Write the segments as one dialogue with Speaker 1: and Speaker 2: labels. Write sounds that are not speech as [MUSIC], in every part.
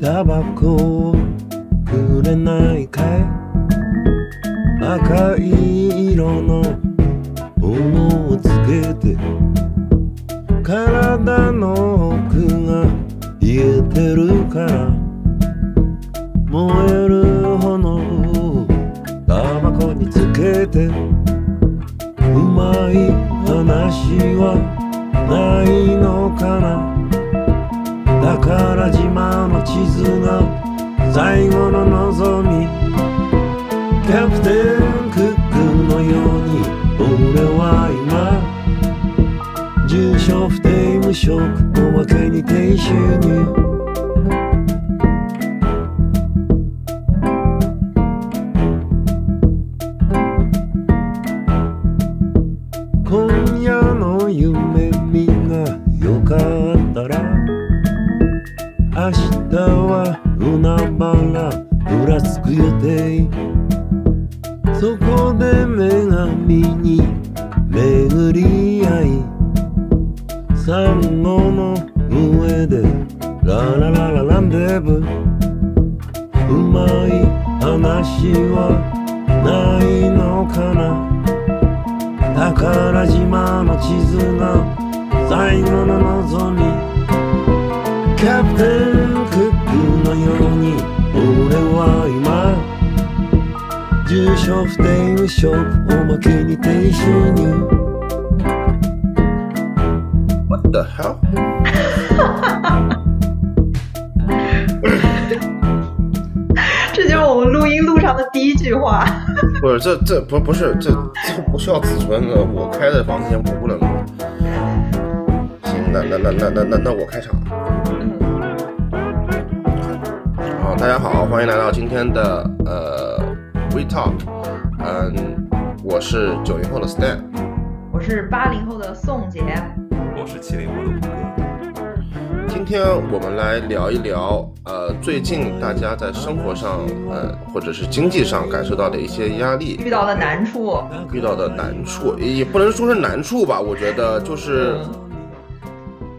Speaker 1: タバコをくれないかい赤い色のものをつけて体の奥が冷えてるから燃える炎をタバコにつけてうまい話はないのかなだから島の地図が最後の望みキャプテンクックのように俺は今住所不定無職おまけに低収入今夜の夢みんなよかったら明日は海原ぶらつく予定そこで女神に巡り合いサンゴの上でララララランデブーうまい話はないのかな宝島の地図が最後の望みキャプテンクックのように俺は今住所不定無職おまけに低収入
Speaker 2: What the hell?
Speaker 3: What the hell？这 [LAUGHS] 就是我们录音路上的第一句话。
Speaker 2: 不是这这不不是这这不需要自尊的，我开的房间我不能录。行，那那那那那那那我开场。
Speaker 3: 嗯
Speaker 2: 好，大家好，欢迎来到今天的呃 We Talk，嗯，我是九零后的 Stan，
Speaker 3: [LAUGHS] 我是八零后的宋姐，
Speaker 4: 我是七零后的胡歌。
Speaker 2: 今天我们来聊一聊呃最近大家在生活上呃或者是经济上感受到的一些压力，
Speaker 3: 遇到了难处，
Speaker 2: 遇到的难处，也不能说是难处吧，我觉得就是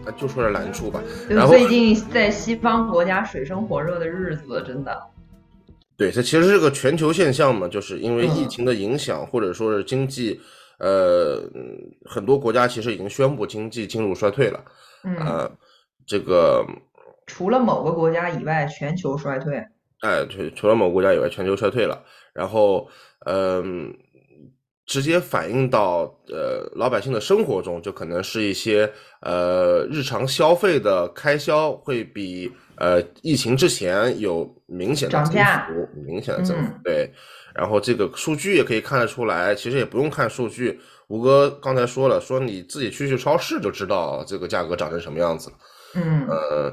Speaker 2: 呃就说是难处吧，
Speaker 3: 就是
Speaker 2: 然后
Speaker 3: 最近在西方国家水深火热的日子，真的，
Speaker 2: 对，它其实是个全球现象嘛，就是因为疫
Speaker 3: 嗯
Speaker 2: 情的影响，或者说是经济，呃，嗯很多国家其实已经宣布经济进入衰退了。
Speaker 3: 嗯，
Speaker 2: 呃，这个，
Speaker 3: 除了某个国家以外，全球衰退，
Speaker 2: 哎，除除了某个国家以外，全球衰退了。然后，嗯、直接反映到呃老百姓的生活中，就可能是一些呃日常消费的开销会比呃疫情之前有明显的
Speaker 3: 涨
Speaker 2: 增
Speaker 3: 价
Speaker 2: 幅，明显的增幅
Speaker 3: 嗯。
Speaker 2: 对，然后这个数据也可以看得出来，其实也不用看数据。吴哥刚才说了，说你自己去去超市就知道这个价格涨成什么样子了。
Speaker 3: 嗯
Speaker 2: 呃，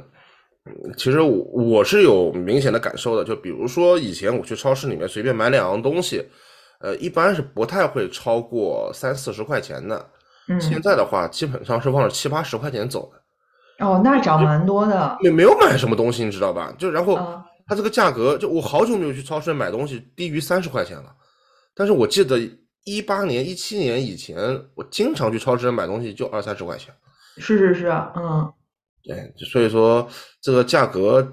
Speaker 2: 嗯其实我我是有明显的感受的，就比如说以前我去超市里面随便买两样东西，呃，一般是不太会超过三四十块钱的。
Speaker 3: 嗯，
Speaker 2: 现在的话，基本上是往七八十块钱走的，
Speaker 3: 哦，那涨蛮多的，
Speaker 2: 没没有买什么东西，你知道吧？就然后
Speaker 3: 啊
Speaker 2: 它这个价格，就我好久没有去超市买东西低于三十块钱了，但是我记得一八年、一七年以前，我经常去超市买东西就二三十块钱。
Speaker 3: 是是是，嗯，
Speaker 2: 对，所以说这个价格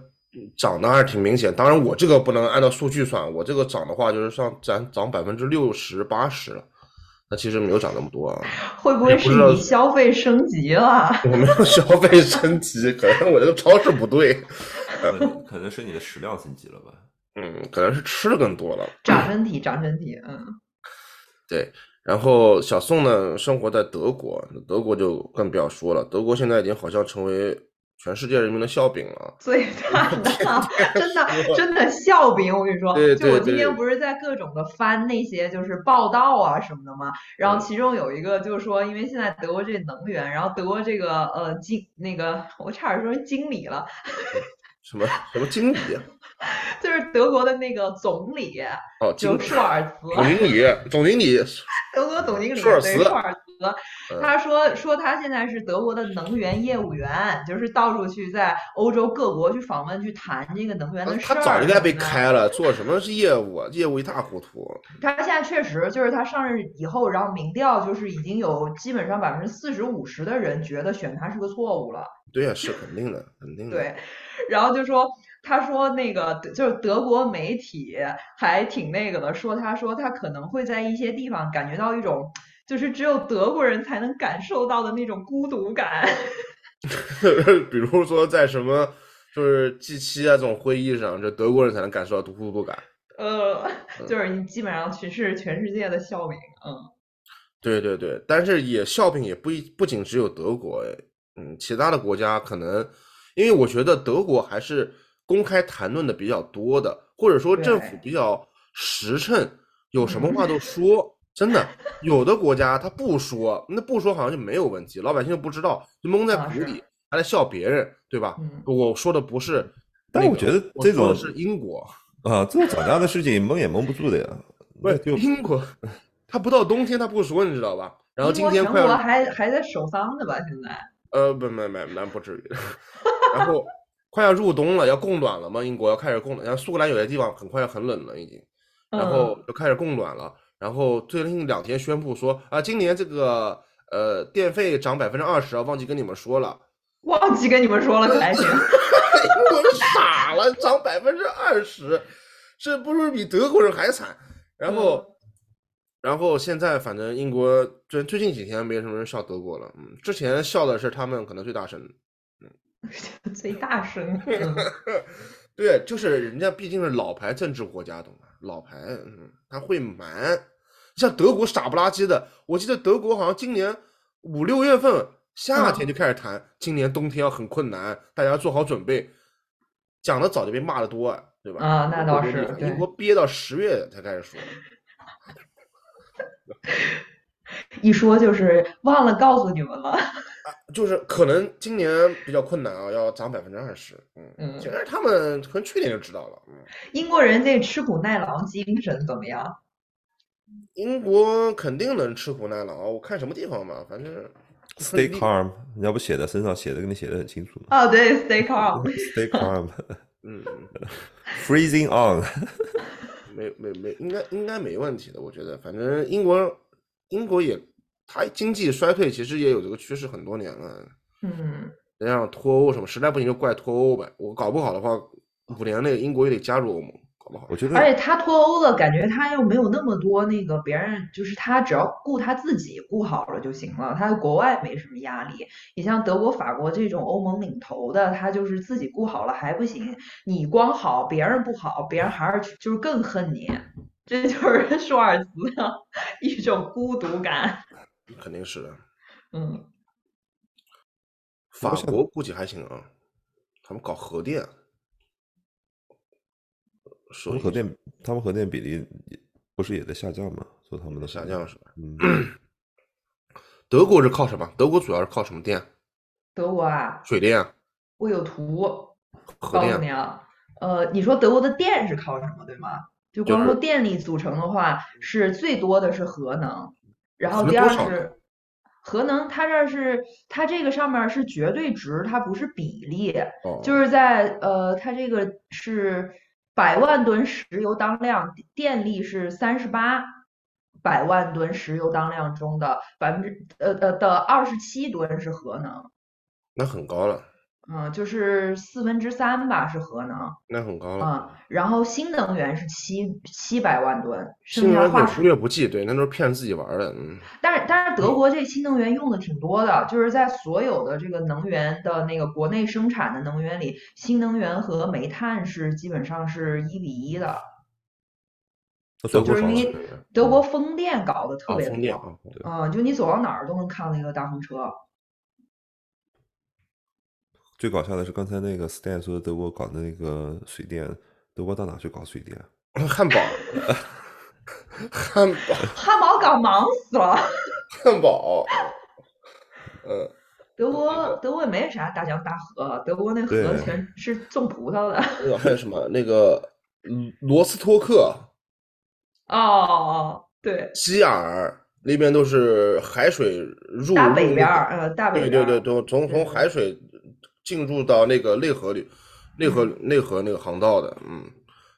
Speaker 2: 涨的还是挺明显。当然，我这个不能按照数据算，我这个涨的话就是上涨涨百分之六十八十了。那其实没有涨那么多啊， [LAUGHS]
Speaker 3: 会不会
Speaker 2: 也不
Speaker 3: 是
Speaker 2: 知道
Speaker 3: 你消费升级了？ [LAUGHS]
Speaker 2: 我没有消费升级，可能我这个超市不对，
Speaker 4: 可
Speaker 2: [LAUGHS]
Speaker 4: 能可能是你的食量升级了吧？
Speaker 2: 嗯，可能是吃的更多了。
Speaker 3: 长身体，长身体，嗯
Speaker 2: 对，然后小宋呢，生活在德国，德国就更不要说了，德国现在已经好像成为全世界人民的笑柄了。
Speaker 3: 最
Speaker 2: [LAUGHS]
Speaker 3: 大的， [LAUGHS] 真的真的笑柄，我跟你说，
Speaker 2: 对
Speaker 3: 就我
Speaker 2: 对
Speaker 3: 今天
Speaker 2: 对
Speaker 3: 不是在各种的翻那些就是报道啊什么的嘛，然后
Speaker 2: 嗯
Speaker 3: 其中有一个就是说，因为现在德国这能源，然后德国这个呃经那个我差点说成经理了，
Speaker 2: 什么什么经理啊？
Speaker 3: 就是德国的那个总理，
Speaker 2: 哦，经
Speaker 3: 就啊
Speaker 2: 理
Speaker 3: 舒尔茨，
Speaker 2: [LAUGHS] 总经理，总经理，
Speaker 3: 德国总经理
Speaker 2: 舒尔
Speaker 3: 对
Speaker 2: 茨
Speaker 3: 舒尔茨，
Speaker 2: 嗯
Speaker 3: 他说说他现在是德国的能源业务员，就是到处去在欧洲各国去访问，去谈这个能源的事
Speaker 2: 呃他
Speaker 3: 儿。
Speaker 2: 早就该被。开了，做什么是业务啊？业务一塌糊涂。
Speaker 3: 他现在确实就是他上任以后，然后民调就是已经有基本上百分之四十五十的人觉得选他是个错误了。
Speaker 2: 嗯对呀、是肯定的，肯定的。
Speaker 3: 对，然后就说他说那个就是德国媒体还挺那个的，说他说他可能会在一些地方感觉到一种就是只有德国人才能感受到的那种孤独感。
Speaker 2: [LAUGHS] 比如说在什么就是 G 七啊这种会议上，就德国人才能感受到孤独感。
Speaker 3: 呃，
Speaker 2: 嗯
Speaker 3: 就是你基本上全是全世界的笑柄，嗯，
Speaker 2: 对对对，但是也笑柄也不一不仅只有德国，哎嗯，其他的国家可能，因为我觉得德国还是公开谈论的比较多的，或者说政府
Speaker 3: 对
Speaker 2: 比较实诚，有什么话
Speaker 4: 嗯
Speaker 2: 都说。真的，有的国家他不说，那不说好像就没有问题，老百姓就不知道，就蒙在
Speaker 3: 啊
Speaker 2: 鼓
Speaker 3: 是
Speaker 2: 里，还在笑别人，对吧？
Speaker 3: 嗯
Speaker 2: 我说的不是那
Speaker 4: 但
Speaker 2: 个，
Speaker 4: 我觉得
Speaker 2: 我
Speaker 4: 这
Speaker 2: 说的
Speaker 4: 种
Speaker 2: 是英国，
Speaker 4: 啊，这种涨价的事情蒙也蒙不住的呀。
Speaker 2: 不
Speaker 4: 那
Speaker 2: 是
Speaker 4: 就
Speaker 2: 英国， [LAUGHS] 他不到冬天他不说，你知道吧？然后
Speaker 3: 英
Speaker 2: 今
Speaker 3: 国
Speaker 2: 天
Speaker 3: 全
Speaker 2: 快要
Speaker 3: 国还还在守丧呢吧？现在
Speaker 2: 呃，不，没没没，不至于。 [LAUGHS] 然后快要入冬了，要供暖了嘛，英国要开始供暖，像苏格兰有些地方很快要很冷了已经，然
Speaker 3: 嗯
Speaker 2: 后就开始供暖了。然后最近两天宣布说啊，今年这个呃电费涨百分之二十啊，忘记跟你们说了。 [LAUGHS]
Speaker 3: 忘记跟你们说了，可还行。
Speaker 2: 英国人傻了，涨百分之二十，这不是比德国人还惨？然后，然后现在反正英国最最近几天没什么人笑德国了，嗯，之前笑的是他们可能最大声的。
Speaker 3: [LAUGHS] 最大声，嗯
Speaker 2: 对，就是人家毕竟是老牌政治国家，懂吗？老牌，嗯，他会瞒。像德国傻不拉几的，我记得德国好像今年五六月份夏
Speaker 3: 嗯
Speaker 2: 天就开始谈，今年冬天要很困难，大家做好准备。讲的早就被骂的多啊，对吧？
Speaker 3: 啊那
Speaker 2: 英
Speaker 3: 倒
Speaker 2: 国
Speaker 3: 是
Speaker 2: 厉害
Speaker 3: 对
Speaker 2: 英国憋到十月才开始说。
Speaker 3: [LAUGHS] 一说就是忘了告诉你们了。
Speaker 2: 就是可能今年比较困难啊，要涨百分之二十。嗯，
Speaker 3: 嗯
Speaker 2: 其实他们可能去年就知道了。嗯，
Speaker 3: 英国人这吃苦耐劳精神怎么样？
Speaker 2: 英国肯定能吃苦耐劳，我看什么地方吧，反正
Speaker 4: stay calm，你要不写在身上写的跟你写的很清楚吗
Speaker 3: 哦，对，stay calm，
Speaker 4: ？stay [LAUGHS] calm，freezing
Speaker 2: 嗯，
Speaker 4: on， [LAUGHS]
Speaker 2: 没没没，应该应该没问题的，我觉得，反正英国英国也，它经济衰退其实也有这个趋势很多年了，
Speaker 3: 嗯，
Speaker 2: 再加上脱欧什么，实在不行就怪脱欧呗。我搞不好的话，五年内英国也得加入欧盟，搞不好
Speaker 4: 我。觉得
Speaker 3: 而且他脱欧了，感觉他又没有那么多那个别人，就是他只要顾他自己顾好了就行了，他在国外没什么压力。你像德国、法国这种欧盟领头的，他就是自己顾好了还不行，你光好别人不好，别人还是就是更恨你。这就是 [LAUGHS] 舒尔茨的一种孤独感，
Speaker 2: 肯定是的。
Speaker 3: 嗯。
Speaker 2: 法
Speaker 4: 想
Speaker 2: 国估计还行啊，他们搞核电，
Speaker 4: 他
Speaker 2: 所
Speaker 4: 们
Speaker 2: 以
Speaker 4: 核电，他们核电比例也不是也在下降吗？说他们的
Speaker 2: 下
Speaker 4: 核
Speaker 2: 降是吧？
Speaker 4: 电，嗯，
Speaker 2: 德国是靠什么？德国主要是靠什么电？
Speaker 3: 德国啊，
Speaker 2: 水电、
Speaker 3: 我有图
Speaker 2: 核
Speaker 3: 告诉
Speaker 2: 电。
Speaker 3: 你啊。呃，你说德国的电是靠什么，对吗？就
Speaker 2: 就
Speaker 3: 光说
Speaker 2: 是嗯
Speaker 3: 电力组成的话，是最多的是核能，然后
Speaker 2: 核能
Speaker 3: 第
Speaker 2: 多
Speaker 3: 二
Speaker 2: 少呢
Speaker 3: 是核能，它这儿是它这个上面儿是绝对值，它不是比例，
Speaker 2: 哦，
Speaker 3: 就是在呃，它这个是百万吨石油当量，电力是三十八百万吨石油当量中的百分之呃呃的二十七吨是核能。
Speaker 2: 那很高了，
Speaker 3: 嗯，就是四分之三吧是核能，
Speaker 2: 那很高了。
Speaker 3: 嗯，然后新能源是七七百万吨，
Speaker 2: 新
Speaker 3: 剩
Speaker 2: 能
Speaker 3: 下
Speaker 2: 源可
Speaker 3: 化
Speaker 2: 以忽
Speaker 3: 石，
Speaker 2: 略不计，对，那都是骗自己玩儿的。嗯，
Speaker 3: 但是但是德国这新能源用的挺多的，就是在所有的这个能源的那个国内生产的能源里，新能源和煤炭是基本上是一比一的，
Speaker 4: 那
Speaker 2: 德
Speaker 4: 德
Speaker 2: 国
Speaker 3: 就
Speaker 4: 国
Speaker 2: 房
Speaker 3: 是
Speaker 4: 房
Speaker 2: 子
Speaker 3: 你
Speaker 2: 对
Speaker 3: 德国风电搞得特
Speaker 2: 啊，
Speaker 3: 别
Speaker 2: 风电
Speaker 3: 多，
Speaker 2: 啊，对
Speaker 3: 嗯，就你走到哪儿都能看到一个大风车，
Speaker 4: 最搞笑的是刚才那个 Stan 说德国搞的那个水电，德国到哪去搞水电？
Speaker 2: 汉堡， [LAUGHS] 汉堡，
Speaker 3: 汉堡港忙死了。
Speaker 2: 汉堡，嗯，
Speaker 3: 德国德国也没啥大江大河，德国那河
Speaker 4: 对
Speaker 3: 全是种葡萄的。 [LAUGHS]
Speaker 2: 那个还有什么？那个嗯罗斯托克、
Speaker 3: 哦哦，对，
Speaker 2: 基尔那边都是海水入
Speaker 3: 大
Speaker 2: 入
Speaker 3: 北
Speaker 2: 那
Speaker 3: 边
Speaker 2: 个
Speaker 3: 儿，呃，大嗯北
Speaker 2: 对
Speaker 3: 边
Speaker 2: 对
Speaker 3: 儿，
Speaker 2: 对，从从从海水进入到那个内河里，内河
Speaker 3: 嗯
Speaker 2: 内河那个航道的，嗯，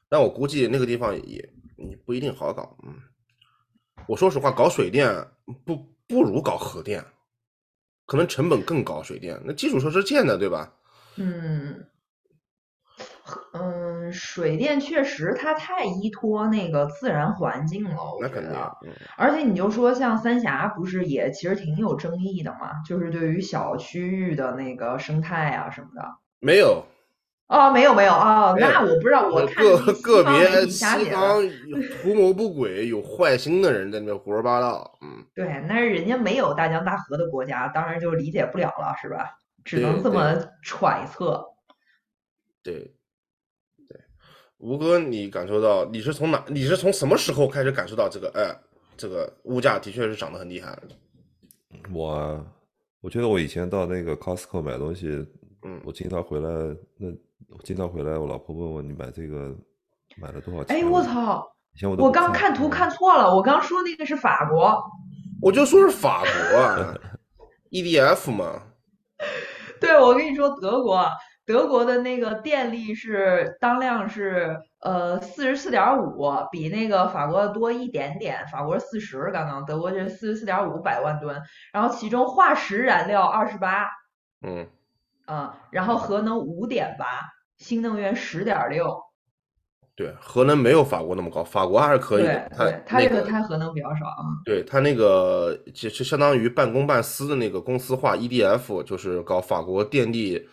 Speaker 2: 但我估计那个地方也也不一定好搞，嗯，我说实话，搞水电不不如搞核电，可能成本更高，水电那基础设施建的，对吧？
Speaker 3: 嗯，和嗯、水电确实它太依托那个自然环境了，我
Speaker 2: 那
Speaker 3: 觉
Speaker 2: 肯定
Speaker 3: 得。，
Speaker 2: 嗯
Speaker 3: 而且你就说像三峡，不是也其实挺有争议的嘛？就是对于小区域的那个生态啊什么的。
Speaker 2: 没有
Speaker 3: 哦，没有没有哦，
Speaker 2: 没有
Speaker 3: 那我不知道，我看
Speaker 2: 个个
Speaker 3: 那西方媒
Speaker 2: 别
Speaker 3: 体瞎
Speaker 2: 西
Speaker 3: 写的
Speaker 2: 方有图谋不轨、有坏心的人在那边胡说八道，嗯，
Speaker 3: 对，那人家没有大江大河的国家，当然就理解不了了，是吧？只能
Speaker 2: 对
Speaker 3: 这
Speaker 2: 对
Speaker 3: 么揣测。
Speaker 2: 对对。吴哥，你感受到你是从哪？你是从什么时候开始感受到这个？哎，这个物价的确是涨得很厉害。
Speaker 4: 我啊我觉得我以前到那个 Costco 买东西，
Speaker 2: 嗯
Speaker 4: 我经常回来，那我经常回来，我老婆问我你买这个买了多少钱？啊
Speaker 3: 哎，我！操！
Speaker 4: 以前我都
Speaker 3: 我
Speaker 4: 不
Speaker 3: 刚
Speaker 4: 看
Speaker 3: 看图
Speaker 4: 嗯
Speaker 3: 看错了，我刚说那个是法国。
Speaker 2: 我就说是法国啊，EDF 嘛，
Speaker 3: 对，我跟你说，德国，德国的那个电力是当量是呃四十四点五，比那个法国多一点点，法国四十，刚刚德国是四十四点五百万吨，然后其中化石燃料二十八，
Speaker 2: 嗯，
Speaker 3: 嗯，然后核能五点八，新能源十点六，
Speaker 2: 对，核能没有法国那么高，法国还是可以
Speaker 3: 对
Speaker 2: 的，它
Speaker 3: 对，它
Speaker 2: 那
Speaker 3: 这个
Speaker 2: 个
Speaker 3: 它核能比较少啊，
Speaker 2: 对它那个就就相当于半公半私的那个公司化 EDF，就是搞法国电力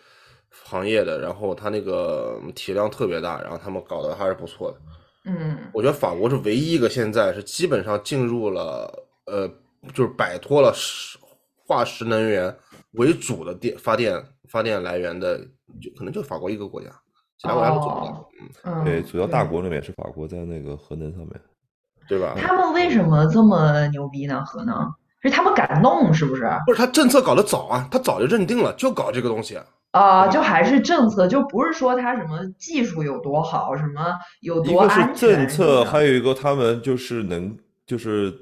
Speaker 2: 行业的，然后它那个体量特别大，然后他们搞得还是不错的。
Speaker 3: 嗯，
Speaker 2: 我觉得法国是唯一一个现在是基本上进入了呃，就是摆脱了石化石能源为主的电发电发电来源的，就可能就法国一个国家，其他国家都做不到
Speaker 3: 哦，嗯，
Speaker 4: 对，主要大
Speaker 3: 对。
Speaker 4: 国里面是法国在那个核能上面，
Speaker 2: 对吧？
Speaker 3: 他们为什么这么牛逼呢？核能是他们敢弄，是不是？
Speaker 2: 不是他政策搞得早啊，他早就认定了，就搞这个东西。
Speaker 3: 啊、就还是政策，就不是说它什么技术有多好，什么有
Speaker 4: 一
Speaker 3: 多安
Speaker 4: 个是
Speaker 3: 全
Speaker 4: 政策，
Speaker 3: 什么的
Speaker 4: 还有一个他们就是能就是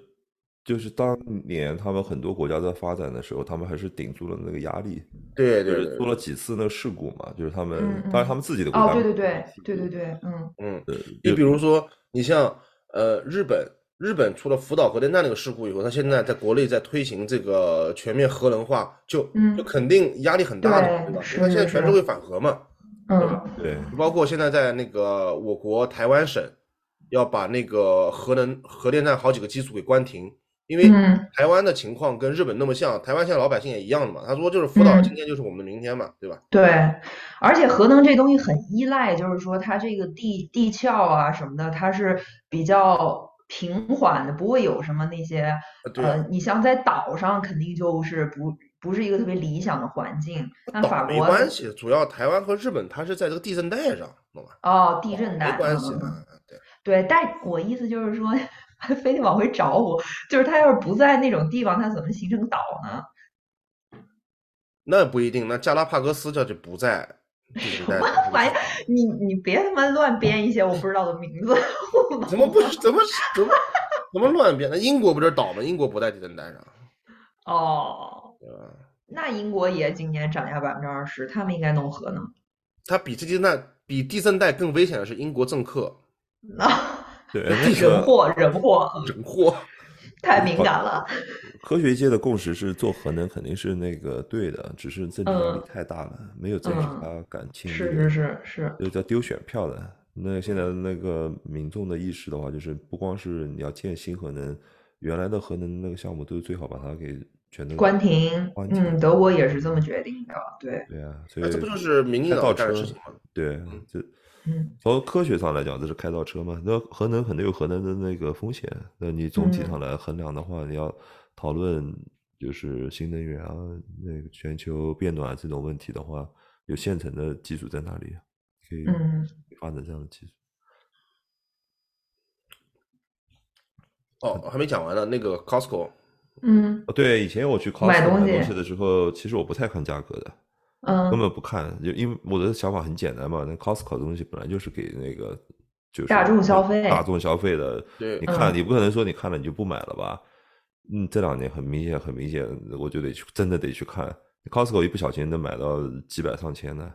Speaker 4: 就是当年他们很多国家在发展的时候，他们还是顶住了那个压力，
Speaker 2: 对
Speaker 4: 就
Speaker 2: 对
Speaker 4: 是
Speaker 2: 对
Speaker 4: 做，了几次那个事故嘛，就是他们
Speaker 3: 嗯嗯
Speaker 4: 当然他们自己的国
Speaker 3: 哦，
Speaker 4: 家
Speaker 3: 对对
Speaker 4: 没有
Speaker 3: 对
Speaker 4: 事
Speaker 3: 对
Speaker 4: 故
Speaker 3: 对对，嗯
Speaker 2: 嗯，
Speaker 4: 对
Speaker 2: 你比如说，你像呃日本，日本出了福岛核电站那个事故以后，他现在在国内在推行这个全面核能化，就
Speaker 3: 嗯
Speaker 2: 就肯定压力很大的，
Speaker 3: 对
Speaker 2: 对吧？
Speaker 3: 是
Speaker 2: 因为现在全
Speaker 3: 是
Speaker 2: 社会反核嘛，
Speaker 3: 嗯，
Speaker 4: 对，
Speaker 2: 包括现在在那个我国台湾省要把那个核能核电站好几个机组给关停，因为
Speaker 3: 嗯
Speaker 2: 台湾的情况跟日本那么像，台湾现在老百姓也一样的嘛。他说就是福岛
Speaker 3: 嗯
Speaker 2: 今天就是我们的明天嘛，对吧？
Speaker 3: 对，而且核能这东西很依赖，就是说它这个地地壳啊什么的，它是比较平缓的，不会有什么那些
Speaker 2: 啊对啊
Speaker 3: 呃，你像在岛上肯定就是不不是一个特别理想的环境，那法
Speaker 2: 岛没
Speaker 3: 国
Speaker 2: 关系，主要台湾和日本它是在这个地震带上，懂吧？
Speaker 3: 哦，地震带，
Speaker 2: 没关
Speaker 3: 嗯
Speaker 2: 系
Speaker 3: 嗯嗯
Speaker 2: 啊，对，
Speaker 3: 对，但我意思就是说， [LAUGHS] 非得往回找我，就是他要是不在那种地方，他怎么形成岛呢？
Speaker 2: 那不一定。那加拉帕戈斯这就不在地震带上，
Speaker 3: 玩意儿你你别他妈乱编一些我不知道的名字， [LAUGHS]
Speaker 2: 怎么不是怎么是怎么怎么乱编？那英国不就是岛吗？英国不在地震带上，
Speaker 3: 哦，
Speaker 2: 对
Speaker 4: 啊
Speaker 2: 吧？
Speaker 3: 那英国也今年涨价百分之二十，他们应该弄核
Speaker 4: [LAUGHS]
Speaker 3: 能。
Speaker 2: 它比地震带比地震带更危险的是英国政客
Speaker 4: 对，
Speaker 3: 人
Speaker 4: 那个
Speaker 3: 祸人祸，
Speaker 2: 人祸。
Speaker 3: 太敏感了。
Speaker 4: 科学界的共识是做核能肯定是那个对的，只是政治压力
Speaker 3: 嗯
Speaker 4: 太大了，没有政治家敢轻易
Speaker 3: 是
Speaker 4: 的
Speaker 3: 是是是，
Speaker 4: 有叫丢选票的。那现在的那个民众的意识的话，就是不光是你要建新核能，原来的核能那个项目都最好把它给全都
Speaker 3: 关。停，
Speaker 4: 关停
Speaker 3: 嗯，德国也是这么决定的，对，
Speaker 4: 对啊，所
Speaker 2: 那
Speaker 4: 以
Speaker 2: 这不就是民进
Speaker 4: 开
Speaker 2: 党
Speaker 4: 倒
Speaker 2: 干
Speaker 4: 车
Speaker 2: 的事情吗？
Speaker 4: 对，这
Speaker 3: 嗯
Speaker 4: 从科学上来讲，这是开倒车嘛。那核能肯定有核能的那个风险，那你总
Speaker 3: 嗯
Speaker 4: 体上来衡量的话，你要讨论就是新能源啊，那个全球变暖这种问题的话，有现成的技术在那里，可以
Speaker 3: 嗯，
Speaker 4: 发展这样的技术。 [LAUGHS]
Speaker 2: 哦，还没讲完呢。那个 Costco，
Speaker 3: 嗯
Speaker 4: 哦，对，以前我去 Costco
Speaker 3: 买
Speaker 4: 买
Speaker 3: 东
Speaker 4: 东
Speaker 3: 西
Speaker 4: 西的时候，其实我不太看价格的，根
Speaker 3: 嗯，
Speaker 4: 本不看，就因为我的想法很简单嘛，那 Costco 的东西本来就是给那个就是
Speaker 3: 大众消费
Speaker 4: 大众消费的。
Speaker 2: 对
Speaker 4: 你看，
Speaker 3: 嗯
Speaker 4: 你不可能说你看了你就不买了吧？嗯，这两年很明显，很明显，我就得去，真的得去看 Costco，一不小心能买到几百上千的，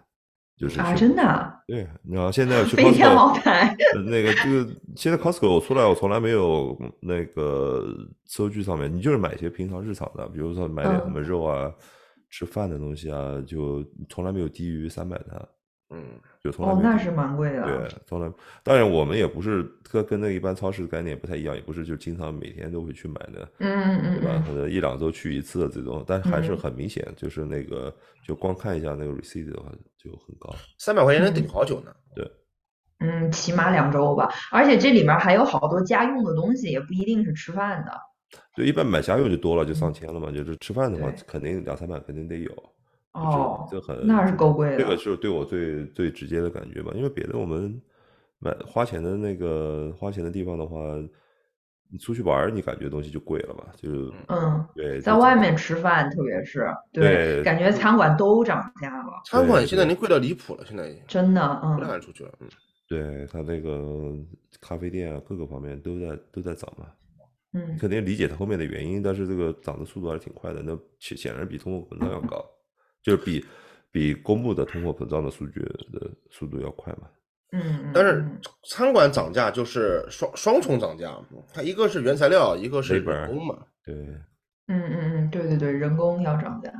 Speaker 4: 就是
Speaker 3: 啊，
Speaker 4: 去
Speaker 3: 真的啊，
Speaker 4: 对。然后现在去
Speaker 3: 飞天
Speaker 4: Costco
Speaker 3: 茅台，
Speaker 4: 呃那个这个现在 Costco 我出来我从来没有那个收据上面，你就是买一些平常日常的，比如说买点什
Speaker 3: 嗯
Speaker 4: 么肉啊、吃饭的东西啊，就从来没有低于三百的。
Speaker 2: 嗯
Speaker 4: 就从来
Speaker 3: 哦
Speaker 4: 没，
Speaker 3: 那
Speaker 4: 听
Speaker 3: 是蛮贵的
Speaker 4: 对，，从来，当然我们也不是跟跟那一般超市的概念不太一样，也不是就经常每天都会去买的，
Speaker 3: 嗯嗯
Speaker 4: 对吧？
Speaker 3: 嗯
Speaker 4: 可能一两周去一次的这种，但是还是
Speaker 3: 嗯
Speaker 4: 很明显，就是那个就光看一下那个 receipt 的话就很高。
Speaker 2: 三百块钱能顶好久呢。
Speaker 3: 嗯，起码两周吧，而且这里面还有好多家用的东西，也不一定是吃饭的，
Speaker 4: 就一般买家用就多了，就上千了嘛。就是吃饭的话
Speaker 3: 嗯对，
Speaker 4: 肯定两三百肯定得有。就是
Speaker 3: 哦，
Speaker 4: 这很
Speaker 3: 那是够贵的，
Speaker 4: 这个是对我最最直接的感觉吧，因为别的我们买花钱的那个花钱的地方的话，你出去玩儿你感觉东西就贵了吧，就是
Speaker 3: 嗯，
Speaker 4: 对，
Speaker 3: 在
Speaker 4: 就
Speaker 3: 外
Speaker 4: 走
Speaker 3: 面吃饭，特别是
Speaker 4: 对
Speaker 3: 感觉餐馆都涨价了，
Speaker 2: 餐馆
Speaker 4: 对
Speaker 2: 现在已经贵到离谱了，现在已经
Speaker 3: 真的，
Speaker 2: 不太
Speaker 3: 嗯
Speaker 2: 敢出去了。嗯，
Speaker 4: 对它那个咖啡店啊各个方面都在都在涨嘛，
Speaker 3: 嗯
Speaker 4: 肯定理解它后面的原因，但是这个涨的速度还是挺快的，那显显然比通货膨胀要高， [CLEARS THROAT] 就是比比公布的通货膨胀的数据的速度要快嘛。
Speaker 3: 嗯，
Speaker 2: 但是
Speaker 3: 嗯
Speaker 2: 餐馆涨价就是双双重涨价，它一个是原材料，一个是
Speaker 4: Labor
Speaker 2: 人工嘛。
Speaker 4: 对，
Speaker 3: 嗯嗯嗯，对对对，人工要涨价，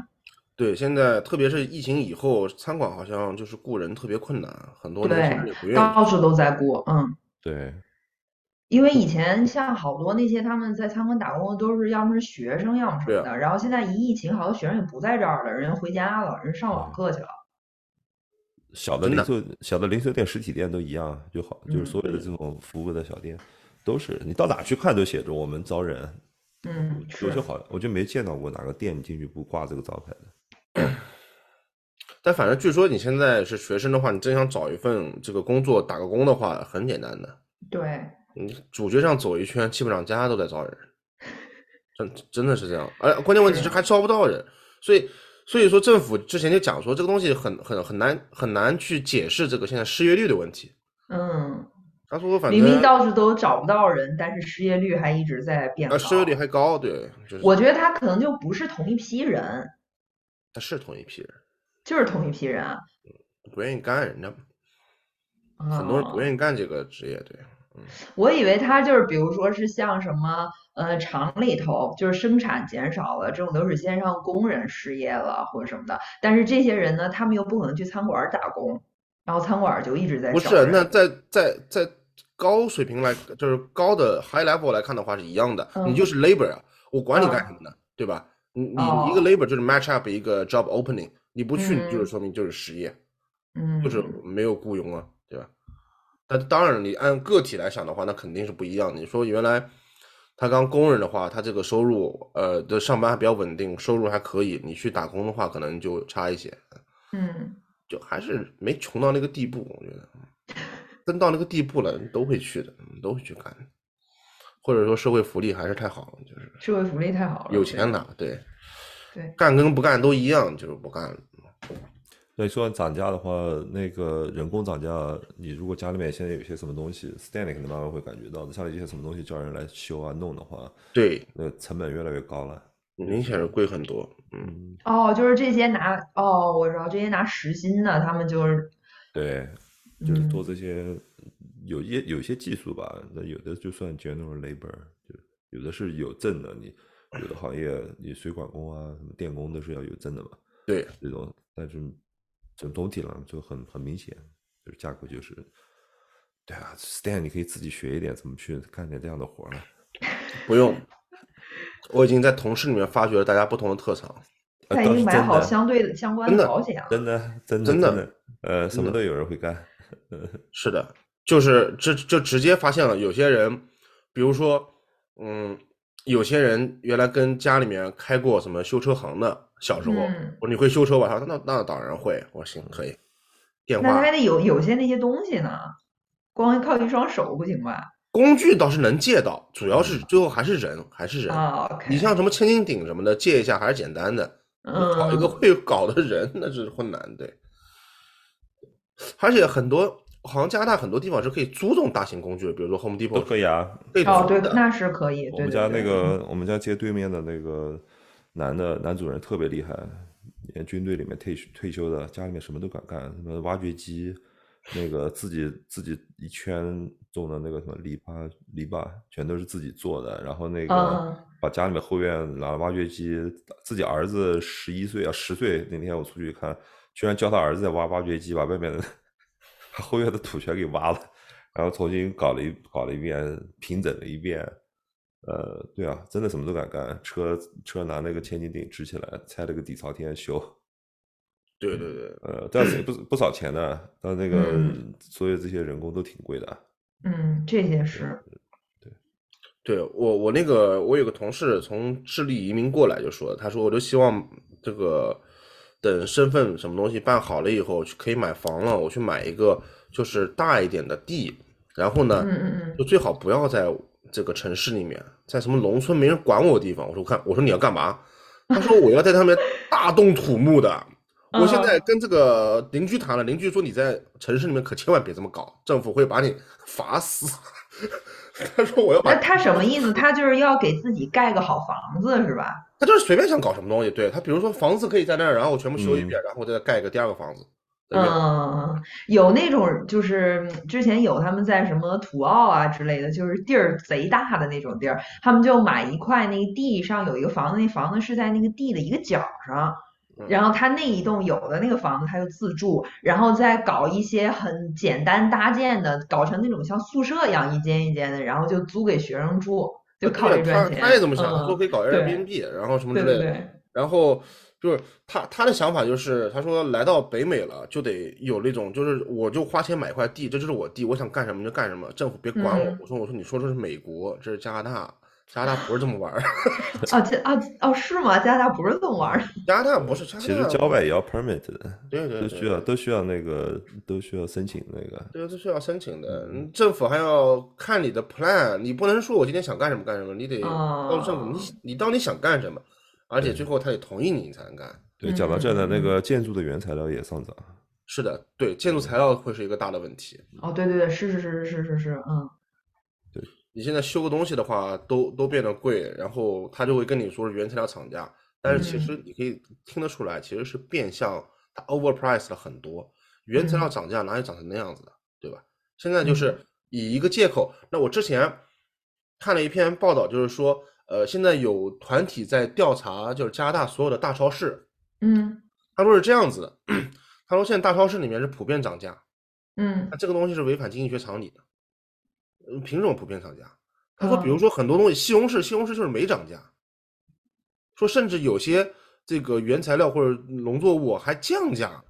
Speaker 2: 对，现在特别是疫情以后，餐馆好像就是雇人特别困难，很多年轻人也不
Speaker 3: 对，
Speaker 2: 愿意去。
Speaker 3: 到处都在过，嗯。
Speaker 4: 对，
Speaker 3: 因为以前像好多那些他们在餐馆打工的都是要么是学生，要么什
Speaker 2: 对
Speaker 3: 么
Speaker 2: 啊
Speaker 3: 的。然后现在一疫情，好多学生也不在这儿了，人回家了，人上
Speaker 4: 啊
Speaker 3: 网课去了。
Speaker 4: 小的
Speaker 2: 真
Speaker 4: 零
Speaker 2: 的
Speaker 4: 售小的零售店、实体店都一样，就好，就是
Speaker 3: 嗯
Speaker 4: 所有的这种服务的小店，都是你到哪去看都写着我们招人，
Speaker 3: 嗯，
Speaker 4: 有些
Speaker 3: 是，
Speaker 4: 好，我就没见到过哪个店你进去不挂这个招牌的。
Speaker 2: 但反正据说你现在是学生的话，你真想找一份这个工作打个工的话，很简单的。
Speaker 3: 对，
Speaker 2: 你嗯主角上走一圈，基本上家家都在招人，真真的是这样。而关键问题是
Speaker 3: 是啊
Speaker 2: 还招不到人，所以所以说政府之前就讲说这个东西很很很难很难去解释这个现在失业率的问题。
Speaker 3: 嗯，
Speaker 2: 他说反
Speaker 3: 明明
Speaker 2: 正
Speaker 3: 到处都找不到人，但是失业率还一直在变高。
Speaker 2: 呃失业率还高，对，就是
Speaker 3: 我觉得他可能就不是同一批人，
Speaker 2: 他是同一批人，
Speaker 3: 就是同一批人啊。
Speaker 2: 不愿意干，人家很多人不
Speaker 3: 嗯
Speaker 2: 愿意干这个职业，对。
Speaker 3: 我以为他就是，比如说是像什么，呃，厂里头就是生产减少了，这种流水线上工人失业了或者什么的。但是这些人呢，他们又不可能去餐馆儿打工，然后餐馆儿就一直在
Speaker 2: 不
Speaker 3: 找
Speaker 2: 是，
Speaker 3: 人
Speaker 2: 那在在在高水平来，就是高的 high level 来看的话是一样的，你就
Speaker 3: 嗯
Speaker 2: 是 labor 啊，我管你干
Speaker 3: 嗯
Speaker 2: 什么呢？对吧？你你
Speaker 3: 哦
Speaker 2: 你一个 labor 就是 match up 一个 job opening，你不去你就是
Speaker 3: 嗯
Speaker 2: 说明就是失业，
Speaker 3: 嗯，
Speaker 2: 就是没有雇佣啊，对吧？但当然了，你按个体来想的话，那肯定是不一样的。你说原来他刚工人的话，他这个收入，呃，的上班还比较稳定，收入还可以。你去打工的话，可能就差一些。
Speaker 3: 嗯，
Speaker 2: 就还是没穷到那个地步，我觉得，真到那个地步了，都会去的，都会去干的，或者说社会福利还是太好了，就是
Speaker 3: 社会福利太好了，
Speaker 2: 有
Speaker 3: 对
Speaker 2: 钱拿，对，
Speaker 3: 对
Speaker 2: 干跟不干都一样，就是不干了。
Speaker 4: 那说完涨价的话，那个人工涨价，你如果家里面现在有些什么东西，Stanley 可能慢慢会感觉到的，家里这些什么东西叫人来修啊弄的话，
Speaker 2: 对，
Speaker 4: 那成本越来越高了。
Speaker 2: 明显是贵很多，嗯，
Speaker 4: 嗯，
Speaker 3: 哦，就是这些拿哦，我知道这些拿时薪的，他们就是
Speaker 4: 对，就是
Speaker 3: 嗯
Speaker 4: 做这些有一有些技术吧，那有的就算 general labor，就有的是有证的，你有的行业你水管工啊、什么电工都是要有证的嘛，
Speaker 2: 对，
Speaker 4: 这种，但是总总体上就很很明显，就是价格就是，对啊，Stan 你可以自己学一点怎么去干点这样的活儿啊了。
Speaker 2: 不用，
Speaker 3: [LAUGHS]
Speaker 2: 我已经在同事里面发掘了大家不同的特长，
Speaker 4: 呃
Speaker 3: 他已
Speaker 4: 倒
Speaker 3: 经
Speaker 4: 是
Speaker 3: 买
Speaker 4: 真
Speaker 3: 好
Speaker 4: 的
Speaker 3: 相对的相关
Speaker 2: 真
Speaker 3: 的
Speaker 2: 的
Speaker 3: 保险了。啊
Speaker 4: 真的，真的，
Speaker 2: 真的
Speaker 4: 的，呃，什
Speaker 2: 真
Speaker 4: 么
Speaker 2: 的
Speaker 4: 都有人会干。
Speaker 2: 是的，就是这就直接发现了有些人，比如说，嗯，有些人原来跟家里面开过什么修车行的，小时候，
Speaker 3: 嗯
Speaker 2: 我说你会修车吧？他说那那当然会。我说行，可以。电
Speaker 3: 那他
Speaker 2: 话
Speaker 3: 还得有有些那些东西呢，光靠一双手不行吧？
Speaker 2: 工具倒是能借到，主要是最后还是人，还是人。你
Speaker 3: 啊嗯，OK，
Speaker 2: 像什么千斤顶什么的，借一下还是简单的。你搞一个
Speaker 3: 嗯
Speaker 2: 会搞的人，那是困难，对。而且很多好像加拿大很多地方是可以租这种大型工具的，比如说 Home
Speaker 4: 都
Speaker 2: Depot
Speaker 4: 可以啊，
Speaker 2: 可以
Speaker 3: 哦，
Speaker 2: 租
Speaker 3: 对，
Speaker 2: 的。
Speaker 3: 那是可以，
Speaker 4: 我
Speaker 3: 对对
Speaker 4: 们家
Speaker 3: 对
Speaker 4: 那
Speaker 3: 嗯
Speaker 4: 个，我们家街对面的那个男的男主人特别厉害，连军队里面退休退休的，家里面什么都敢干，什么挖掘机，那个自己自己一圈种的那个什么篱笆篱笆，全都是自己做的。然后那
Speaker 3: 嗯
Speaker 4: 个把家里面后院拿挖掘机，自己儿子十一岁啊十岁那天我出去看，居然教他儿子在挖挖掘机把外面的把后院的土全给挖了，然后重新搞了一搞了一遍，平整了一遍。呃，对啊，真的什么都敢干，车车拿那个千斤顶支起来，拆了个底朝天修。
Speaker 2: 对对对，
Speaker 4: 呃，但是也不不少钱的，但那个
Speaker 3: 嗯
Speaker 4: 所有这些人工都挺贵的。
Speaker 3: 嗯，这些是，
Speaker 2: 对我，我那个我有个同事从智利移民过来就说，他说我就希望这个等身份什么东西办好了以后，去可以买房了，我去买一个就是大一点的地，然后呢
Speaker 3: 嗯，嗯
Speaker 2: 就最好不要在这个城市里面，在什么农村没人管我的地方。我说我看，我说你要干嘛？他说我要在他
Speaker 3: [LAUGHS]
Speaker 2: 们大动土木的。
Speaker 3: 嗯，
Speaker 2: 我现在跟这个邻居谈了，邻居说你在城市里面可千万别这么搞，政府会把你 [LAUGHS] 罚死。他说我要把
Speaker 3: 那他什么意思？他就是要给自己盖个好房子是吧？
Speaker 2: 他就是随便想搞什么东西，对他，比如说房子可以在那儿，然后我全部修一
Speaker 4: 嗯
Speaker 2: 遍，然后再盖个第二个房子，对不对？
Speaker 3: 嗯，有那种就是嗯之前有他们在什么土澳啊之类的，就是地儿贼大的那种地儿，他们就买一块那个地上有一个房子，那房子是在那个地的一个角上，
Speaker 2: 嗯
Speaker 3: 然后他那一栋有的那个房子他就自住，然后再搞一些很简单搭建的，搞成那种像宿舍一样一间一间的，然后就租给学生住，就靠这
Speaker 2: 对
Speaker 3: 赚
Speaker 2: 他
Speaker 3: 钱。
Speaker 2: 他也这么想，他
Speaker 3: 嗯
Speaker 2: 说可以搞
Speaker 3: 对
Speaker 2: Airbnb，然后什么之
Speaker 3: 对
Speaker 2: 类
Speaker 3: 对
Speaker 2: 的，
Speaker 3: 对，
Speaker 2: 然后就是他他的想法就是，他说来到北美了就得有那种，就是我就花钱买块地，这就是我地，我想干什么就干什么，政府别管我。
Speaker 3: 嗯
Speaker 2: 我说我说你说这是美国，这是加拿大，加拿大不是这么玩儿， [LAUGHS]
Speaker 3: 哦，这啊哦是吗？加拿大不是这么玩儿的。
Speaker 2: 加拿大不是加拿
Speaker 4: 其实
Speaker 2: 大
Speaker 4: 郊外也要 permit 的，
Speaker 2: 对对
Speaker 4: 都
Speaker 2: 对
Speaker 4: 需要都需要那个都需要申请那个。
Speaker 2: 对，这是要申请的，嗯政府还要看你的 plan，你不能说我今天想干什么干什么，你得告诉政府你
Speaker 3: 哦
Speaker 2: 你到底想干什么，而且最后他得同意你你才能干。
Speaker 4: 对，讲到这呢，那
Speaker 3: 嗯
Speaker 4: 个建筑的原材料也上涨。
Speaker 2: 是的，对，建筑材料会是一个大的问题。
Speaker 3: 哦，对对对，是是是是是是是，嗯，
Speaker 2: 你现在修个东西的话，都都变得贵，然后他就会跟你说是原材料涨价，但是其
Speaker 3: 嗯
Speaker 2: 实你可以听得出来，其实是变相它 overprice 了很多，原材料
Speaker 3: 嗯
Speaker 2: 涨价哪有涨成那样子的，对吧？现在就是以一个借口。那我之前看了一篇报道，就是说，呃，现在有团体在调查，就是加拿大所有的大超市，
Speaker 3: 嗯
Speaker 2: 他说是这样子的， [CLEARS THROAT] 他说现在大超市里面是普遍涨价，
Speaker 3: 嗯
Speaker 2: 那这个东西是违反经济学常理的。嗯，凭什么普遍涨价？他说，比如
Speaker 3: 嗯
Speaker 2: 说很多东西，西红柿，西红柿就是没涨价，说甚至有些这个原材料或者农作物还降价了。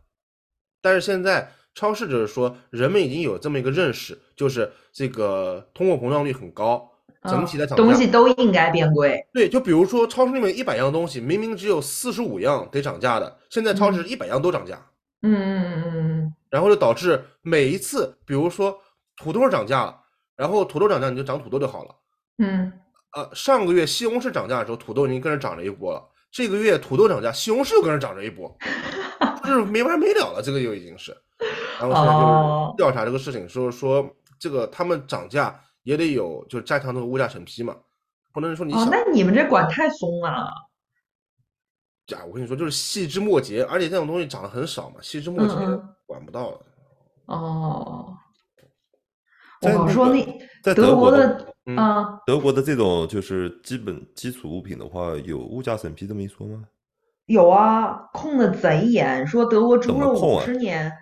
Speaker 2: 但是现在超市就是说，人们已经有这么一个认识，就是这个通货膨胀率很高，
Speaker 4: 呃
Speaker 2: 整体
Speaker 3: 嗯
Speaker 2: 在涨价。
Speaker 3: 东西都应该变贵。
Speaker 2: 对，就比如说超市里面一百样东西，明明只有四十五样得涨价的，现在超市
Speaker 3: 嗯
Speaker 2: 一百样都涨价。
Speaker 3: 嗯嗯嗯
Speaker 2: 然后就导致每一次，比如说土豆涨价了，然后土豆涨价你就涨土豆就好了。
Speaker 3: 嗯
Speaker 2: 呃，上个月西红柿涨价的时候，土豆已经跟着涨了一波了。这个月土豆涨价，西红柿又跟着涨了一波，
Speaker 3: [LAUGHS]
Speaker 2: 就是没完没了了。这个又已经是，然后现在就
Speaker 3: 哦
Speaker 2: 是调查这个事情，说说这个他们涨价也得有，就是加强这个物价审批嘛，不能说你
Speaker 3: 嗯，
Speaker 2: 想
Speaker 3: 哦，那你们这管太松了。
Speaker 2: 价。我跟你说，就是细枝末节，而且这种东西涨得很少嘛，细枝末节
Speaker 3: 嗯嗯
Speaker 2: 管不到了。
Speaker 3: 哦，我
Speaker 4: 在
Speaker 3: 老
Speaker 4: 那
Speaker 3: 说
Speaker 4: 个
Speaker 3: 那
Speaker 4: 在
Speaker 3: 德
Speaker 4: 德国
Speaker 3: 的
Speaker 2: 嗯
Speaker 3: 啊，
Speaker 4: 德国的这种就是基本基础物品的话，有物价审批这么一说吗？
Speaker 3: 有啊，控的贼严，说德国
Speaker 4: 怎
Speaker 3: 猪
Speaker 4: 么
Speaker 3: 肉
Speaker 4: 控
Speaker 3: 五
Speaker 4: 啊
Speaker 3: 十年，哦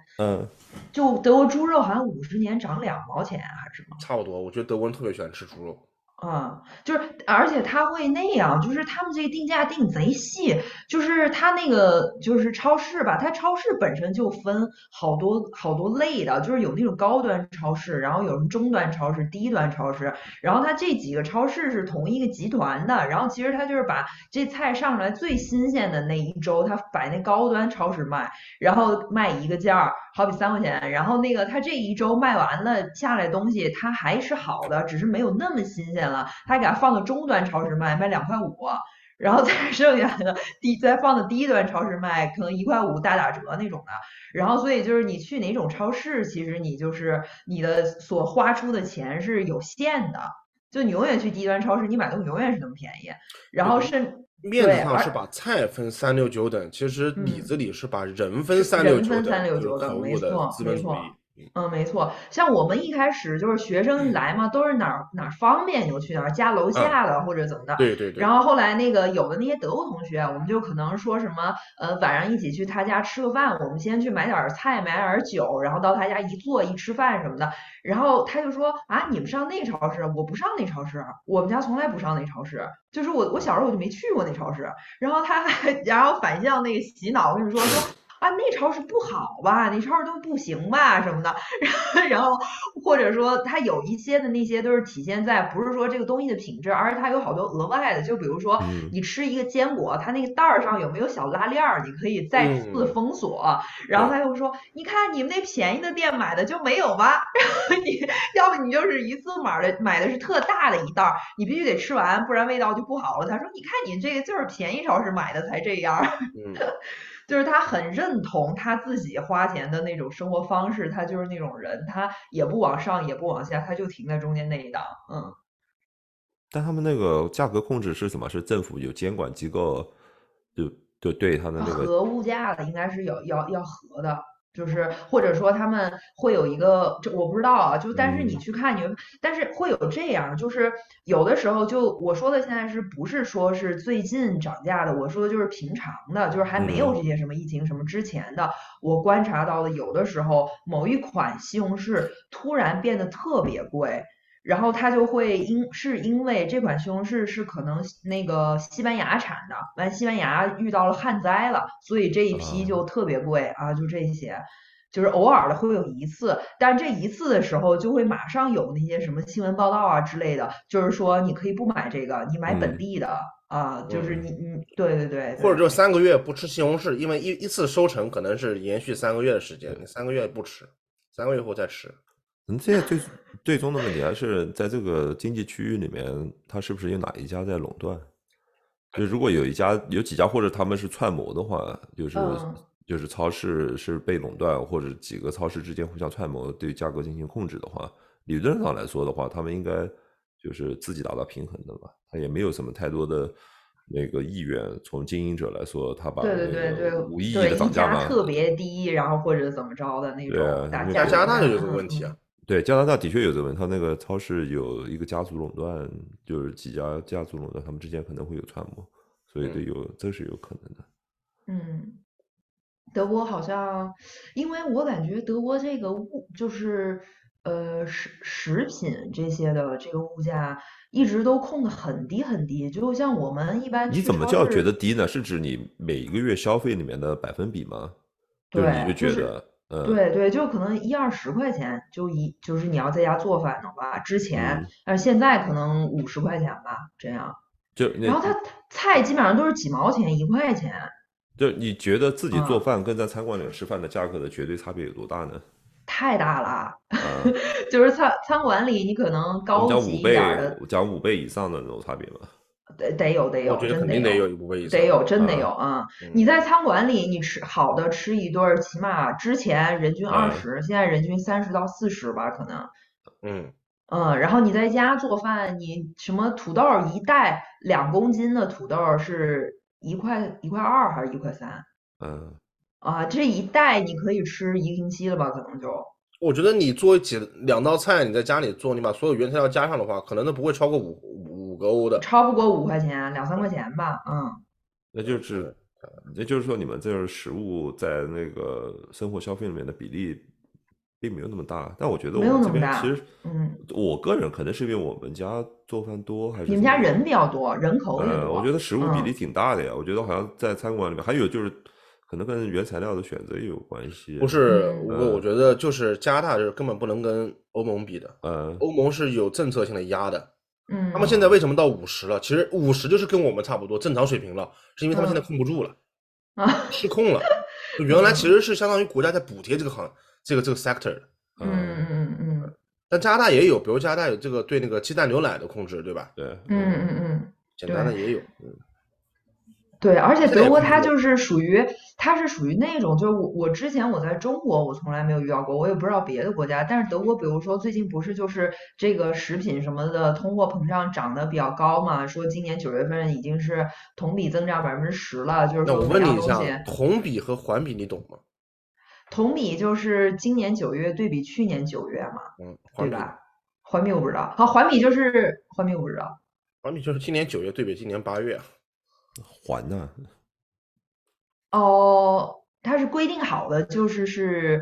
Speaker 4: 嗯，
Speaker 3: 就德国猪肉好像五十年涨两毛钱啊还是什么。
Speaker 2: 差不多，我觉得德国人特别喜欢吃猪肉。
Speaker 3: 啊，就是，而且他会那样，就是他们这个定价定贼细，就是他那个就是超市吧，它超市本身就分好多好多类的，就是有那种高端超市，然后有什么中端超市、低端超市，然后它这几个超市是同一个集团的，然后其实它就是把这菜上来最新鲜的那一周，它摆那高端超市卖，然后卖一个价儿，好比三块钱。然后那个他这一周卖完了下来东西，它还是好的，只是没有那么新鲜了。他给它放到中端超市卖，卖两块五，然后再 [LAUGHS] 剩下的低再放到低端超市卖，可能一块五大打折那种的。然后所以就是你去哪种超市，其实你就是你的所花出的钱是有限的。就你永远去低端超市，你买东西永远是那么便宜，然后甚
Speaker 2: 面子
Speaker 3: 对
Speaker 2: 上
Speaker 3: 而
Speaker 2: 是把菜分三六九等，其实里
Speaker 3: 嗯
Speaker 2: 子里是把人分三
Speaker 3: 人
Speaker 2: 九
Speaker 3: 分
Speaker 2: 等，
Speaker 3: 三六
Speaker 2: 就是
Speaker 3: 九等
Speaker 2: 可
Speaker 3: 没
Speaker 2: 恶的
Speaker 3: 错
Speaker 2: 资本
Speaker 3: 没
Speaker 2: 主义
Speaker 3: 错。嗯，没错，像我们一开始就是学生来嘛，都是哪儿哪儿方便就去哪儿，家楼下的或者怎么的。
Speaker 2: 对对对，
Speaker 3: 然后后来那个有的那些德国同学啊，我们就可能说什么，呃，晚上一起去他家吃个饭，我们先去买点儿菜，买点儿酒，然后到他家一坐一吃饭什么的。然后他就说啊，你们上那超市，我不上那超市，我们家从来不上那超市，就是我我小时候我就没去过那超市。然后他还然后反向那个洗脑，我跟你说说。啊，那超市不好吧？那超市都不行吧？什么的， [LAUGHS] 然后或者说它有一些的那些都是体现在不是说这个东西的品质，而是它有好多额外的，就比如说
Speaker 4: 嗯
Speaker 3: 你吃一个坚果，它那个袋儿上有没有小拉链儿，你可以再次
Speaker 2: 嗯
Speaker 3: 封锁。然后他又说，你看你们那便宜的店买的就没有吧？ [LAUGHS] 然后你要不你就是一次买的买的是特大的一袋儿，你必须得吃完，不然味道就不好了。他说，你看你这个就是便宜超市买的才这样儿。 [LAUGHS]
Speaker 2: 嗯，
Speaker 3: 就是他很认同他自己花钱的那种生活方式，他就是那种人，他也不往上也不往下，他就停在中间那一档。嗯，
Speaker 4: 但他们那个价格控制是怎么？是政府有监管机构，就就对他的那个
Speaker 3: 和啊物价的应该是有要要合的。就是或者说他们会有一个，这我不知道啊，就但是你
Speaker 4: 嗯
Speaker 3: 去看你会，但是会有这样，就是有的时候就我说的现在是不是说是最近涨价的，我说的就是平常的，就是还没有
Speaker 4: 嗯
Speaker 3: 这些什么疫情什么之前的，我观察到的，有的时候某一款西红柿突然变得特别贵，然后它就会因是因为这款西红柿是可能西那个西班牙产的，完西班牙遇到了旱灾了，所以这一批
Speaker 4: 啊
Speaker 3: 就特别贵啊，就这些。就是偶尔的会有一次，但这一次的时候就会马上有那些什么新闻报道啊之类的，就是说你可以不买这个，你买本
Speaker 4: 嗯
Speaker 3: 地的、啊，就是
Speaker 4: 嗯
Speaker 3: 你你对对对，
Speaker 2: 或者就三个月不吃西红柿，因为一一次收成可能是延续三个月的时间，你三个月不吃，三个月后再吃。
Speaker 4: 嗯，现在最最终的问题还是在这个经济区域里面，它是不是有哪一家在垄断？就如果有一家、有几家，或者他们是串谋的话，就是、
Speaker 3: 嗯
Speaker 4: 就是超市是被垄断，或者几个超市之间互相串谋对价格进行控制的话，理论上来说的话，他们应该就是自己达到平衡的吧？他也没有什么太多的那个意愿，从经营者来说，他把
Speaker 3: 对对对
Speaker 4: 那
Speaker 3: 对
Speaker 4: 个无意义
Speaker 3: 对，
Speaker 4: 的
Speaker 3: 溢
Speaker 4: 涨价
Speaker 3: 价
Speaker 4: 嘛，
Speaker 3: 特别低，然后或者怎么着的那
Speaker 4: 对啊
Speaker 3: 种打
Speaker 4: 因为
Speaker 3: 架。
Speaker 4: 对
Speaker 2: 加拿大就有
Speaker 3: 有
Speaker 2: 这个问题啊，，
Speaker 4: 对，加拿大的确有这个问题，他那个超市有一个家族垄断，就是几家家族垄断，他们之间可能会有串谋，所以对
Speaker 2: 嗯
Speaker 4: 有这是有可能的。
Speaker 3: 嗯嗯。德国好像，因为我感觉德国这个物就是呃食食品这些的这个物价一直都控得很低很低，就像我们一般
Speaker 4: 你
Speaker 3: 去
Speaker 4: 怎么
Speaker 3: 超
Speaker 4: 叫觉
Speaker 3: 市
Speaker 4: 得低呢？是指你每一个月消费里面的百分比吗？就是你
Speaker 3: 对就
Speaker 4: 就觉
Speaker 3: 是
Speaker 4: 得，嗯
Speaker 3: 对对，就可能一二十块钱就一就是你要在家做饭的话，之前
Speaker 4: 嗯，
Speaker 3: 但是现在可能五十块钱吧，这样。
Speaker 4: 就
Speaker 3: 然后
Speaker 4: 那
Speaker 3: 它菜基本上都是几毛钱一块钱，
Speaker 4: 就你觉得自己做
Speaker 3: 嗯
Speaker 4: 饭跟在餐馆里吃饭的价格的绝对差别有
Speaker 3: [LAUGHS]
Speaker 4: 多大呢？
Speaker 3: 太大了。 [LAUGHS]
Speaker 4: 啊，
Speaker 3: 就是餐餐馆里你可能
Speaker 4: 我们
Speaker 3: 高
Speaker 4: 讲
Speaker 3: 级
Speaker 4: 五
Speaker 3: 一
Speaker 4: 倍
Speaker 3: 点儿的，
Speaker 4: 讲五倍以上的那种差别嘛。
Speaker 3: 得得有得有，
Speaker 2: 我觉得
Speaker 3: 嗯真
Speaker 2: 肯
Speaker 3: 得
Speaker 2: 定得
Speaker 3: 有
Speaker 2: 有一部分以上。
Speaker 3: 得有真得
Speaker 4: 啊
Speaker 3: 有啊！
Speaker 2: 嗯
Speaker 3: 你在餐馆里你吃好的吃一顿儿，起码之前人均二
Speaker 4: 嗯
Speaker 3: 十，现在人均三十到四十吧，可能。
Speaker 2: 嗯，
Speaker 3: 嗯，然后你在家做饭，你什么土豆儿一袋两公斤的土豆儿是一块一块二还是一块三
Speaker 4: 嗯，
Speaker 3: 啊？这一袋你可以吃一个星期了吧？可能就
Speaker 2: 我觉得你做几两道菜，你在家里做，你把所有原材料加上的话，可能都不会超过五五五个欧的。
Speaker 3: 超不过五块钱，两三块钱吧。嗯，
Speaker 4: 那就是，也就是说，你们这儿食物在那个生活消费里面的比例并没有那么大。但我觉得我
Speaker 3: 没有
Speaker 4: 们
Speaker 3: 那
Speaker 4: 这
Speaker 3: 么
Speaker 4: 边
Speaker 3: 大
Speaker 4: 其实，
Speaker 3: 嗯，
Speaker 4: 我个人可能是因为我们家做饭多，还是
Speaker 3: 你们
Speaker 4: 怎
Speaker 3: 家
Speaker 4: 么样
Speaker 3: 人比较多，人口也
Speaker 4: 呃，
Speaker 3: 多。
Speaker 4: 我觉得食物比
Speaker 3: 嗯
Speaker 4: 例挺大的呀。我觉得好像在餐馆里面，还有就是可能跟原材料的选择也有关系。
Speaker 2: 不，是
Speaker 3: 嗯
Speaker 2: 五个，我觉得就是加拿大是根本不能跟欧盟比的，
Speaker 4: 呃，
Speaker 2: 欧盟是有政策性的压的。
Speaker 3: 嗯，
Speaker 2: 他们
Speaker 3: [LAUGHS]
Speaker 2: 现在为什么到五十了？其实五十就是跟我们差不多正常水平了，是因为他们现在
Speaker 3: 嗯
Speaker 2: 控不住
Speaker 3: [LAUGHS]
Speaker 2: 了，
Speaker 3: 啊，
Speaker 2: 失控了。就原来其实是相当于国家在补贴这个行这个这个 sector 的，
Speaker 3: 嗯
Speaker 4: 嗯，
Speaker 3: 嗯嗯
Speaker 2: 但加拿大也有，比如加拿大有这个对那个鸡蛋牛奶的控制，对吧？
Speaker 4: 对，
Speaker 3: 嗯嗯嗯嗯。
Speaker 2: 简单的也有，嗯
Speaker 3: 对，而且
Speaker 2: 现在
Speaker 3: 德
Speaker 2: 也
Speaker 3: 国
Speaker 2: 不
Speaker 3: 它
Speaker 2: 是
Speaker 3: 就是属于，它是属于那种，就是我我之前我在中国我从来没有遇到过，我也不知道别的国家，但是德国，比如说最近不是就是这个食品什么的通货膨胀涨得比较高嘛，说今年九月份已经是同比增长百分之十了，就是
Speaker 2: 那
Speaker 3: 说
Speaker 2: 我
Speaker 3: 每
Speaker 2: 问你
Speaker 3: 样
Speaker 2: 一
Speaker 3: 东西，
Speaker 2: 下，同比和环比你懂吗？
Speaker 3: 同比就是今年九月对比去年九月嘛，
Speaker 2: 嗯，环
Speaker 3: 对
Speaker 2: 比
Speaker 3: 吧？环比我不知道，好，环比就是环比我不知道，
Speaker 2: 环比就是今年九月对比今年八月啊，
Speaker 4: 还呢、
Speaker 3: 哦，它是规定好的，就是是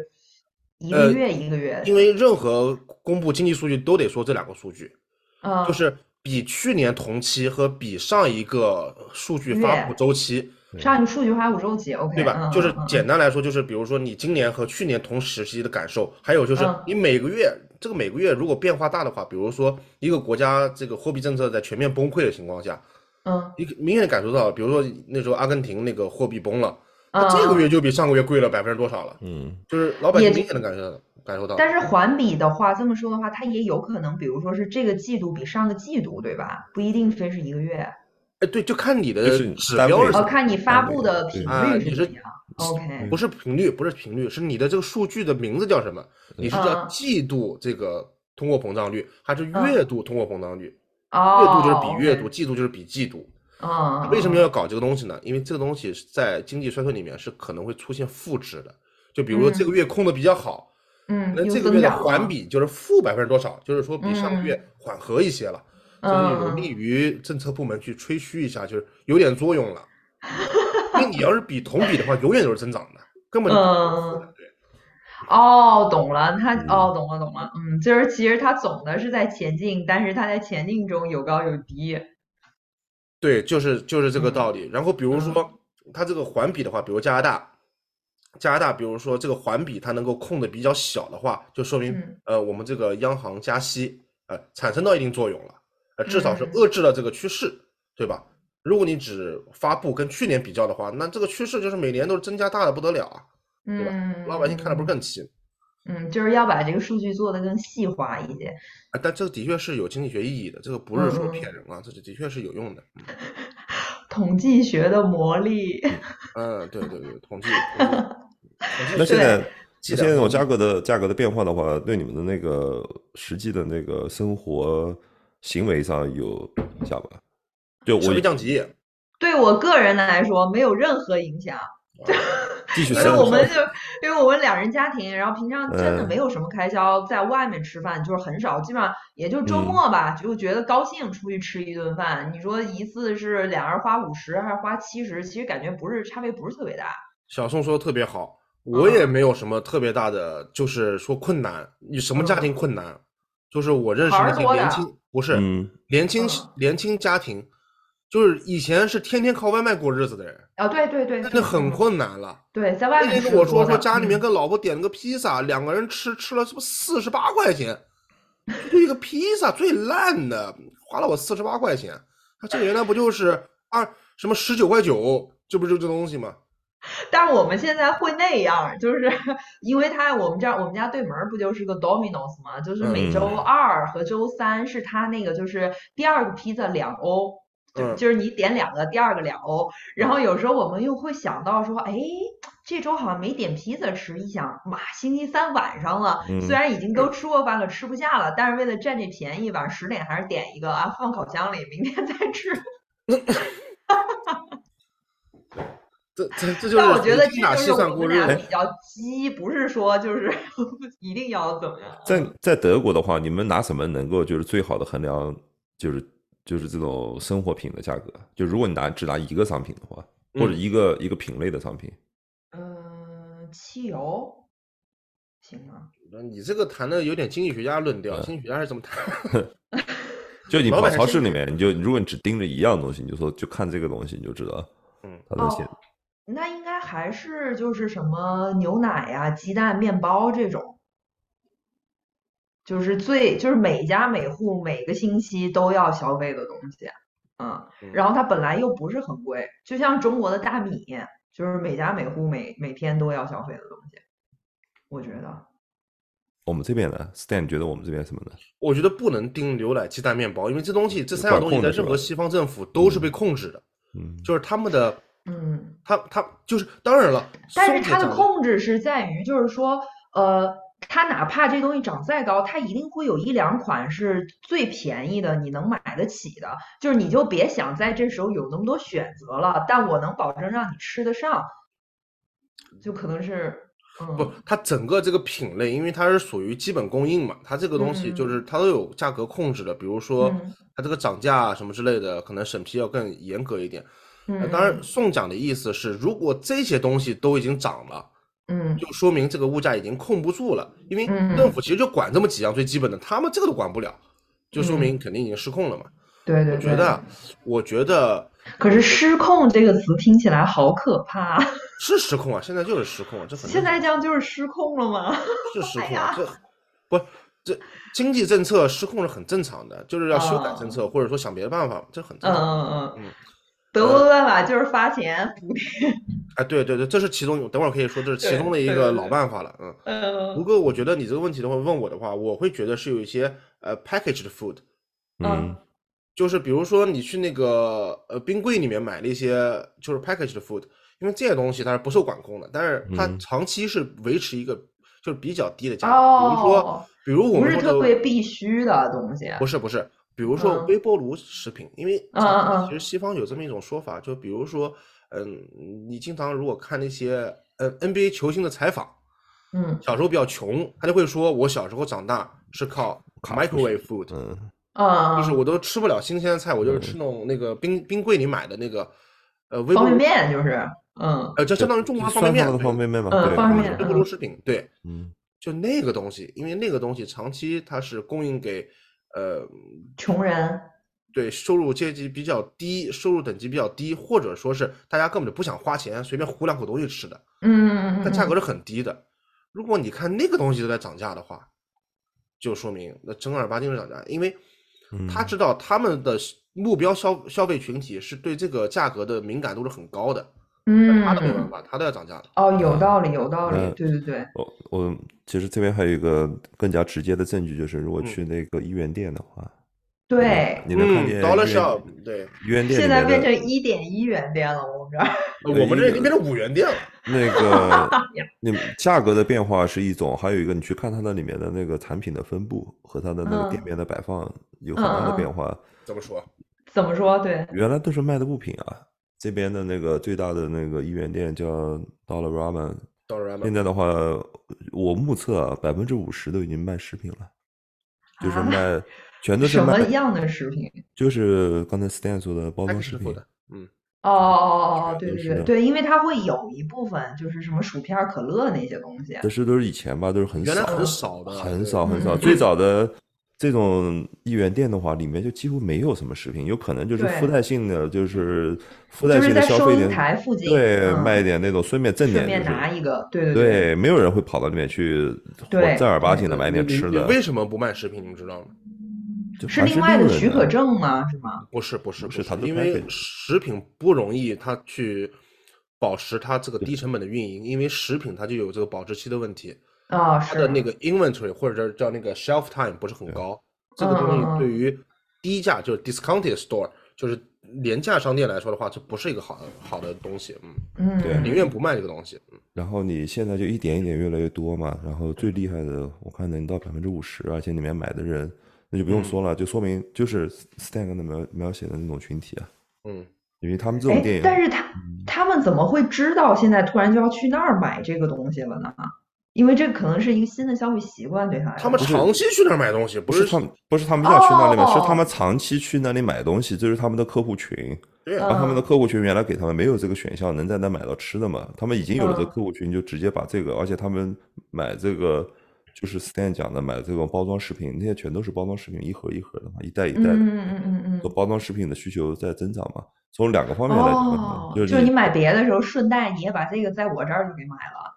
Speaker 3: 一个
Speaker 2: 呃
Speaker 3: 月一个月，
Speaker 2: 因为任何公布经济数据都得说这两个数据，
Speaker 3: 嗯，
Speaker 2: 就是比去年同期和比上一个数据发布
Speaker 3: 月
Speaker 2: 周期，
Speaker 3: 上一个数据发布周期，OK，
Speaker 2: 对吧？
Speaker 3: 嗯
Speaker 2: 就是
Speaker 3: 嗯嗯
Speaker 2: 简单来说，就是比如说你今年和去年同时期的感受，还有就是
Speaker 3: 嗯
Speaker 2: 你每个月这个每个月如果变化大的话，比如说一个国家这个货币政策在全面崩溃的情况下，
Speaker 3: 嗯
Speaker 2: 你明显地感受到，比如说那时候阿根廷那个货币崩了，
Speaker 3: 嗯，
Speaker 2: 那这个
Speaker 3: 嗯
Speaker 2: 月就比上个月贵了百分之多少了，
Speaker 4: 嗯，
Speaker 2: 就是老百姓
Speaker 3: 也
Speaker 2: 明显的感受到感受到。
Speaker 3: 但是环比的话，这么说的话，它也有可能，比如说是这个季度比上个季度，对吧？不一定非是一个月，
Speaker 2: 哎，对，就看你
Speaker 4: 就
Speaker 2: 的
Speaker 4: 是你
Speaker 2: 指
Speaker 4: 单
Speaker 2: 标
Speaker 4: 位
Speaker 2: 是
Speaker 4: 是
Speaker 2: 什
Speaker 3: 哦，
Speaker 2: 么，
Speaker 3: 看你发布的
Speaker 4: 对
Speaker 3: 频
Speaker 2: 啊
Speaker 3: 率
Speaker 2: 你
Speaker 3: 是
Speaker 2: 是嗯
Speaker 3: 怎么样。OK，
Speaker 2: 不是频率，不是频率，是你的这个数据的名字叫什么？你是叫
Speaker 3: 嗯
Speaker 2: 季度这个通货膨胀率，还是
Speaker 3: 嗯
Speaker 2: 月度通货膨胀率？月
Speaker 3: 哦，
Speaker 2: 度就是比月度，
Speaker 3: OK，
Speaker 2: 季度就是比季度。
Speaker 3: 嗯，
Speaker 2: 为什么
Speaker 3: 嗯？
Speaker 2: 要搞这个东西呢？因为这个东西是在经济衰退里面是可能会出现负值的。就比如说这个月控的比较好，
Speaker 3: 嗯，
Speaker 2: 那
Speaker 3: 又
Speaker 2: 这个
Speaker 3: 增
Speaker 2: 月的
Speaker 3: 长了
Speaker 2: 环，比就是负百分之多少，就是说比上个月缓和一些了，这就有
Speaker 3: 嗯
Speaker 2: 利于政策部门去吹嘘一下，就是有点作用
Speaker 3: [LAUGHS]
Speaker 2: 了。因为你要是比同比的话，永远都是增长的，根本就
Speaker 3: 嗯，哦，懂了，它哦，懂了，懂了，嗯，就是其实它总的是在前进，但是它在前进中有高有低，
Speaker 2: 对，就是就是这个道理。然后比如
Speaker 3: 嗯
Speaker 2: 说它这个环比的话，比如加拿大，加拿大比如说这个环比它能够控的比较小的话，就说明
Speaker 3: 嗯
Speaker 2: 呃我们这个央行加息呃产生到一定作用了，呃至少是
Speaker 3: 嗯
Speaker 2: 遏制了这个趋势，对吧？如果你只发布跟去年比较的话，那这个趋势就是每年都是增加大的不得了啊，对吧
Speaker 3: 嗯，
Speaker 2: 老百姓看的不是更气吗？
Speaker 3: 嗯，就是要把这个数据做得更细化一些。
Speaker 2: 啊，但这的确是有经济学意义的，这个不是说
Speaker 3: 嗯嗯
Speaker 2: 骗人啊，这的确是有用的。嗯
Speaker 3: 统计学的魔力， [LAUGHS]
Speaker 2: 嗯，对对对，统计，统计统计
Speaker 4: 那
Speaker 2: 学
Speaker 4: 现在，
Speaker 2: 计量
Speaker 4: 那现在这
Speaker 2: 嗯
Speaker 4: 种价格的价格的变化的话，对你们的那个实际的那个生活行为上有影响吧？就
Speaker 2: 消
Speaker 4: 我
Speaker 2: 费降 [LAUGHS] 级，
Speaker 3: 对我个人来说没有任何影响，
Speaker 4: 继续
Speaker 3: 因
Speaker 4: 生
Speaker 3: 为
Speaker 4: 活，
Speaker 3: 我们就 [LAUGHS] 因为我们两人家庭，然后平常真的
Speaker 4: 嗯
Speaker 3: 没有什么开销，在外面吃饭就是很少，基本上也就
Speaker 2: 嗯
Speaker 3: 周末吧，就觉得高兴出去吃一顿饭。你说一次是两人花五十还是花七十，其实感觉不是差别不是特别大。
Speaker 2: 小宋说的特别好，我
Speaker 3: 嗯
Speaker 2: 也没有什么特别大的，就是说困难。你什么家庭困难？就是我认识
Speaker 3: 嗯孩儿
Speaker 2: 那些
Speaker 3: 多
Speaker 2: 年
Speaker 3: 的
Speaker 2: 轻，不是
Speaker 4: 嗯，
Speaker 2: 年轻
Speaker 3: 嗯
Speaker 2: 年轻家庭，就是以前是天天靠外卖过日子的人，
Speaker 3: 啊，对对对，
Speaker 2: 那就很
Speaker 3: 嗯。
Speaker 2: 困难了。
Speaker 3: 对，在外
Speaker 2: 那
Speaker 3: 面
Speaker 2: 天
Speaker 3: 吃
Speaker 2: 跟我
Speaker 3: 多
Speaker 2: 说说
Speaker 3: 的
Speaker 2: 家里面
Speaker 3: 嗯
Speaker 2: 跟老婆点了个披萨，两个人吃吃了是不四十八块钱，就一个披萨最烂的，花了我四十八块钱。他这个原来不就是二什么十九块九，这不就这东西吗？
Speaker 3: 但是我们现在会那样，就是因为他我们这儿我们家对门儿不就是个 Domino's 嘛，就是每周
Speaker 4: 嗯
Speaker 3: 二和周三是他那个就是第二个披萨两欧，就
Speaker 2: 嗯
Speaker 3: 就是你点两个，第二个两欧。
Speaker 4: 嗯
Speaker 3: 然后有时候我们又会想到说，哎，这周好像没点披萨吃，一想，妈，星期三晚上了，
Speaker 4: 嗯
Speaker 3: 虽然已经都吃过饭了，吃不下了，但是为了占这便宜，晚上十点还是点一个啊，放烤箱里，明天再吃。
Speaker 2: 这这这就
Speaker 3: 但我
Speaker 2: 是
Speaker 3: 觉得
Speaker 2: 你
Speaker 3: 这
Speaker 2: 哪
Speaker 3: 就是
Speaker 2: 西算啊
Speaker 3: 我
Speaker 2: 过
Speaker 3: 们
Speaker 2: 日
Speaker 3: 俩
Speaker 4: 哎
Speaker 2: 子
Speaker 3: 比。较鸡，不是说就是 [LAUGHS] 一定要怎么样。
Speaker 4: 在在德国的话，你们拿什么能够就是最好的衡量，就是就是这种生活品的价格？就如果你拿只拿一个商品的话，或者
Speaker 2: 嗯
Speaker 4: 一个、一个品类的商品，
Speaker 3: 嗯，汽油行啊吗？
Speaker 2: 你这个谈的有点经济学家论调，
Speaker 4: 嗯
Speaker 2: 经济学家是这么谈 [LAUGHS] 的。
Speaker 4: 就你
Speaker 2: 老
Speaker 4: 跑
Speaker 2: 板是
Speaker 4: 超
Speaker 2: 先
Speaker 4: 市里面，你就如果你只盯着一样东西，你就说就看这个东西，你就知道
Speaker 2: 嗯，
Speaker 4: 它的现
Speaker 3: 哦那应该还是就是什么牛奶呀、鸡蛋、面包这种，就是最就是每家每户每个星期都要消费的东西。嗯，然后它本来又不是很贵，就像中国的大米，就是每家每户每每天都要消费的东西，我觉得。
Speaker 4: 我们这边呢，Stan 觉得我们这边什么呢？
Speaker 2: 我觉得不能盯牛奶、鸡蛋、面包，因为这东西这三样东
Speaker 4: 管
Speaker 2: 西
Speaker 4: 控
Speaker 2: 在
Speaker 4: 的是
Speaker 2: 任
Speaker 4: 吧
Speaker 2: 何西方政府都是被控制的，
Speaker 4: 嗯，
Speaker 2: 就是他们的，
Speaker 3: 嗯，
Speaker 2: 他他就是当然了，
Speaker 3: 但
Speaker 2: 松
Speaker 3: 是
Speaker 2: 姐
Speaker 3: 它的
Speaker 2: 讲
Speaker 3: 控制是在于，就是说，呃，它哪怕这东西涨再高，它一定会有一两款是最便宜的，你能买得起的。就是你就别想在这时候有那么多选择了，但我能保证让你吃得上，就可能是嗯
Speaker 2: 不，它整个这个品类，因为它是属于基本供应嘛，它这个东西就是它都有价格控制的，比如说
Speaker 3: 嗯
Speaker 2: 它这个涨价啊什么之类的，可能审批要更严格一点。呃
Speaker 3: 嗯，
Speaker 2: 当然，送奖的意思是，如果这些东西都已经涨了，
Speaker 3: 嗯，
Speaker 2: 就说明这个物价已经控不住了，因为
Speaker 3: 嗯
Speaker 2: 政府其实就管这么几样最基本的，他们这个都管不了，就说明肯定已经失控了嘛。
Speaker 3: 对嗯对
Speaker 2: 我觉
Speaker 3: 对。
Speaker 2: 得啊，我觉得
Speaker 3: 可是失控这个词听起来好可怕，
Speaker 2: 是失控啊，现在就是失控啊，这很
Speaker 3: 现在这样就是失控了吗？
Speaker 2: 是失
Speaker 3: 哎
Speaker 2: 控啊
Speaker 3: 呀，
Speaker 2: 这不这经济政策失控是很正常的，就是要修改政策，或者说想别的办法，这很正
Speaker 3: 哦嗯
Speaker 2: 常。
Speaker 3: 嗯
Speaker 2: 嗯
Speaker 3: 嗯。德国的办法就是发钱补贴，
Speaker 2: 哎，对对对，这是其中，等会儿可以说这是其
Speaker 3: 对
Speaker 2: 中的一
Speaker 3: 对
Speaker 2: 个
Speaker 3: 对
Speaker 2: 老
Speaker 3: 对
Speaker 2: 办法了，嗯。不
Speaker 3: 嗯
Speaker 2: 过我觉得你这个问题的话问我的话，我会觉得是有一些呃 packaged food，
Speaker 4: 嗯
Speaker 2: 就是比如说你去那个呃冰柜里面买了一些就是 packaged food，因为这些东西它是不受管控的，但是它
Speaker 4: 嗯
Speaker 2: 长期是维持一个就是比较低的价格。比如说
Speaker 3: 哦，，
Speaker 2: 比如我
Speaker 3: 不
Speaker 2: 们
Speaker 3: 是
Speaker 2: 说的
Speaker 3: 特别必须的东西。
Speaker 2: 不是不是，比如说
Speaker 3: 嗯
Speaker 2: 微波炉食品，因为
Speaker 3: 嗯嗯嗯
Speaker 2: 其实西方有这么一种说法，就比如说嗯，你经常如果看那些呃 NBA 球星的采访，
Speaker 3: 嗯
Speaker 2: 小时候比较穷，他就会说我小时候长大是靠 microwave food。
Speaker 4: 嗯
Speaker 3: 嗯，
Speaker 2: 就是我都吃不了新鲜的菜，我就是吃那种那个冰冰柜里买的那个，呃，微波
Speaker 3: 方
Speaker 2: 炉，
Speaker 3: 便面就是，嗯
Speaker 2: 呃，就相当于中华方
Speaker 4: 酸
Speaker 2: 便面
Speaker 4: 辣的
Speaker 2: 对，
Speaker 4: 方便面嘛，
Speaker 3: 嗯
Speaker 4: 对，
Speaker 3: 方便
Speaker 4: 对
Speaker 3: 面
Speaker 2: 微
Speaker 3: 嗯
Speaker 2: 波炉食品，对，
Speaker 4: 嗯
Speaker 2: 就那个东西，因为那个东西长期它是供应给，呃，
Speaker 3: 穷人，
Speaker 2: 对，收入阶级比较低，收入等级比较低，或者说是大家根本就不想花钱，随便糊两口东西吃的，
Speaker 3: 嗯，嗯
Speaker 2: 但价格是很低的。如果你看那个东西都在涨价的话，就说明那正儿八经的涨价，因为他
Speaker 4: 嗯
Speaker 2: 知道他们的目标消消费群体是对这个价格的敏感度是很高的，
Speaker 3: 嗯，
Speaker 2: 他都没
Speaker 3: 嗯
Speaker 2: 办法，他都要涨价的。
Speaker 3: 哦，有道理，有道理，
Speaker 4: 嗯
Speaker 3: 对对对，
Speaker 4: 我我其实这边还有一个更加直接的证据，就是如果去那个一元店的话，
Speaker 3: 对，
Speaker 4: 你能看
Speaker 2: 嗯
Speaker 4: 见
Speaker 2: ，Dollar
Speaker 4: 一元
Speaker 2: Shop，对，
Speaker 4: 一元店里
Speaker 3: 现在
Speaker 4: 面
Speaker 3: 变成
Speaker 4: 的
Speaker 3: 一点一元店了，我们这儿，
Speaker 4: 对
Speaker 2: 我们这
Speaker 4: 一
Speaker 2: 已经变成五元店了。
Speaker 3: [LAUGHS]
Speaker 4: 那个 [LAUGHS] 那价格的变化是一种，还有一个你去看它那里面的那个产品的分布和它的那个店
Speaker 3: 嗯
Speaker 4: 面的摆放有很大的变化。
Speaker 2: 怎么说？
Speaker 3: 怎么说？对，
Speaker 4: 原来都是卖的物品啊，这边的那个最大的那个一元店叫 Dollar Ramen，
Speaker 2: d o l l a
Speaker 4: 现
Speaker 2: m
Speaker 4: 在的话，我目测啊百分之五十都已经卖食品了，就是
Speaker 3: 啊
Speaker 4: 卖全都是
Speaker 3: 什么
Speaker 4: 卖，
Speaker 3: 样的食品？
Speaker 4: 就是刚才 Stan 说的包
Speaker 2: a
Speaker 4: 装
Speaker 2: c
Speaker 4: 食
Speaker 2: e 付
Speaker 4: 品，
Speaker 2: 的，嗯，
Speaker 3: 哦哦哦哦，对
Speaker 4: 都
Speaker 3: 对
Speaker 4: 是
Speaker 3: 对对，因为它会有一部分就是什么薯片儿、可乐那些东西，
Speaker 4: 但是都是以前吧，都是很
Speaker 2: 原来
Speaker 4: 少
Speaker 2: 很少的，啊
Speaker 4: 很
Speaker 2: 对
Speaker 4: 少很少。
Speaker 3: 嗯
Speaker 4: 最早的这种一元店的话，里面就几乎没有什么食品，有可能就是
Speaker 3: 对嗯
Speaker 4: 附带性的，就是附带
Speaker 3: 就
Speaker 4: 性
Speaker 3: 是
Speaker 4: 的
Speaker 3: 在
Speaker 4: 消
Speaker 3: 收
Speaker 4: 费
Speaker 3: 银
Speaker 4: 点，
Speaker 3: 台附近，
Speaker 4: 对，
Speaker 3: 嗯
Speaker 4: 卖一点那种，顺便挣
Speaker 3: 顺
Speaker 4: 点，就
Speaker 3: 便拿
Speaker 4: 是
Speaker 3: 一个，对对对，
Speaker 4: 对，没有人会跑到里面去
Speaker 3: 对
Speaker 4: 正儿八经的
Speaker 2: 对
Speaker 4: 买点
Speaker 2: 呃你
Speaker 4: 吃
Speaker 2: 你
Speaker 4: 的，
Speaker 2: 为什么不卖食品？你们知道吗？
Speaker 4: 就是还
Speaker 3: 另外
Speaker 4: 利
Speaker 3: 的
Speaker 4: 润
Speaker 3: 许可
Speaker 4: 的。
Speaker 3: 证吗？是吗？
Speaker 2: 不是不是不
Speaker 4: 不是它都
Speaker 2: 因
Speaker 4: 拍
Speaker 2: 为
Speaker 4: 给你
Speaker 2: 食品不容易，它去保持它这个低成本的运营，因为食品它就有这个保质期的问题。
Speaker 3: 啊，
Speaker 2: 它
Speaker 3: 是
Speaker 2: 的那个 inventory 或者叫那个 shelf time 不是很高，这个东
Speaker 3: 嗯嗯
Speaker 2: 西
Speaker 3: 嗯
Speaker 2: 对于低价就是 discounted store 就是廉价商店来说的话，这不是一个好的好的东西，嗯，
Speaker 3: 嗯，
Speaker 4: 对
Speaker 2: 宁愿不卖这个东西，嗯，
Speaker 4: 然后你现在就一点一点越来越多嘛，然后最厉害的我看能到百分之五十，啊而且里面买的人那就不用说了，就说明就是 Stan 刚才描描写的那种群体啊，
Speaker 2: 嗯，
Speaker 4: 因为他们这
Speaker 3: 哎
Speaker 4: 种电影，嗯
Speaker 3: 但是他他们怎么会知道现在突然就要去那儿买这个东西了呢？因为这可能是一个新的消费习惯对他来说。
Speaker 2: 他们长期去那儿买东西，不
Speaker 4: 不是
Speaker 2: 是
Speaker 4: 他们不是他们要去那里面，
Speaker 3: 哦
Speaker 4: 是他们长期去那里买东西，这是他们的客户群。
Speaker 2: 对
Speaker 4: 然
Speaker 2: 啊，
Speaker 4: 后他们的
Speaker 3: 嗯
Speaker 4: 客户群原来给他们没有这个选项，能在那买到吃的嘛？他们已经有了这个
Speaker 3: 嗯
Speaker 4: 客户群，就直接把这个，而且他们买这个就是 Stan 讲的买这种包装食品，那些全都是包装食品，一盒一盒的嘛，一袋一袋的。
Speaker 3: 嗯嗯嗯嗯
Speaker 4: 和
Speaker 3: 嗯。
Speaker 4: 包装食品的需求在增长嘛。从两个方面来讲的话，
Speaker 3: 哦，
Speaker 4: 就
Speaker 3: 就是你买别的时候，顺带你也把这个在我这儿就给买了。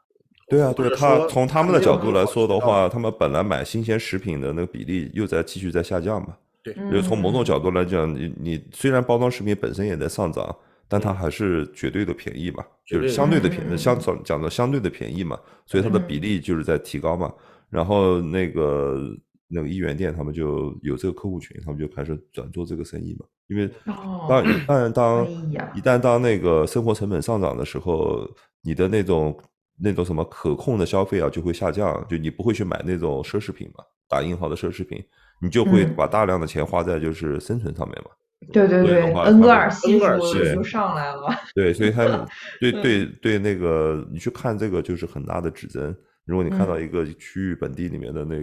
Speaker 4: 对啊，
Speaker 2: 或
Speaker 4: 对
Speaker 2: 者
Speaker 4: 他
Speaker 2: 说
Speaker 4: 从他
Speaker 2: 他
Speaker 4: 们的
Speaker 2: 们
Speaker 4: 角
Speaker 2: 有
Speaker 4: 度
Speaker 2: 很
Speaker 4: 来
Speaker 2: 好
Speaker 4: 说的
Speaker 2: 渠道
Speaker 4: 话，他们本来买新鲜食品的那个比例又在继续在下降嘛。
Speaker 2: 对
Speaker 4: 就是从某种
Speaker 3: 嗯
Speaker 4: 角度来讲，你你虽然包装食品本身也在上涨，但它还是绝对的便宜嘛，
Speaker 2: 绝
Speaker 4: 就
Speaker 2: 对的
Speaker 4: 是相对的
Speaker 3: 便宜
Speaker 4: 便
Speaker 3: 嗯
Speaker 4: 相讲讲的相对的便宜嘛，所以它的比
Speaker 3: 嗯
Speaker 4: 例就是在提高嘛。然后那个那个一元店他们就有这个客户群，他们就开始转做这个生意嘛，因为
Speaker 3: 哦
Speaker 4: 当一旦当
Speaker 3: 哎呀
Speaker 4: 一旦当那个生活成本上涨的时候，你的那种那种什么可控的消费啊就会下降，就你不会去买那种奢侈品嘛，打印号的奢侈品，你就会
Speaker 3: 嗯
Speaker 4: 把大量的钱花在就是生存上面嘛。
Speaker 3: 对对
Speaker 4: 所以的
Speaker 3: 对，
Speaker 4: 话
Speaker 3: 恩
Speaker 4: 它
Speaker 3: 格
Speaker 4: 会
Speaker 3: 尔系
Speaker 2: 恩格尔
Speaker 3: 数
Speaker 4: 系
Speaker 3: 就上来了，
Speaker 4: 对，所以他们对对对那个，你去看这个就是很大的指针。如果你看到一个区域本地里面的那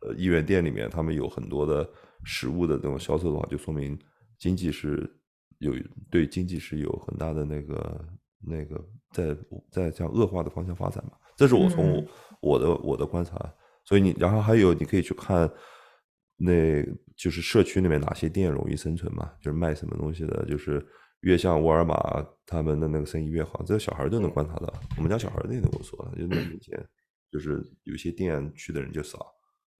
Speaker 4: 呃一元店里面，他们有很多的食物的这种销售的话，就说明经济是有对经济是有很大的那个那个在在向恶化的方向发展嘛。这是我从我
Speaker 3: 嗯
Speaker 4: 我的我的观察。所以你，然后还有你可以去看，那就是社区那边哪些店容易生存嘛，就是卖什么东西的，就是越像沃尔玛他们的那个生意越好，这个小孩儿都能观察到。我们家小孩儿那天跟我说了，就那
Speaker 3: 嗯
Speaker 4: 以前就是有些店去的人就少，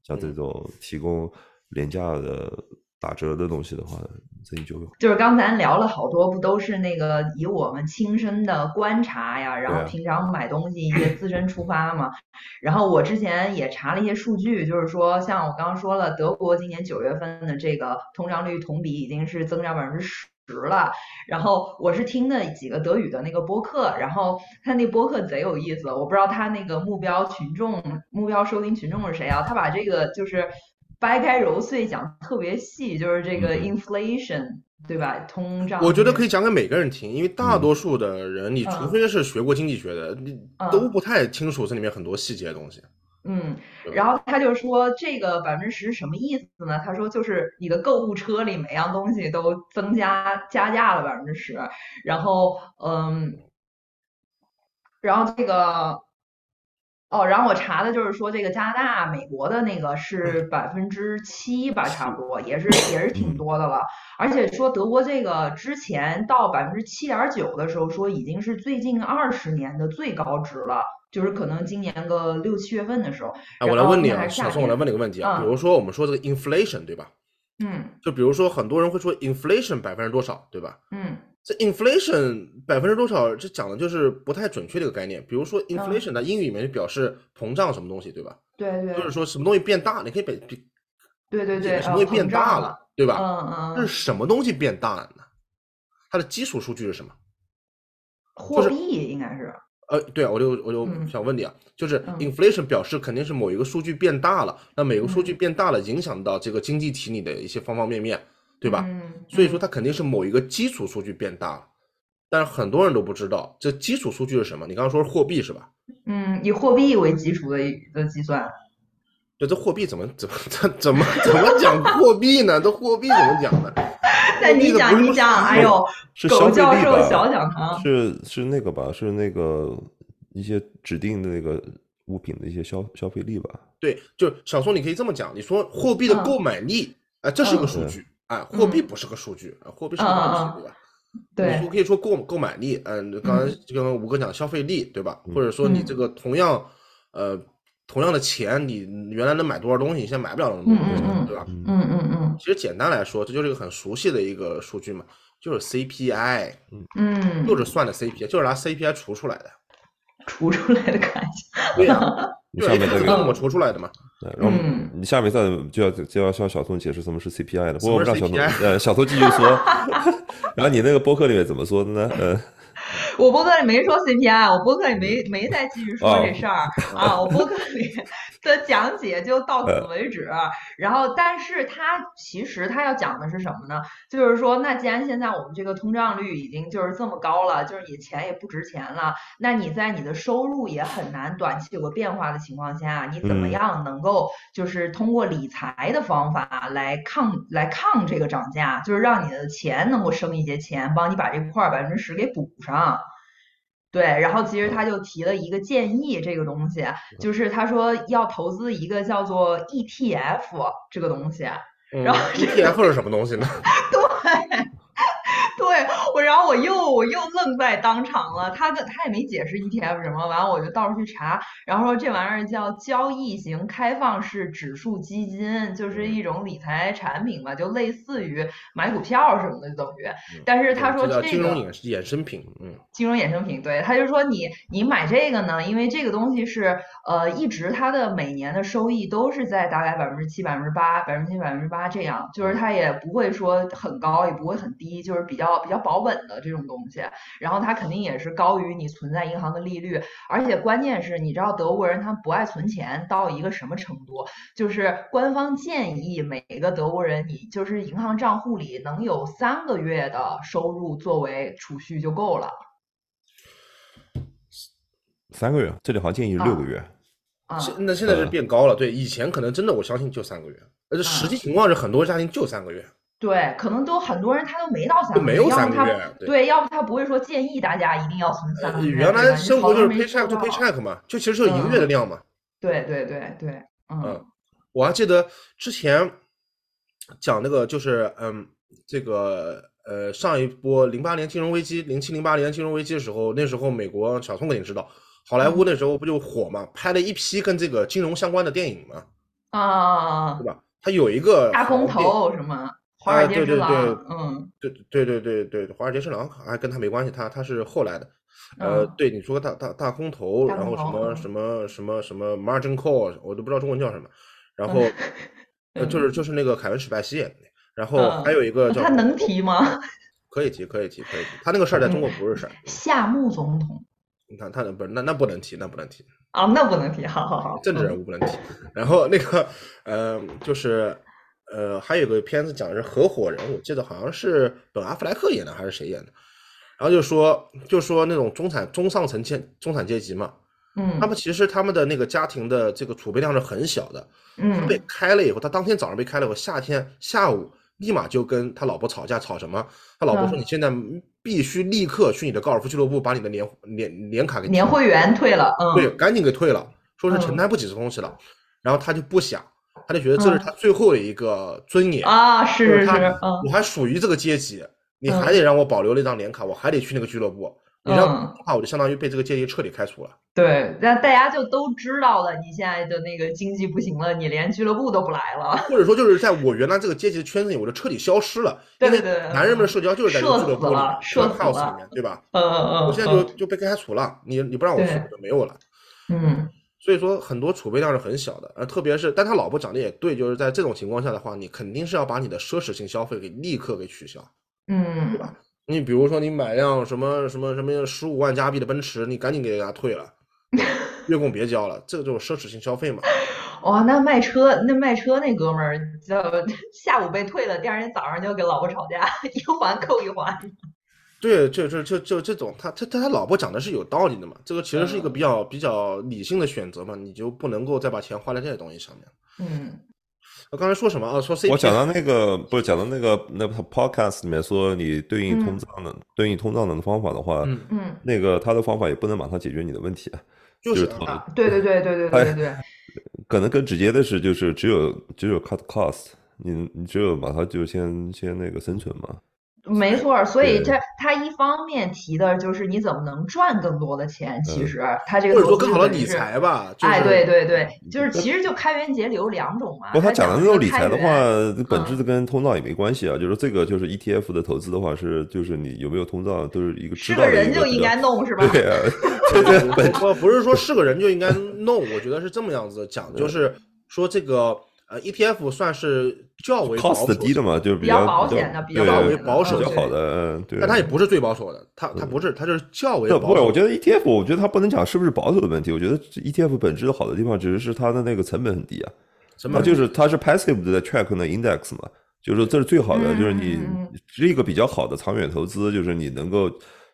Speaker 4: 像这
Speaker 2: 嗯
Speaker 4: 种提供廉价的打折的东西的话，生意就会好。
Speaker 3: 就是刚才聊了好多，不都是那个以我们亲身的观察呀，然
Speaker 4: 对
Speaker 3: 后
Speaker 4: 啊
Speaker 3: 平常买东西一些自身出发嘛。然后我之前也查了一些数据，就是说，像我刚刚说了，德国今年九月份的这个通胀率同比已经是增长百分之十。了，然后我是听的几个德语的那个播客，然后他那播客贼有意思，我不知道他那个目标群众、目标收听群众是谁啊？他把这个就是掰开揉碎讲得特别细，就是这个
Speaker 4: 嗯
Speaker 3: inflation，、对吧？通胀，
Speaker 2: 我觉得可
Speaker 3: 以，
Speaker 2: 以讲给每个人听，因为大
Speaker 4: 嗯
Speaker 2: 多数的人，你除
Speaker 3: 嗯
Speaker 2: 非是学过经济学的，你
Speaker 3: 嗯
Speaker 2: 都不太清楚这里面很多细节的东西。
Speaker 3: 嗯，
Speaker 2: 对
Speaker 3: 然后他就说这个百分之十什么意思呢？他说就是你的购物车里每样东西都增加加价了百分之十，然后嗯，然后这个哦，然后我查的就是说这个加拿大、美国的那个是百分之七吧，差不多也是也是挺
Speaker 4: 嗯
Speaker 3: 多的了。而且说德国这个之前到百分之七点九的时候，说已经是最近二十年的最高值了，就是可能今年个六七月份的时候。
Speaker 2: 哎，我来
Speaker 3: 然后
Speaker 2: 问你
Speaker 3: 那
Speaker 2: 啊，
Speaker 3: 还是
Speaker 2: 小
Speaker 3: 夏
Speaker 2: 宋，我来
Speaker 3: 天
Speaker 2: 问你个问题啊，
Speaker 3: 嗯
Speaker 2: 比如说我们说这个 inflation 对吧？
Speaker 3: 嗯
Speaker 2: 就比如说很多人会说 inflation 百分之多少对吧？
Speaker 3: 嗯
Speaker 2: 这 inflation 百分之多少，这讲的就是不太准确的一个概念。比如说
Speaker 3: 嗯
Speaker 2: inflation 在英语里面就表示膨胀什么东西对吧？，
Speaker 3: 对对
Speaker 2: 就是说什么东西变大，你可以把
Speaker 3: 对对对，
Speaker 2: 解
Speaker 3: 呃，
Speaker 2: 什么东西
Speaker 3: 膨
Speaker 2: 变
Speaker 3: 胀
Speaker 2: 大
Speaker 3: 了，
Speaker 2: 对吧？
Speaker 3: 嗯
Speaker 2: 那是
Speaker 3: 嗯，
Speaker 2: 什么东西变大了呢？它的基础数据是什么？
Speaker 3: 货
Speaker 2: 是
Speaker 3: 币应该是，
Speaker 2: 呃，对啊，我就我就
Speaker 3: 嗯
Speaker 2: 想问你啊，就是
Speaker 3: 嗯
Speaker 2: inflation 表示肯定是某一个数据变大了，那每个数据
Speaker 3: 嗯
Speaker 2: 变大了，影响到这个经济体里的一些方方面面，对吧？
Speaker 3: 嗯，
Speaker 2: 所以说
Speaker 3: 嗯
Speaker 2: 它肯定是某一个基础数据变大了，但是很多人都不知道这基础数据是什么。你刚刚说是货币是吧？
Speaker 3: 嗯，以货币为基础的一的计算，
Speaker 2: 对，这货币怎么怎么怎怎么怎么讲货币呢？这货币怎么讲呢？
Speaker 3: [LAUGHS] 那你
Speaker 2: 这个不
Speaker 3: 讲你
Speaker 2: 用
Speaker 3: 讲，哎
Speaker 4: 说
Speaker 3: 呦，
Speaker 4: 是
Speaker 3: 狗
Speaker 4: 消费
Speaker 3: 教
Speaker 4: 力
Speaker 3: 授
Speaker 4: 吧？
Speaker 3: 小啊讲堂，
Speaker 4: 是是那个吧？是那个一些指定的那个物品的一些消消费力吧？
Speaker 2: 对，就是小宋，你可以这么讲，你说货币的
Speaker 3: 嗯
Speaker 2: 购买力，啊、这是一个
Speaker 3: 嗯
Speaker 2: 数
Speaker 4: 对
Speaker 2: 据，啊、货币
Speaker 3: 嗯
Speaker 2: 不是个数据，啊，货币是个东
Speaker 3: 嗯嗯
Speaker 2: 西，对吧？
Speaker 3: 对
Speaker 2: 我，可以说购购买力，嗯、刚才就跟吴哥讲消费力，对吧？或者说你
Speaker 3: 嗯
Speaker 2: 这个同样，呃，同样的钱，你原来能买多少东西，你现在买不了那么多东西，
Speaker 3: 嗯嗯
Speaker 2: 对吧？
Speaker 4: 嗯
Speaker 3: 嗯嗯嗯
Speaker 2: 其实简单来说，这就是一个很熟悉的一个数据嘛，就是 CPI，
Speaker 3: 嗯，
Speaker 2: 就是算的 CPI，就是拿 CPI 除出来的。
Speaker 3: 除出来的感觉，
Speaker 2: 对呀、
Speaker 3: [LAUGHS]
Speaker 4: 你
Speaker 2: 对
Speaker 4: 下
Speaker 2: 啊，
Speaker 4: 面
Speaker 2: 就是
Speaker 4: 这
Speaker 2: 这么
Speaker 4: 个，
Speaker 2: 除出来的嘛。
Speaker 4: 对然后
Speaker 3: 嗯
Speaker 4: 你下面再就要就要向小宋解释什么是 CPI 了。不过我们
Speaker 2: 什
Speaker 4: 让
Speaker 2: 么是
Speaker 4: 小宋，
Speaker 2: CPI
Speaker 4: 呃，小宋继续说。 [LAUGHS] 然后你那个播客里面怎么说的呢？呃，
Speaker 3: [LAUGHS] 我播客里没说 CPI，我播客里没没再继续说
Speaker 4: 哦
Speaker 3: 这事儿啊，我播客里 [LAUGHS] 的讲解就到此
Speaker 4: 呃
Speaker 3: 为止。然后，但是它其实它要讲的是什么呢？就是说，那既然现在我们这个通胀率已经就是这么高了，就是你钱也不值钱了，那你在你的收入也很难短期有个变化的情况下，你怎么
Speaker 4: 嗯
Speaker 3: 样能够就是通过理财的方法来抗来抗这个涨价，就是让你的钱能够生一些钱，帮你把这块百分之十给补上。对，然后其实他就提了一个建议，这个东西就是他说要投资一个叫做 ETF 这个东西， [LAUGHS]
Speaker 2: 嗯
Speaker 3: 然后
Speaker 2: ETF 是什么东西呢？
Speaker 3: 对我，然后我又我又愣在当场了。他的他也没解释 ETF 什么，完了我就到处去查，然后说这玩意儿叫交易型开放式指数基金，
Speaker 2: 嗯
Speaker 3: 就是一种理财产品吧，就类似于买股票什么的，等于。但是他说
Speaker 2: 嗯这叫
Speaker 3: 这
Speaker 2: 金融
Speaker 3: 个
Speaker 2: 衍衍生品，嗯，
Speaker 3: 金融衍生品，对，他就说你你买这个呢，因为这个东西是呃一直它的每年的收益都是在大概百分之七、百分之八、百分之七、百分之八这样，就是它也不会说很高，也不会很低，就就是比较比较保本的这种东西，然后它肯定也是高于你存在银行的利率，而且关键是你知道德国人他们不爱存钱到一个什么程度，就是官方建议每个德国人你就是银行账户里能有三个月的收入作为储蓄就够了。
Speaker 4: 三个月，这里好像建议是六个月。
Speaker 3: 啊、
Speaker 2: 现那现在是
Speaker 4: 嗯
Speaker 2: 变高了，对，以前可能真的我相信就三个月，但是
Speaker 3: 啊
Speaker 2: 实际情况是很多家庭就三个月，
Speaker 3: 对，可能都很多人他都没到三
Speaker 2: 就
Speaker 3: 个月，
Speaker 2: 没有
Speaker 3: 要
Speaker 2: 三
Speaker 3: 不
Speaker 2: 个
Speaker 3: 他
Speaker 2: 月。对，
Speaker 3: 对，要不他不会说建议大家一定要存三个
Speaker 2: 呃
Speaker 3: 月。
Speaker 2: 原
Speaker 3: 对
Speaker 2: 来
Speaker 3: 吧
Speaker 2: 生活就是
Speaker 3: 你
Speaker 2: paycheck
Speaker 3: 好
Speaker 2: 就
Speaker 3: 像没收到嗯
Speaker 2: paycheck 嘛，就其实就是一个月的量嘛。
Speaker 3: 对对对对，嗯
Speaker 2: [LAUGHS] 嗯我还记得之前讲那个就是嗯，这个呃上一波零八年金融危机，零七零八年金融危机的时候，那时候美国小聪肯定知道，好莱坞
Speaker 3: 嗯
Speaker 2: 那时候不就火嘛，拍了一批跟这个金融相关的电影嘛，
Speaker 3: 啊
Speaker 2: [LAUGHS] 对，吧？它有一个
Speaker 3: 大
Speaker 2: 好
Speaker 3: 公
Speaker 2: 电
Speaker 3: 投什么华
Speaker 2: 啊
Speaker 3: 尔街
Speaker 2: 对
Speaker 3: 之
Speaker 2: 对
Speaker 3: 狼，
Speaker 2: 对
Speaker 3: 嗯
Speaker 2: 对对对对对，华尔街之狼好像跟他没关系，他他是后来的。呃，
Speaker 3: 嗯
Speaker 2: 对你说大大大空头，
Speaker 3: 大
Speaker 2: 然后
Speaker 3: 空
Speaker 2: 什
Speaker 3: 头嗯
Speaker 2: 么什么什么什么 margin call，我都不知道中文叫什么。然
Speaker 3: 嗯 [LAUGHS]
Speaker 2: 后，呃，就是就是那个凯文史派西演的，然后
Speaker 3: 嗯
Speaker 2: 还有一个叫
Speaker 3: 他
Speaker 2: 什么
Speaker 3: 能提吗？ [LAUGHS]
Speaker 2: 可以提可以提可以提，他那个事儿在中国不是事儿，
Speaker 3: 夏目总统
Speaker 2: 你看他不是那那不能提，那不能提。
Speaker 3: 啊，那不能提，好好好，
Speaker 2: 政治人物不能提。然后那个，呃，就是，呃，还有个片子讲的是合伙人，我记得好像是本阿弗莱克演的还是谁演的。然后就说，就说那种中产、中上层阶、中产阶级嘛，
Speaker 3: 嗯
Speaker 2: 他们其实他们的那个家庭的这个储备量是很小的。他
Speaker 3: 嗯
Speaker 2: 被开了以后，他当天早上被开了以后，夏天下午立马就跟他老婆吵架，吵什么？他老婆说：“
Speaker 3: 嗯
Speaker 2: 你现在必须立刻去你的高尔夫俱乐部把你的年年年卡给
Speaker 3: 年
Speaker 2: 停
Speaker 3: 会员退了，
Speaker 2: 对
Speaker 3: 嗯，
Speaker 2: 赶紧给退了，说是承
Speaker 3: 嗯
Speaker 2: 担不起这东西了。然后他就不想，他就觉得这是他最后的一个尊严，
Speaker 3: 嗯啊，
Speaker 2: 就是
Speaker 3: 是是，
Speaker 2: 他
Speaker 3: 嗯
Speaker 2: 我还属于这个阶级，你
Speaker 3: 嗯
Speaker 2: 还得让我保留那张年卡，我还得去那个俱乐部。你让我
Speaker 3: 嗯
Speaker 2: 的话，我就相当于被这个阶级彻底开除了。
Speaker 3: 对，但大家就都知道了，你现在的那个经济不行了，你连俱乐部都不来了，
Speaker 2: 或者说，就是在我原来这个阶级的圈子里，我就彻底消失了。
Speaker 3: 对
Speaker 2: 因为
Speaker 3: 对对
Speaker 2: 男人们的社交就是在这个
Speaker 3: 社
Speaker 2: 俱乐
Speaker 3: 死
Speaker 2: 部里面
Speaker 3: 了，社
Speaker 2: 这个
Speaker 3: 死
Speaker 2: house
Speaker 3: 了
Speaker 2: 里面，对吧？
Speaker 3: 嗯嗯，
Speaker 2: 我现在就就被开除了，你你不让我去，
Speaker 3: 对
Speaker 2: 我就没有了。
Speaker 3: 嗯
Speaker 2: 所以说很多储备量是很小的，而特别是，但他老婆讲的也对，就是在这种情况下的话，你肯定是要把你的奢侈性消费给立刻给取消。
Speaker 3: 嗯
Speaker 2: 你比如说，你买辆什么什么什么十五万加币的奔驰，你赶紧给他退了，对
Speaker 3: [LAUGHS]
Speaker 2: 吧月供别交了，这就是奢侈性消费嘛。
Speaker 3: 哇，那卖车那卖车那哥们儿，就 [LAUGHS] 下午被退了，第二天早上就跟老婆吵架， [LAUGHS] 一环扣一环。
Speaker 2: 对，这这这这这种，他他他他老婆讲的是有道理的嘛，这个其实是一个
Speaker 3: 嗯
Speaker 2: 比较比较理性的选择嘛，你就不能够再把钱花在这些东西上面。
Speaker 3: 嗯
Speaker 2: 我刚才说什么啊？说 CP
Speaker 4: 我讲到那个不是讲到那个那 podcast 里面说你对应通
Speaker 3: 嗯
Speaker 4: 胀的、对应通胀的方法的话，
Speaker 2: 嗯，
Speaker 3: 嗯，
Speaker 4: 那个他的方法也不能马上解决你的问题，
Speaker 2: 就是
Speaker 4: 就是
Speaker 2: 啊
Speaker 3: 嗯
Speaker 2: 哎
Speaker 3: 对对对对对对对对，
Speaker 4: 可能更直接的是就是只有只有 cut cost，你你只有马上就先先那个生存嘛，
Speaker 3: 没错儿。所以
Speaker 4: 对
Speaker 3: 这他一方面提的就是你怎么能赚更多的钱，其
Speaker 4: 嗯
Speaker 3: 实他这
Speaker 2: 或
Speaker 3: 个
Speaker 2: 者
Speaker 3: 投
Speaker 2: 说
Speaker 3: 资
Speaker 2: 更好的
Speaker 3: 本
Speaker 2: 理
Speaker 3: 是。
Speaker 2: 财吧，就是嗯
Speaker 3: 哎，对对对，就是
Speaker 4: 这
Speaker 3: 其实就开源节流两种嘛。
Speaker 4: 不过他讲的
Speaker 3: 的
Speaker 4: 那种理财的话，，本
Speaker 3: 嗯
Speaker 4: 质跟通胀也没关系啊。就是这个，就是 ETF 的投资的话，是就是你有没有通胀，都是一个知
Speaker 3: 是
Speaker 4: 道
Speaker 3: 个
Speaker 4: 的一
Speaker 3: 人就
Speaker 4: 比
Speaker 3: 应
Speaker 4: 较
Speaker 3: 该弄是
Speaker 4: [LAUGHS]
Speaker 3: 吧？
Speaker 4: 对
Speaker 2: [LAUGHS]
Speaker 4: 啊，
Speaker 2: 我不是说是个人就应该弄，我觉得是这么样子讲，就是说这个呃 ETF 算是较为保守
Speaker 4: cost 低的嘛，就是
Speaker 3: 比较
Speaker 4: 较
Speaker 3: 保险的比
Speaker 4: 比
Speaker 3: 较
Speaker 2: 保
Speaker 4: 对
Speaker 2: 险的保守
Speaker 4: 比较
Speaker 2: 的
Speaker 4: 好的，嗯，对。
Speaker 2: 但它也不是最保守的，它它不是，它就是较为
Speaker 4: 这
Speaker 2: 保
Speaker 4: 不是，
Speaker 2: 守。
Speaker 4: 我觉得 ETF，我觉得它不能讲是不是保守的问题。我觉得这 ETF 本质的好的地方，只是是它的那个成本很低啊。
Speaker 2: 什
Speaker 4: 它
Speaker 2: 么
Speaker 4: 就是它是 passive 的在 track 那 index 嘛，就是说这是最好的，
Speaker 3: 嗯
Speaker 4: 就是你
Speaker 3: 嗯嗯
Speaker 4: 是一个比较好的长远投资，就是你能够，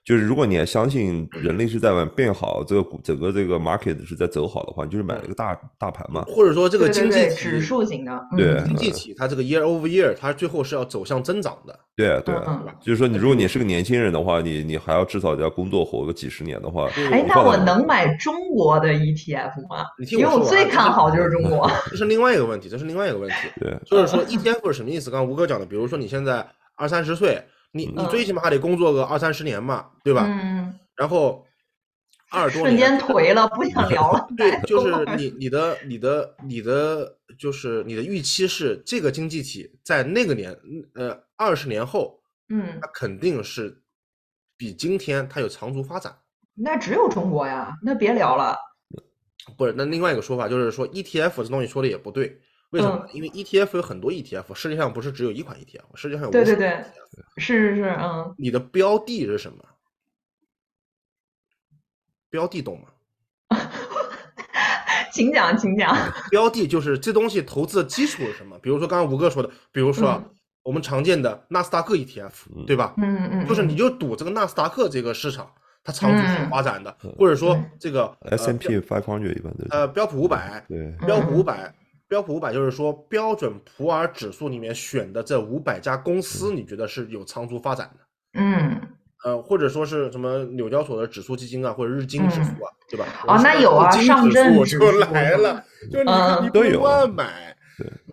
Speaker 4: 就是如果你还相信人类是在往变好，这个股整个这个 market 是在走好的话，你就是买了一个
Speaker 3: 嗯
Speaker 4: 大大盘嘛。
Speaker 2: 或者说这
Speaker 3: 这
Speaker 2: 个经济体
Speaker 3: 指数型的，嗯
Speaker 4: 对
Speaker 2: 经济体它这个 year over year 它最后是要走向增长的。
Speaker 4: 对啊，对啊，
Speaker 3: 嗯嗯。
Speaker 4: 就是说你如果你是个年轻人的话，你你还要至少要工作活个几十年的话，
Speaker 3: 哎
Speaker 4: 你，
Speaker 3: 那
Speaker 4: 放
Speaker 3: 我
Speaker 4: 在
Speaker 3: 能买中国的 ETF 吗？
Speaker 2: 你听
Speaker 3: 因为
Speaker 2: 我说
Speaker 3: 我
Speaker 2: 完，
Speaker 3: 最
Speaker 2: 这
Speaker 3: 看好就是中国。
Speaker 2: 这 [LAUGHS] 是另外一个问题，这是另外一个问题。
Speaker 4: 对
Speaker 2: 就是说 ETF 是什么意思？刚刚吴哥讲的，比如说你现在二三十岁，你你
Speaker 3: 嗯
Speaker 2: 最起码还得工作个二三十年嘛，对吧？
Speaker 3: 嗯，
Speaker 2: 然后二十多
Speaker 3: 瞬
Speaker 2: 年
Speaker 3: 间颓了，不想聊了。
Speaker 2: [LAUGHS] 对，就是你你的你的你的就是你的预期是这个经济体在那个年呃二十年后，
Speaker 3: 嗯
Speaker 2: 它，肯定是比今天它有长足发展。
Speaker 3: 那只有中国呀，那别聊了。
Speaker 2: E 不是，那另外一个说法就是说 ETF 这东西说的也不对，为什么
Speaker 3: 嗯
Speaker 2: 呢？因为 ETF 有很多 ETF，世界上不是只有一款 ETF，世界上有
Speaker 3: 对
Speaker 2: 无数
Speaker 3: 对
Speaker 2: 款
Speaker 3: 对
Speaker 2: ETF
Speaker 3: 是是是，嗯， [LAUGHS]
Speaker 2: 你的标的是什么？标的懂吗？
Speaker 3: 请讲，请讲，
Speaker 2: 标的就是这东西投资的基础是什么？比如说刚刚吴哥说的，比如说啊，我们常见的纳斯达克 ETF，对吧？
Speaker 3: 嗯嗯，
Speaker 2: 就是
Speaker 3: 嗯
Speaker 2: 你就赌这个纳斯达克这个市场它长期是
Speaker 3: 嗯
Speaker 2: 发展的，或者说
Speaker 3: 嗯
Speaker 2: 这个呃
Speaker 4: S M
Speaker 2: 标
Speaker 4: P five hundred 一般都是
Speaker 2: 呃标普五百，
Speaker 4: 对
Speaker 2: 标普
Speaker 3: 嗯
Speaker 2: 五百，标普五百就是说标准普尔指数里面选的这五百家公司，你觉得是有长足发展的？
Speaker 3: 嗯，
Speaker 2: 呃，或者说是什么纽交所的指数基金啊，或者日经指数啊，对吧？
Speaker 3: 哦那有啊
Speaker 2: 日经
Speaker 3: 上证
Speaker 2: 指
Speaker 3: 指
Speaker 2: 就
Speaker 3: 数
Speaker 2: 来了， [LAUGHS] 就是你
Speaker 3: 嗯
Speaker 2: 你
Speaker 4: 都
Speaker 2: 不
Speaker 4: 有啊
Speaker 2: 乱买，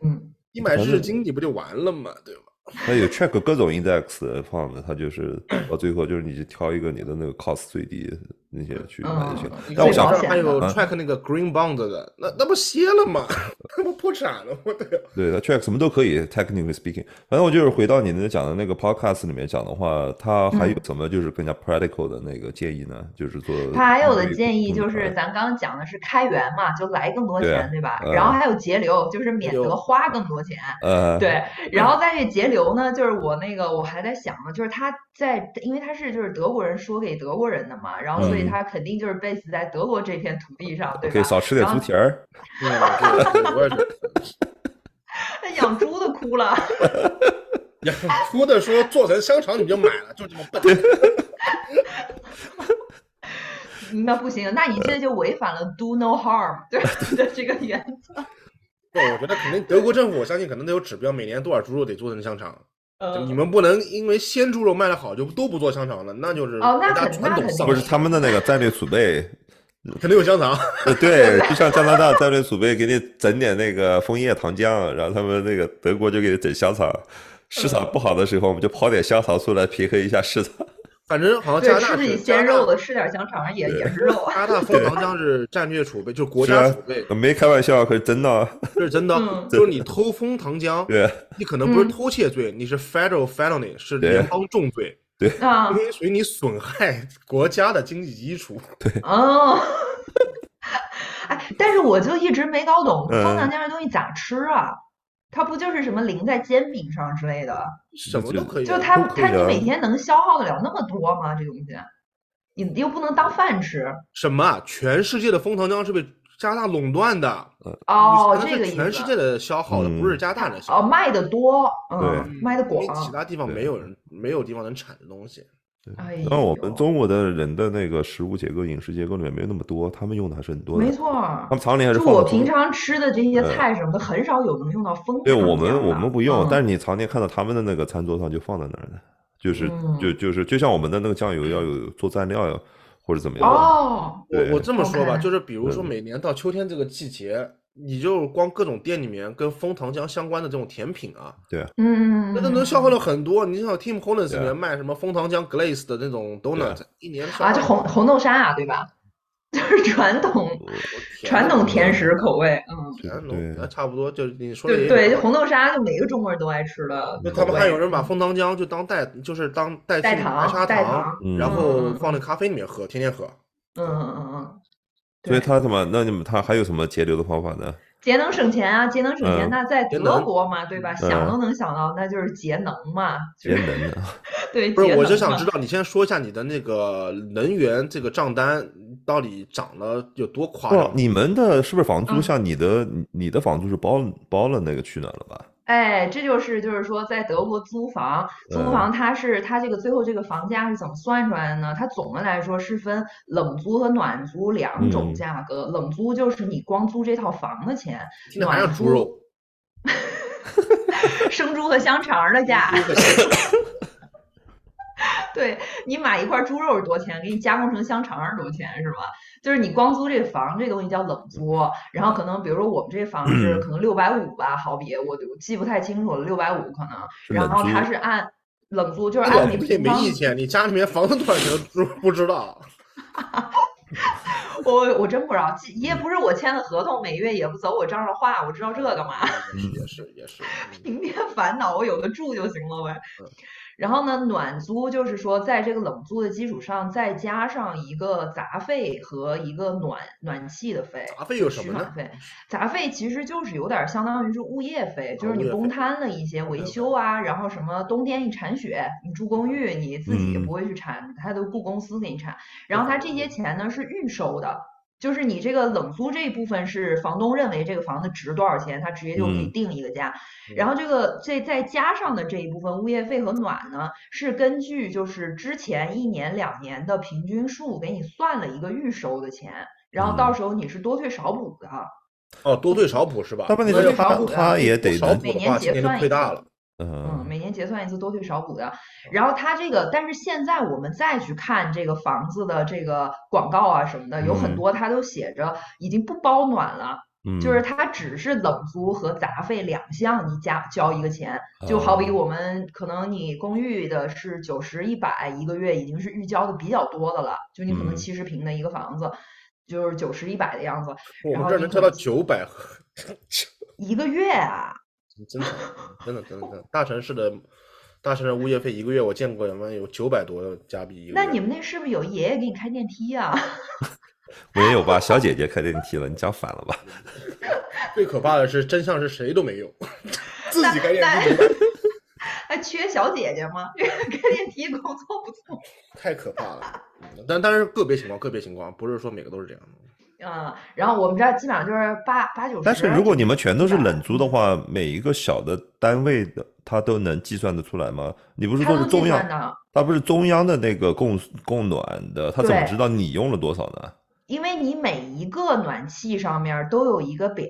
Speaker 3: 嗯
Speaker 2: 你买
Speaker 4: 反
Speaker 2: 日
Speaker 4: 正
Speaker 2: 经你不就完了嘛，对吧？
Speaker 4: 它有 check 各种 index fund，它就是到最后就是你就挑一个你的那个 cost 最低的那些去买就行
Speaker 3: 嗯。
Speaker 4: 但我想
Speaker 3: 最
Speaker 2: 网
Speaker 3: 保
Speaker 2: 上
Speaker 3: 险
Speaker 2: 还有
Speaker 4: 啊
Speaker 2: track 那个 green bond 的，那那不歇了吗？ [LAUGHS] 那不破产了吗？ [LAUGHS] 对吧？
Speaker 4: 对它 track 什么都可以，technically speaking。反正我就是回到你那讲的那个 podcast 里面讲的话，它还有
Speaker 3: 嗯
Speaker 4: 什么就是更加 practical 的那个建议呢？就是做
Speaker 3: 他还有的
Speaker 4: 对
Speaker 3: 建议就
Speaker 4: 嗯
Speaker 3: 是，咱刚刚讲的是开源嘛，就来更多
Speaker 4: 对
Speaker 3: 钱，对吧？
Speaker 4: 嗯
Speaker 3: 然后还有节流，就是免
Speaker 2: 流
Speaker 3: 得花更多钱。
Speaker 2: [LAUGHS]
Speaker 4: 呃，
Speaker 3: 对，然后在这节流呢，就是我那个我还在想呢，就是他在，因为他是就是德国人说给德国人的嘛，然后所以
Speaker 4: 嗯
Speaker 3: 他肯定就是 base 在德国这片土地上，对
Speaker 4: 可以
Speaker 3: 吧？
Speaker 4: 少吃点
Speaker 3: 然
Speaker 4: 猪
Speaker 3: 后
Speaker 4: 蹄儿。
Speaker 2: 嗯，对对，我也觉 [LAUGHS] 得。
Speaker 3: 那养猪的哭了， [LAUGHS]
Speaker 2: 养猪的说做成香肠你就买了，就这么笨。
Speaker 3: 那不行，那你这就违反了 do no harm [LAUGHS] 对的这个原则。
Speaker 2: 不，我觉得肯定德国政府，我相信可能得有指标，每年多少猪肉得做成香肠。就
Speaker 3: 呃
Speaker 2: 你们不能因为鲜猪肉卖的好就都不做香肠了，那就是
Speaker 3: 哦那
Speaker 2: 国家
Speaker 3: 肯
Speaker 2: 传
Speaker 3: 那
Speaker 2: 统
Speaker 3: 肯
Speaker 2: 丧
Speaker 4: 不是
Speaker 2: 失
Speaker 4: 他们的那个战略储备，
Speaker 2: 肯定有香肠。
Speaker 4: 呃对，就像加拿大战略储备给你整点那个枫叶糖浆，然后他们那个德国就给你整香肠。市
Speaker 3: 嗯
Speaker 4: 场不好的时候，我们就抛点香肠出来平衡一下市场。
Speaker 2: 反正好像加
Speaker 3: 对，
Speaker 2: 拿
Speaker 3: 吃
Speaker 2: 大
Speaker 3: 不起
Speaker 2: 是
Speaker 3: 鲜
Speaker 2: 加
Speaker 3: 肉
Speaker 2: 拿大
Speaker 3: 的，吃点香肠
Speaker 2: [LAUGHS]
Speaker 3: 也也是肉啊。
Speaker 2: 加拿
Speaker 3: [LAUGHS]
Speaker 2: 大蜂糖浆是战略储备，就是国
Speaker 4: 是
Speaker 2: 家
Speaker 4: 啊
Speaker 2: 储备，，
Speaker 4: 没开玩笑，可是真的啊。
Speaker 2: 这是真的
Speaker 3: 嗯。
Speaker 2: 就是你偷蜂糖浆，
Speaker 4: 对，
Speaker 2: 你可能不是
Speaker 3: 嗯
Speaker 2: 偷窃罪，你是 federal felony，是
Speaker 4: 对
Speaker 2: 联邦重罪，
Speaker 3: 啊
Speaker 2: 因，为属于你损害国家的经济基础。
Speaker 3: 哦， [LAUGHS] 哎，但是我就一直没搞懂
Speaker 4: 嗯
Speaker 3: 蜂糖浆这东西咋吃啊？它不就是什么淋在煎饼上之类的？
Speaker 2: 什么都可以
Speaker 3: 就
Speaker 2: 用，
Speaker 3: 它
Speaker 4: 可
Speaker 3: 它
Speaker 4: 以
Speaker 3: 你
Speaker 4: 啊
Speaker 3: 每天能消耗得了那么多吗？这东西，你又不能当饭吃。
Speaker 2: 什么啊？全世界的蜂糖浆是被加拿大垄断的，
Speaker 3: 哦，
Speaker 2: 它
Speaker 3: 这
Speaker 2: 是
Speaker 3: 个意
Speaker 2: 全世界
Speaker 3: 思。
Speaker 2: 的消耗的，
Speaker 4: 嗯
Speaker 2: 不是加拿大的消
Speaker 3: 哦，
Speaker 2: 耗。
Speaker 3: 卖的多，嗯
Speaker 4: 对，
Speaker 3: 卖的广
Speaker 2: 因为。其他地方
Speaker 4: 对
Speaker 2: 没有人，没有地方能产的东西。
Speaker 3: 哎
Speaker 4: 然后我们
Speaker 3: 呦
Speaker 4: 中国的人的那个食物结构、饮食结构里面没有那么多，他们用的还是很多的。
Speaker 3: 没，错儿
Speaker 4: 他，们常年还是
Speaker 3: 就
Speaker 4: 放
Speaker 3: 我
Speaker 4: 的
Speaker 3: 平
Speaker 4: 猪
Speaker 3: 常吃的这些菜什么的，很少有能用到蜂
Speaker 4: 对
Speaker 3: 糖
Speaker 4: 我们
Speaker 3: 浆
Speaker 4: 我
Speaker 3: 的
Speaker 4: 们不用，
Speaker 3: 嗯
Speaker 4: 但是你常年看到他们的那个餐桌上就放在那儿的，就是就
Speaker 3: 嗯
Speaker 4: 就是就像我们的那个酱油要有做蘸料呀，或者怎么样的。
Speaker 3: 哦，
Speaker 2: 我我
Speaker 4: 对
Speaker 2: 这么说吧，
Speaker 3: OK
Speaker 2: 就是比如说
Speaker 4: 嗯
Speaker 2: 每年到秋天这个季节，你就光各种店里面跟枫糖浆相关的这种甜品啊，
Speaker 3: 嗯，
Speaker 2: 那都能消耗了很多。你像 Tim Hortons 里
Speaker 4: 对啊
Speaker 2: 面卖什么枫糖浆 glaze 的那种 donut，一年消
Speaker 3: 啊，就
Speaker 2: 耗
Speaker 3: 红红豆沙啊，对吧？ [LAUGHS] 就是传统传统甜食口味，嗯，
Speaker 2: 甜的
Speaker 4: 对
Speaker 2: 那差不多就是你说的
Speaker 3: 对
Speaker 2: 也
Speaker 3: 对，
Speaker 2: 有道
Speaker 3: 红豆沙就每个中国人都爱吃的
Speaker 2: 理。
Speaker 3: 口
Speaker 2: 他们还
Speaker 3: 味
Speaker 2: 有人把枫糖浆就当代，就是当代
Speaker 3: 代
Speaker 2: 替
Speaker 3: 糖
Speaker 2: 白砂
Speaker 3: 代
Speaker 2: 糖
Speaker 3: 糖，
Speaker 4: 嗯
Speaker 2: 然后
Speaker 3: 嗯
Speaker 2: 放在咖啡里面喝，天天喝。
Speaker 3: 嗯嗯嗯嗯，
Speaker 4: 所
Speaker 3: 对，
Speaker 4: 以他怎么？那你们他还有什么节流的方法呢？
Speaker 3: 节能省钱啊，节能省钱，
Speaker 4: 嗯
Speaker 3: 那在
Speaker 2: 节
Speaker 3: 德
Speaker 2: 能
Speaker 3: 国嘛，对吧？想
Speaker 4: 嗯
Speaker 3: 都能想到，那就是节能嘛，就
Speaker 4: 节
Speaker 3: 是 [LAUGHS]
Speaker 4: 能的，
Speaker 3: 对，
Speaker 2: 不
Speaker 3: 节
Speaker 2: 是，我
Speaker 3: 能
Speaker 2: 就想
Speaker 3: 嘛
Speaker 2: 知道你先说一下你的那个能源这个账单到底涨了有多夸
Speaker 4: 哇
Speaker 2: 张？
Speaker 4: 你们的是不是房租？
Speaker 3: 嗯
Speaker 4: 像你的你你的房租是包包了那个取暖了吧？
Speaker 3: 哎，这就是就是说，在德国租房，租
Speaker 4: 嗯
Speaker 3: 房它是它这个最后这个房价是怎么算出来的呢？它总的来说是分冷租和暖租两种
Speaker 4: 嗯
Speaker 3: 价格，冷租就是你光租这套房的钱，
Speaker 2: 听着还像
Speaker 3: 暖
Speaker 2: 猪
Speaker 3: 猪
Speaker 2: 肉，
Speaker 3: [LAUGHS] 生猪和香肠儿的价，
Speaker 2: 猪和香肠
Speaker 3: [LAUGHS] 对你买一块猪肉是多少钱，给你加工成香肠儿是多少钱是吧？就是你光租这个房，这东西叫冷租，然后可能比如说我们这房
Speaker 2: [CLEARS THROAT]
Speaker 3: 是可能六百五吧，好比我我记不太清楚了，六百五可能，
Speaker 4: 是
Speaker 3: 然
Speaker 4: 冷
Speaker 3: 后它
Speaker 4: 租。
Speaker 3: 是按冷租，就是按
Speaker 2: 冷
Speaker 3: 你
Speaker 2: 不也
Speaker 3: 平
Speaker 2: 没
Speaker 3: 方
Speaker 2: 意见，你家里面房子多少钱都不知道。
Speaker 3: 我我真不知道，这也不是我签的合同，每月也不走我账上的话，我知道这干嘛？ [LAUGHS]
Speaker 2: 也是也是也是，嗯嗯
Speaker 3: 平添烦恼，我有的住就行了呗。然后呢，暖租就是说，在这个冷租的基础上，再加上一个杂费和一个暖暖气的费。
Speaker 2: 杂费有什么
Speaker 3: 取暖
Speaker 2: 呢？
Speaker 3: 费杂费其实就是有点儿相当于是物业费，就
Speaker 2: 啊
Speaker 3: 是你
Speaker 2: 物业
Speaker 3: 公
Speaker 2: 费
Speaker 3: 摊了一些维修啊，然后什么冬天一铲雪，你住公寓你自己也
Speaker 4: 嗯
Speaker 3: 不会去铲，它都雇公司给你铲。然后它这些钱呢是预收的，就是你这个冷租这一部分是房东认为这个房子值多少钱，他直接就可以
Speaker 4: 嗯
Speaker 3: 定一个价。然后这个这再加上的这一部分物业费和暖呢，是根据就是之前一年两年的平均数给你算了一个预收的钱，然后到
Speaker 4: 嗯
Speaker 3: 时候你是多退少补的。啊
Speaker 2: 哦，多对少补是吧？
Speaker 4: 但问题
Speaker 2: 那
Speaker 4: 是
Speaker 2: 要
Speaker 4: 他
Speaker 3: 少补
Speaker 4: 他
Speaker 3: 的
Speaker 4: 也得
Speaker 2: 少
Speaker 4: 能
Speaker 2: 补
Speaker 3: 每
Speaker 2: 的
Speaker 3: 年
Speaker 2: 话，今
Speaker 3: 结
Speaker 2: 年就
Speaker 3: 算一
Speaker 2: 亏大
Speaker 3: 次
Speaker 2: 了。
Speaker 3: 嗯，
Speaker 4: 嗯
Speaker 3: 每年结算一次，多退少补的。然后它这个，但是现在我们再去看这个房子的这个广告啊什么的，有
Speaker 4: 嗯
Speaker 3: 很多它都写着已经不包暖了，
Speaker 4: 嗯，
Speaker 3: 就是它只是冷租和杂费两项，你加交一个钱。就好比
Speaker 4: 哦
Speaker 3: 我们可能你公寓的是九十一百一个月，已经是预交的比较多的了，就你可能
Speaker 4: 嗯
Speaker 3: 七十平的一个房子，就是九十一百的样子，
Speaker 2: 我
Speaker 3: 然
Speaker 2: 们
Speaker 3: 后
Speaker 2: 这儿
Speaker 3: 你
Speaker 2: 能
Speaker 3: 可
Speaker 2: 交到
Speaker 3: 能
Speaker 2: 九百，
Speaker 3: 一个月啊。
Speaker 2: 真的真的真的真的，大城市的大城市物业费一个月我见过，他妈有九百多加币一个
Speaker 3: 那
Speaker 2: 月。
Speaker 4: 嗯
Speaker 3: 你们那是不是有爷爷给你开电梯
Speaker 4: [LAUGHS]
Speaker 3: 啊？
Speaker 4: 我也有吧，小姐姐开电梯了，你讲反了吧？
Speaker 2: 最可怕的是真相是谁都没有，自己开电
Speaker 3: 那
Speaker 2: 梯都没有
Speaker 3: [LAUGHS] 还缺小姐姐吗？ [LAUGHS] 这个开电梯工作不错
Speaker 2: 太可怕了。嗯但但是个别情况，个别情况不是说每个都是这样的。
Speaker 3: 啊、然后我们这儿基本上就是八八九十。
Speaker 4: 但是如果你们全都是冷租的话，每一个小的单位的它都能计算得出来吗？你不是
Speaker 3: 它
Speaker 4: 说
Speaker 3: 能
Speaker 4: 是中
Speaker 3: 计
Speaker 4: 央
Speaker 3: 算，的，
Speaker 4: 它不是中央的那个供供暖的，它怎么
Speaker 3: 对
Speaker 4: 知道你用了多少呢？
Speaker 3: 因为你每一个暖气上面都有一个表，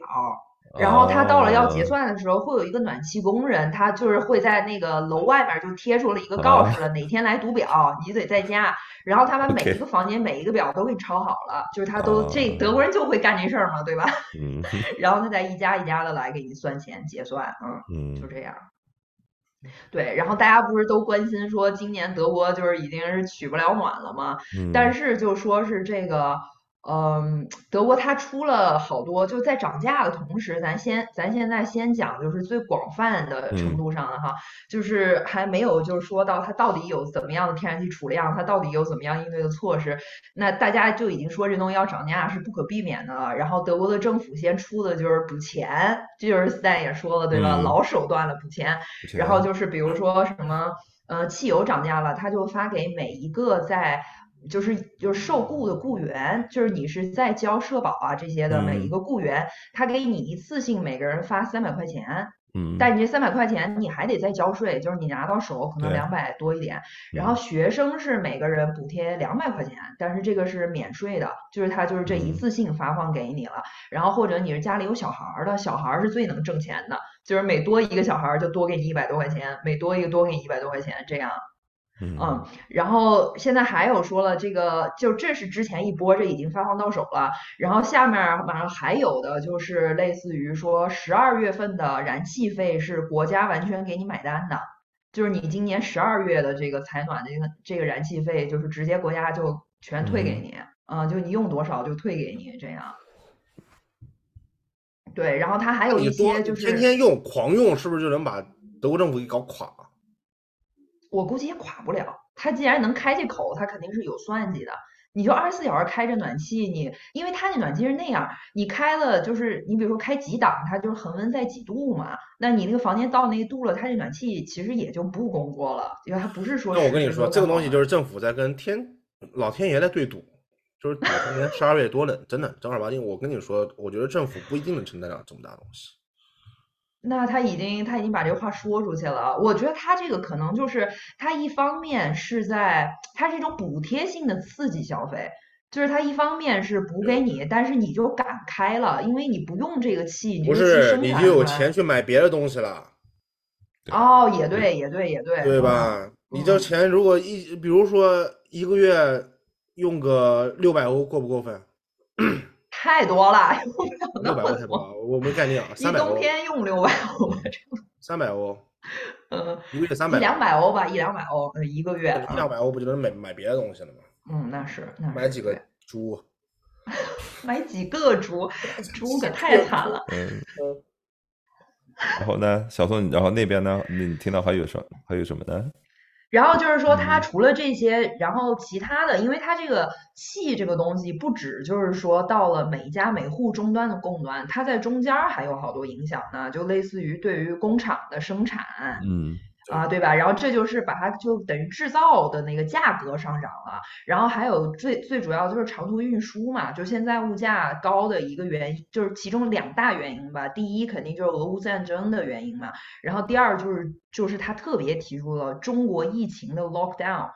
Speaker 3: 然后它到了要结
Speaker 4: 哦
Speaker 3: 算的时候，会有一个暖气工人，他就是会在那个楼外面就贴出了一个告
Speaker 4: 哦
Speaker 3: 示了，哪天来读表，你得在家。然后他把每
Speaker 4: OK
Speaker 3: 一个房间每一个表都给你抄好了，就是他都这
Speaker 4: 哦
Speaker 3: 德国人就会干这事儿嘛，对吧？ [LAUGHS]
Speaker 4: 嗯
Speaker 3: 然后他再一家一家的来给你算钱结算，嗯。就
Speaker 4: 嗯，
Speaker 3: 这样。对，然后大家不是都关心说今年德国就是已经是取不了暖了吗？但
Speaker 4: 是
Speaker 3: 是就说是这个，嗯，德国它出了好多，就在涨价的同时，咱先咱现在先讲就是最广泛的
Speaker 4: 嗯
Speaker 3: 程度上的哈，就是还没有就是说到它到底有怎么样的天然气储量，它到底有怎么样应对的措施，那大家就已经说这东西要涨价是不可避免的了。然后德国的政府先出的就是补钱，这就是 Stan 也说了对吧？
Speaker 4: 嗯
Speaker 3: 老手段了补钱，然后就是比如说什么，呃，汽油涨价了，他就发给每一个在就是就是受雇的雇员，就是你是在交社保啊这些的每一
Speaker 4: 嗯
Speaker 3: 个雇员，他给你一次性每个人发三百块钱，
Speaker 4: 嗯，
Speaker 3: 但你这三百块钱你还得再交税，就是你拿到手可能
Speaker 4: 对嗯
Speaker 3: 两百多一点。然后学生是每个人补贴两百块钱，但是这个是免税的，就是他就是这一
Speaker 4: 嗯
Speaker 3: 次性发放给你了。然后或者你是家里有小孩儿的，小孩儿是最能挣钱的，就是每多一个小孩儿就多给你一百多块钱，每多一个多给你一百多块钱这样。嗯
Speaker 4: 嗯，
Speaker 3: 然后现在还有说了，这个就这是之前一波，这已经发放到手了。然后下面儿马上还有的就是类似于说，十二月份的燃气费是国家完全给你买单的，就是你今年十二月的这个采暖的这个这个燃气费，就是直接国家就全退给
Speaker 4: 嗯
Speaker 3: 你，啊，就你用多少就退给你这样。对，然后它还有
Speaker 2: 你
Speaker 3: 一
Speaker 2: 多
Speaker 3: 些就是
Speaker 2: 天天用狂用，是不是就能把德国政府给搞垮？
Speaker 3: 我估计也垮不了。他既然能开这口，他肯定是有算计的。你就二十四小时开着暖气，你因为它那暖气是那样儿，你开了就是你比如说开几档，它就是恒温在几度嘛，那你那个房间到那个度了，它这暖气其实也就不工作了，因为它不是说
Speaker 2: 那我
Speaker 3: 实
Speaker 2: 跟你
Speaker 3: 时
Speaker 2: 说，
Speaker 3: 能
Speaker 2: 这个
Speaker 3: 干
Speaker 2: 东
Speaker 3: 嘛
Speaker 2: 西就是政府在跟天老天爷在对赌，就是赌今年十二月多冷，真的正儿八经。我跟你说，我觉得政府不一定能承担了这么大东西。
Speaker 3: 那他已经他已经把这话说出去了，我觉得他这个可能就是他一方面是在他是一种补贴性的刺激消费，就是他一方面是补给你，但是你就敢开了，因为你不用这个气，你
Speaker 2: 不
Speaker 3: 这个气
Speaker 2: 是，
Speaker 3: 生
Speaker 2: 你
Speaker 3: 产
Speaker 2: 就有
Speaker 3: 出来
Speaker 2: 钱去买别的东西了，
Speaker 3: 哦，也对，也对，也对，
Speaker 2: 对
Speaker 3: 嗯？
Speaker 2: 吧？你这
Speaker 3: 嗯
Speaker 2: 钱如果一，比如说一个月用个六百欧，过不过分？
Speaker 3: 太多了，用不了那
Speaker 2: 六百
Speaker 3: 么
Speaker 2: 欧太多
Speaker 3: 多，
Speaker 2: 了，我没概念啊，
Speaker 3: [LAUGHS] 一
Speaker 2: 三百
Speaker 3: 冬
Speaker 2: 欧，
Speaker 3: 天用六百欧，
Speaker 2: 三百欧，
Speaker 3: 嗯，
Speaker 2: 一个月三
Speaker 3: 一
Speaker 2: 百，
Speaker 3: 两百欧吧，一两百欧，呃，一个月
Speaker 2: 一
Speaker 3: 啊，
Speaker 2: 两百欧不就能买买别的东西了吗？
Speaker 3: 嗯，那是，那
Speaker 2: 买
Speaker 3: 是
Speaker 2: 几个
Speaker 3: 对
Speaker 2: 猪？啊
Speaker 3: 买几个猪，猪可太惨了。
Speaker 4: 嗯，然后呢，小宋，然后那边呢，你听到还有什还有什么呢？
Speaker 3: 然后就是说，它除了这些，然后其他的，因为它这个气这个东西，不止就是说到了每一家每户终端的供端，它在中间儿还有好多影响呢，就类似于对于工厂的生产，
Speaker 4: 嗯，
Speaker 3: 啊，对吧？然后这就是把它就等于制造的那个价格上涨了，然后还有最最主要就是长途运输嘛，就现在物价高的一个原因，就是其中两大原因吧。第一肯定就是俄乌战争的原因嘛，然后第二就是就是他特别提出了中国疫情的 lockdown，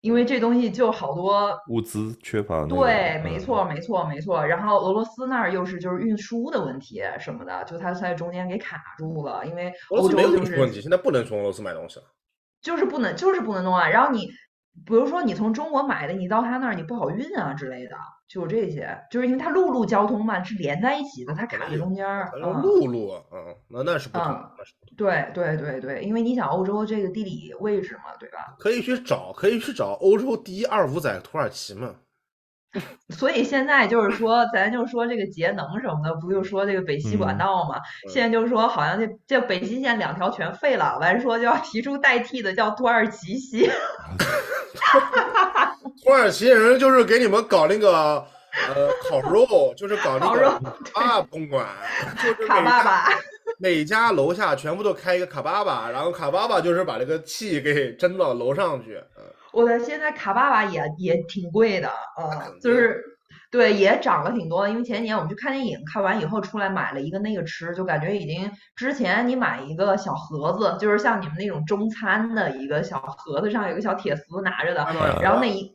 Speaker 3: 因为这东西就好多
Speaker 4: 物资缺乏那个，
Speaker 3: 对，没
Speaker 4: 嗯
Speaker 3: 错，，没错，没错。然后俄罗斯那儿又是就是运输的问题什么的，就它在中间给卡住了，因为
Speaker 2: 俄罗
Speaker 3: 欧
Speaker 2: 斯没有
Speaker 3: 洲
Speaker 2: 这
Speaker 3: 就
Speaker 2: 个
Speaker 3: 是
Speaker 2: 问题，现在不能从俄罗斯买东西了。
Speaker 3: 就是不能，就是不能弄啊。然后你，比如说你从中国买的，你到他那儿你不好运啊之类的，就有这些，就是因为它陆路交通嘛是连在一起的，它卡在中间儿
Speaker 2: 还有
Speaker 3: 啊。
Speaker 2: 陆路，嗯，那那是不同，
Speaker 3: 嗯
Speaker 2: 那是不同
Speaker 3: 对对对对，因为你想欧洲这个地理位置嘛，对吧？
Speaker 2: 可以去找，可以去找欧洲第一二五仔土耳其嘛。
Speaker 3: 所以现在就是说，咱就说这个节能什么的，不就说这个北溪管
Speaker 4: 嗯
Speaker 3: 道嘛？现在就说好像这这北溪线两条全废了，完说就要提出代替的叫土耳其溪。
Speaker 2: 土耳其人就是给你们搞那个呃烤肉，就是搞那
Speaker 3: 烤
Speaker 2: 个
Speaker 3: 肉 [LAUGHS]
Speaker 2: 啊公馆， [LAUGHS] 就是
Speaker 3: 卡
Speaker 2: 每
Speaker 3: 爸
Speaker 2: 家
Speaker 3: 爸，
Speaker 2: 每家楼下全部都开一个卡巴巴，然后卡巴巴就是把这个气给蒸到楼上去。嗯
Speaker 3: 我的现在卡爸爸也也挺贵的，
Speaker 2: 肯
Speaker 3: 呃，
Speaker 2: 定
Speaker 3: 就是对也涨了挺多的。因为前几年我们去看电影，看完以后出来买了一个那个吃，就感觉已经之前你买一个小盒子，就是像你们那种中餐的一个小盒子上有个小铁丝拿着的，然后那一，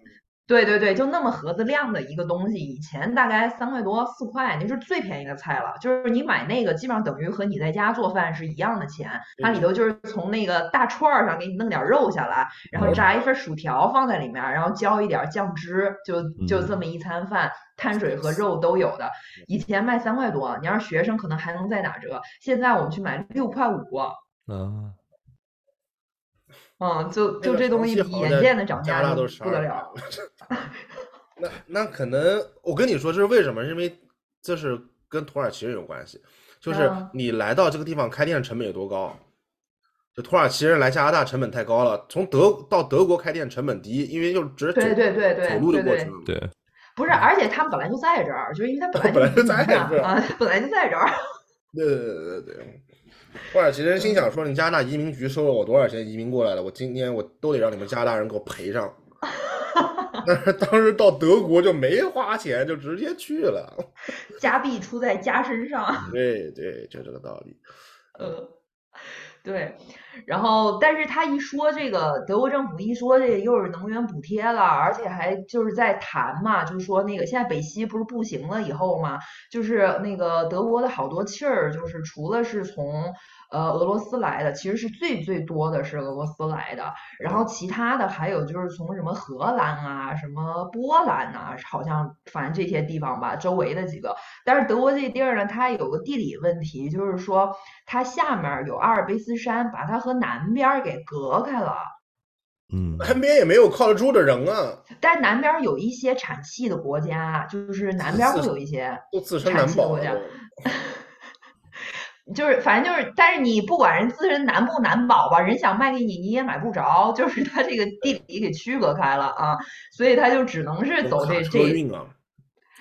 Speaker 3: 对对对，就那么盒子量的一个东西，以前大概三块多四块，那是最便宜的菜了。就是你买那个，基本上等于和你在家做饭是一样的钱。它里头就是从那个大串儿上给你弄点肉下来，然后
Speaker 4: 嗯
Speaker 3: 炸一份薯条放在里面，然后浇一点酱汁，就就
Speaker 4: 嗯
Speaker 3: 这么一餐饭，碳水和肉都有的。以前卖三块多，你要是学生可能还能再打折，现在我们去买六块五。
Speaker 4: 啊，
Speaker 3: 嗯，就
Speaker 2: 那
Speaker 3: 就
Speaker 2: 个
Speaker 3: 这东
Speaker 2: 长
Speaker 3: 西
Speaker 2: 期
Speaker 3: 比
Speaker 2: 好
Speaker 3: 眼
Speaker 2: 在
Speaker 3: 见的涨
Speaker 2: 加
Speaker 3: 价
Speaker 2: 拿大
Speaker 3: 就
Speaker 2: 都是
Speaker 3: 不得
Speaker 2: 12
Speaker 3: 了。
Speaker 2: 那那可能我跟你说这是为什么？是因为这是跟土耳其人有关系，就是
Speaker 3: 嗯
Speaker 2: 你来到这个地方开店成本有多高。就土耳其人来加拿大成本太高了，从德到德国开店成本低，因为就直接走
Speaker 3: 对对对对
Speaker 2: 走路就
Speaker 3: 对
Speaker 2: 过
Speaker 3: 对
Speaker 2: 去了嘛。
Speaker 4: 对，
Speaker 3: 不是，而且他们本来就在这儿，就是因为他
Speaker 2: 嗯 [LAUGHS]
Speaker 3: 本
Speaker 2: 本来就
Speaker 3: 来移民
Speaker 2: 在
Speaker 3: 嘛
Speaker 2: 这儿
Speaker 3: 啊，本来就在这儿。 [LAUGHS]
Speaker 2: 对对对对对，土耳其人心想说：“你加拿大移民局收了我多少钱移民过来了？我今天我都得让你们加拿大人给我赔
Speaker 3: [LAUGHS]
Speaker 2: 上。”但是当时到德国就没花钱，就直接去了。
Speaker 3: 家必出在家身上，
Speaker 2: 对对，就这个道理。
Speaker 3: 呃，对。然后，但是他一说这个，德国政府一说这又是能源补贴了，而且还就是在谈嘛，就是说那个现在北溪不是不行了以后嘛，就是那个德国的好多气儿，就是除了是从呃俄罗斯来的，其实是最最多的是俄罗斯来的，然后其他的还有就是从什么荷兰啊、什么波兰呐、好像反正这些地方吧，周围的几个。但是德国这地儿呢，它有个地理问题，就是说它下面儿有阿尔卑斯山，把它和南边儿给隔开了。
Speaker 4: 嗯， [LAUGHS]
Speaker 2: 南边也没有靠得住的人啊，
Speaker 3: 但南边儿有一些产气的国家，就是南边儿会有一些。
Speaker 2: 都自身
Speaker 3: 产
Speaker 2: 难
Speaker 3: 气
Speaker 2: 保
Speaker 3: 国家
Speaker 2: 了。
Speaker 3: 就是反正就是，但是你不管人自身难不难保吧，人想卖给你你也买不着，就是它这个地理给区隔开了啊，所以它就只能是
Speaker 2: 都
Speaker 3: 走这
Speaker 2: 卡车
Speaker 3: 这。
Speaker 2: 运啊，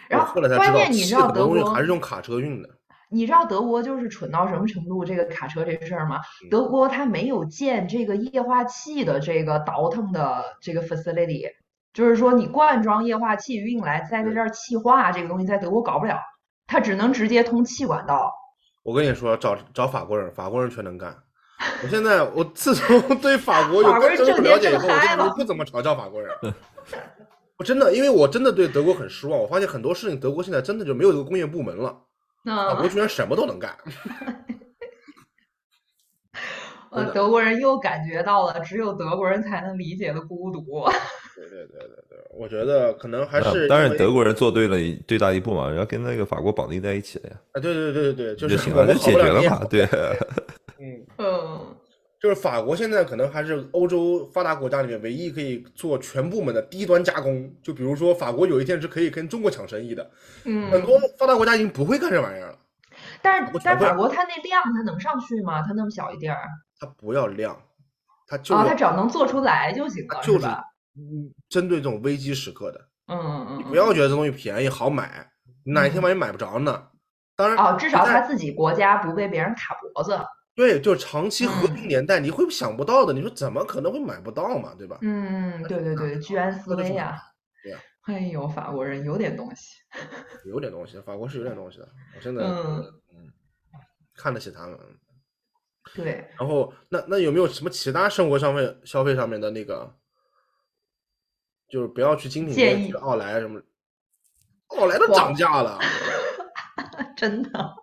Speaker 3: 然
Speaker 2: 我
Speaker 3: 后
Speaker 2: 后来才
Speaker 3: 关
Speaker 2: 知道，
Speaker 3: 键你
Speaker 2: 气
Speaker 3: 知道
Speaker 2: 的
Speaker 3: 德
Speaker 2: 东西
Speaker 3: 国
Speaker 2: 还是用卡车运的。
Speaker 3: 你知道德国就是蠢到什么程度这个卡车这事儿吗？
Speaker 2: 嗯
Speaker 3: 德国它没有建这个液化气的这个倒腾的这个 facility，就是说你灌装液化气运来，在这儿气化这个东西在德国搞不了，它只能直接通气管道。
Speaker 2: 我跟你说，找找法国人，法国人全能干。我现在我自从对法国有
Speaker 3: 法
Speaker 2: 更
Speaker 3: 国人
Speaker 2: 深入
Speaker 3: 整
Speaker 2: 了
Speaker 3: 天
Speaker 2: 解以
Speaker 3: 正
Speaker 2: 后，我
Speaker 3: 嗨
Speaker 2: 这个
Speaker 3: 了
Speaker 2: 人不怎么嘲笑法国人。我真的，因为我真的对德国很失望。我发现很多事情，德国现在真的就没有这个工业部门了，法
Speaker 3: 那
Speaker 2: 国居然什么都能干。
Speaker 3: 呃，德国人又感觉到了只有德国人才能理解的孤独。 [LAUGHS]
Speaker 2: 对对对对对，我觉得可能还
Speaker 4: 那
Speaker 2: 是
Speaker 4: 当
Speaker 2: 因
Speaker 4: 然
Speaker 2: 为
Speaker 4: 德国人做对了一最大一步嘛，然后跟那个法国绑定在一起了呀，
Speaker 2: 啊，对对对对对，就
Speaker 4: 就是行
Speaker 2: 我
Speaker 4: 了，
Speaker 2: 们好
Speaker 4: 就解
Speaker 2: 不
Speaker 4: 决
Speaker 2: 了
Speaker 4: 了
Speaker 2: 你也
Speaker 4: 嘛，
Speaker 2: [LAUGHS]
Speaker 4: 对，
Speaker 2: 嗯，
Speaker 3: 嗯，
Speaker 2: 就是法国现在可能还是欧洲发达国家里面唯一可以做全部门的低端加工。就比如说，法国有一天是可以跟中国抢生意的，
Speaker 3: 嗯
Speaker 2: 很多法达国家已经不会干这玩意儿了。
Speaker 3: 但是
Speaker 2: 我觉
Speaker 3: 但
Speaker 2: 得
Speaker 3: 法国它那量它能上去吗？它那么小一地儿，
Speaker 2: 它不要量，它就
Speaker 3: 啊，
Speaker 2: 是
Speaker 3: 他只要能做出来就行了，
Speaker 2: 就是
Speaker 3: 吧？
Speaker 2: 嗯针对这种危机时刻的。
Speaker 3: 嗯嗯嗯，
Speaker 2: 不要觉得这东西便宜好买，哪一天
Speaker 3: 嗯
Speaker 2: 万一买不着呢？当然
Speaker 3: 哦，至少
Speaker 2: 它
Speaker 3: 他自己国家不被别人卡脖子。
Speaker 2: 对，就是长期和
Speaker 3: 嗯
Speaker 2: 平年代，你会想不到的。你说怎么可能会买不到嘛？对吧？
Speaker 3: 嗯，对对对，居安思
Speaker 2: 那就
Speaker 3: 危
Speaker 2: 是
Speaker 3: 呀、
Speaker 2: 对呀
Speaker 3: 哎呦，法国人有点东西。
Speaker 2: 有点东西，法国是有点东西的。我真的
Speaker 3: 嗯
Speaker 2: 嗯看得起他们。
Speaker 3: 对，
Speaker 2: 然后那那有没有什么其他生活上面消费上面的那个，就是不要去精品
Speaker 3: 建
Speaker 2: 店，
Speaker 3: 议
Speaker 2: 去奥莱什么？奥莱都
Speaker 3: 哇
Speaker 2: 涨价了，
Speaker 3: [LAUGHS] 真的，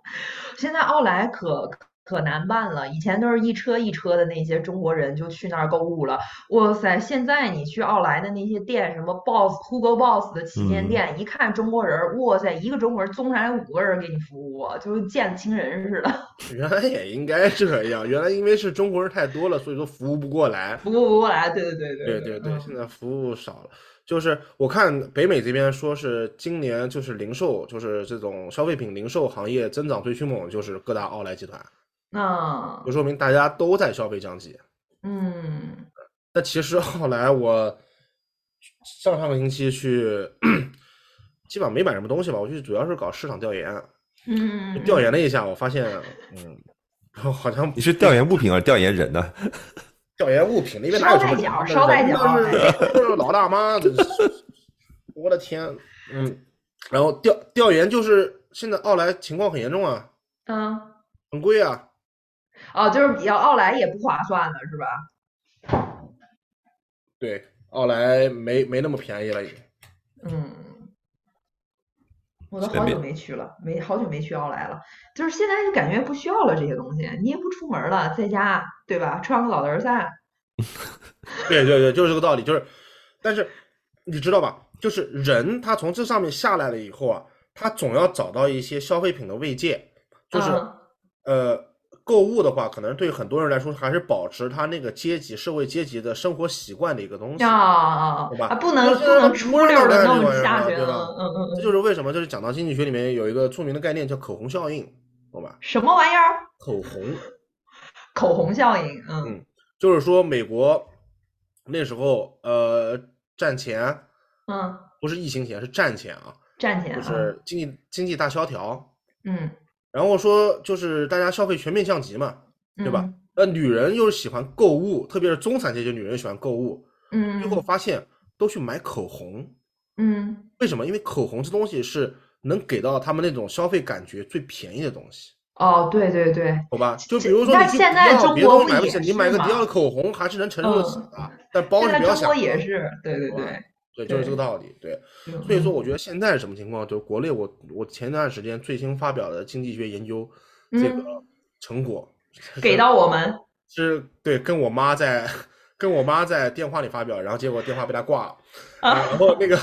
Speaker 3: 现在奥莱可可难办了。以前都是一车一车的那些中国人就去那儿购物了，哇塞！现在你去奥莱的那些店，什么 Boss、Hugo Boss 的旗舰
Speaker 4: 嗯
Speaker 3: 店，一看中国人儿，哇塞，一个中国人综上来五个人给你服务，啊就是见亲人似的， [LAUGHS]
Speaker 2: 原来也应该这样。原来因为是中国人太多了，所以说服务不过来。
Speaker 3: 服务不过来。对对对
Speaker 2: 对
Speaker 3: 对嗯
Speaker 2: 对对，现在服务少了，就是我看北美这边说是今年就是零售，就是这种消费品零售行业增长最迅猛，就是各大奥莱集团，
Speaker 3: 那
Speaker 2: 就说明大家都在消费降级。
Speaker 3: 嗯
Speaker 2: 那其实后来我上上个星期去，基本上没买什么东西吧，我去主要是搞市场调研，啊
Speaker 3: 嗯嗯，
Speaker 2: 调
Speaker 3: 嗯
Speaker 2: 研了一下，我发现，嗯，好像
Speaker 4: 你是调研物品还啊是调研人呢？
Speaker 2: 调研物品那边哪
Speaker 3: 捎
Speaker 2: 有什
Speaker 3: 带
Speaker 2: 么
Speaker 3: 脚
Speaker 2: 人
Speaker 3: 捎带脚
Speaker 2: 那是都是老大妈， [LAUGHS] 这是我的天，嗯，然后调调研就是现在奥莱情况很严重啊，
Speaker 3: 嗯
Speaker 2: 很贵啊，
Speaker 3: 哦，就是比较奥莱也不划算了，是吧？
Speaker 2: 对，奥莱没没那么便宜了已经， [LAUGHS]
Speaker 3: 嗯，我都
Speaker 4: 随
Speaker 3: 好久
Speaker 4: 便
Speaker 3: 没去了，没好久没去奥莱了。就是现在就感觉不需要了这些东西，你也不出门了，在家对吧？穿个老头儿衫，
Speaker 2: 对对对，就是这个道理，就是，但是你知道吧，就是人他从这上面下来了以后啊，他总要找到一些消费品的慰藉，就是、
Speaker 3: 嗯
Speaker 2: 呃，购物的话，可能对很多人来说还是保持他那个阶级社会阶级的生活习惯的一个东西。
Speaker 3: 啊啊
Speaker 2: 对
Speaker 3: 啊
Speaker 2: 吧
Speaker 3: 啊，不
Speaker 2: 那
Speaker 3: 能
Speaker 2: 现
Speaker 3: 不
Speaker 2: 在
Speaker 3: 能
Speaker 2: 不
Speaker 3: 出
Speaker 2: 是
Speaker 3: 溜
Speaker 2: 老干
Speaker 3: 的那
Speaker 2: 这
Speaker 3: 么
Speaker 2: 玩意儿
Speaker 3: 下
Speaker 2: 了
Speaker 3: 去，
Speaker 2: 对
Speaker 3: 嗯
Speaker 2: 吧
Speaker 3: 嗯嗯
Speaker 2: 这
Speaker 3: 嗯，
Speaker 2: 就是为什么，就是讲到经济学里面有一个著名的概念叫口红效应，懂吧？
Speaker 3: 什么玩意儿？
Speaker 2: 口红
Speaker 3: 口红效应，嗯
Speaker 2: 嗯就是说美国那时候呃战前
Speaker 3: 嗯，
Speaker 2: 不是疫情前是战前啊，
Speaker 3: 站起来
Speaker 2: 就
Speaker 3: 啊，
Speaker 2: 是经济经济大萧条，
Speaker 3: 嗯，
Speaker 2: 然后说就是大家消费全面降级嘛，对吧
Speaker 3: 嗯？
Speaker 2: 那女人又是喜欢购物，特别是中产阶级女人喜欢购物，
Speaker 3: 嗯
Speaker 2: 最后发现都去买口红，
Speaker 3: 嗯，
Speaker 2: 为什么？因为口红这东西是能给到他们那种消费感觉最便宜的东西，
Speaker 3: 哦，对对对，
Speaker 2: 好吧？就比
Speaker 3: 这
Speaker 2: 如说
Speaker 3: 但
Speaker 2: 你去
Speaker 3: 现在
Speaker 2: 迪奥
Speaker 3: 中
Speaker 2: 别
Speaker 3: 国
Speaker 2: 的东西
Speaker 3: 不
Speaker 2: 买不
Speaker 3: 也
Speaker 2: 起，你
Speaker 3: 是
Speaker 2: 买个迪
Speaker 3: 吗
Speaker 2: 奥的口红还是能承受得起
Speaker 3: 嗯
Speaker 2: 的，但包
Speaker 3: 现
Speaker 2: 你
Speaker 3: 在
Speaker 2: 不要
Speaker 3: 中
Speaker 2: 想
Speaker 3: 国
Speaker 2: 了
Speaker 3: 也是，对对
Speaker 2: 好吧
Speaker 3: 对，
Speaker 2: 对，就是这个
Speaker 3: 对
Speaker 2: 道理，对。
Speaker 3: 嗯
Speaker 2: 所以说，
Speaker 3: 嗯
Speaker 2: 我觉得现在是什么情况？就是国内我我前段时间最新发表的经济学研究这
Speaker 3: 嗯
Speaker 2: 个成果，
Speaker 3: 给到我们，
Speaker 2: 是对，跟我妈在跟我妈在电话里发表，然后结果电话被她挂
Speaker 3: [LAUGHS]
Speaker 2: 了。然后那个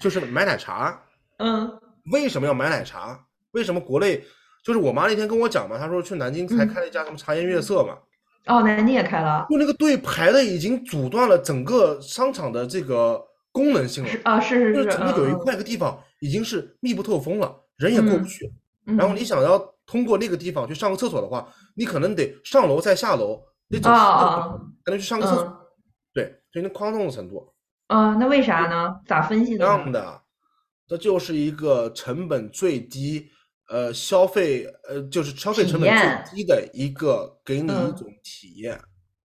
Speaker 2: 就是买奶茶，
Speaker 3: 嗯
Speaker 2: 为什么要买奶茶？为什么国内就是我妈那天跟我讲嘛，她说去南京才
Speaker 3: 嗯
Speaker 2: 开了一家什么茶颜悦色嘛，
Speaker 3: 哦，南京也开了。
Speaker 2: 就那个队排的已经阻断了整个商场的这个功能性了，
Speaker 3: 是啊，是
Speaker 2: 就是是
Speaker 3: 是，
Speaker 2: 整
Speaker 3: 嗯
Speaker 2: 个有一块个地方已经是密不透风了，人也过不
Speaker 3: 嗯
Speaker 2: 去。
Speaker 3: 嗯，
Speaker 2: 然后
Speaker 3: 嗯
Speaker 2: 你想要通过那个地方去上个厕所的话，你可能得上楼再下楼，得走
Speaker 3: 啊
Speaker 2: 十
Speaker 3: 啊
Speaker 2: 分
Speaker 3: 啊
Speaker 2: 钟才能去上个厕所。
Speaker 3: 嗯
Speaker 2: 对，就那宽松的程度。
Speaker 3: 嗯，那为啥呢？咋分析
Speaker 2: 一
Speaker 3: 的
Speaker 2: 样
Speaker 3: 呢？
Speaker 2: 的，啊这就是一个成本最低，呃，消费呃，就是消费
Speaker 3: 体
Speaker 2: 成本
Speaker 3: 验
Speaker 2: 最低的一个，给你一
Speaker 3: 嗯
Speaker 2: 种体验。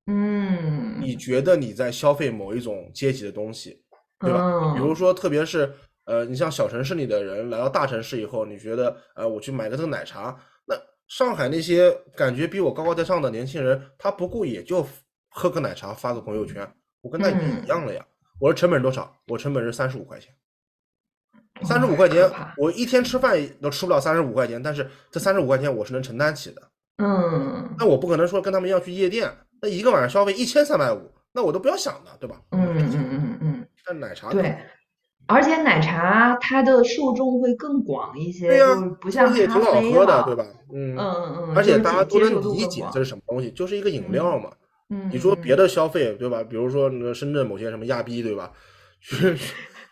Speaker 3: 嗯
Speaker 2: 你觉得你在消费某一种阶级的东西，对吧？比如
Speaker 3: 嗯
Speaker 2: 说，特别是呃，你像小城市里的人来到大城市以后，你觉得呃，我去买个这个奶茶，那上海那些感觉比我高高在上的年轻人，他不过也就喝个奶茶发个朋友圈，我跟他也一
Speaker 3: 嗯
Speaker 2: 样了呀。我的成本多少？我成本是三十五块钱。
Speaker 3: 哦
Speaker 2: 三十五块
Speaker 3: 可
Speaker 2: 钱
Speaker 3: 怕，
Speaker 2: 我一天吃饭都吃不了三十五块钱，但是这三十五块钱我是能承担起的。
Speaker 3: 嗯
Speaker 2: 那我不可能说跟他们一样去夜店，那一个晚上消费一千三百五，那我都不要想的，对吧？
Speaker 3: 嗯嗯嗯嗯嗯，
Speaker 2: 但奶茶可
Speaker 3: 对。而且奶茶它的受众会更广一些，
Speaker 2: 对呀、
Speaker 3: 就是不
Speaker 2: 这
Speaker 3: 像
Speaker 2: 东西也
Speaker 3: 咖
Speaker 2: 挺好
Speaker 3: 啡
Speaker 2: 喝的，
Speaker 3: 了
Speaker 2: 对？吧？嗯
Speaker 3: 嗯嗯嗯，
Speaker 2: 而且
Speaker 3: 就是
Speaker 2: 大家都
Speaker 3: 接接受
Speaker 2: 能
Speaker 3: 度
Speaker 2: 理
Speaker 3: 更
Speaker 2: 解
Speaker 3: 广
Speaker 2: 这是什么东西，就是一个饮料嘛。
Speaker 3: 嗯，
Speaker 2: 你说
Speaker 3: 嗯
Speaker 2: 别的消费，对吧？比如说那深圳某些什么亚逼，对吧？去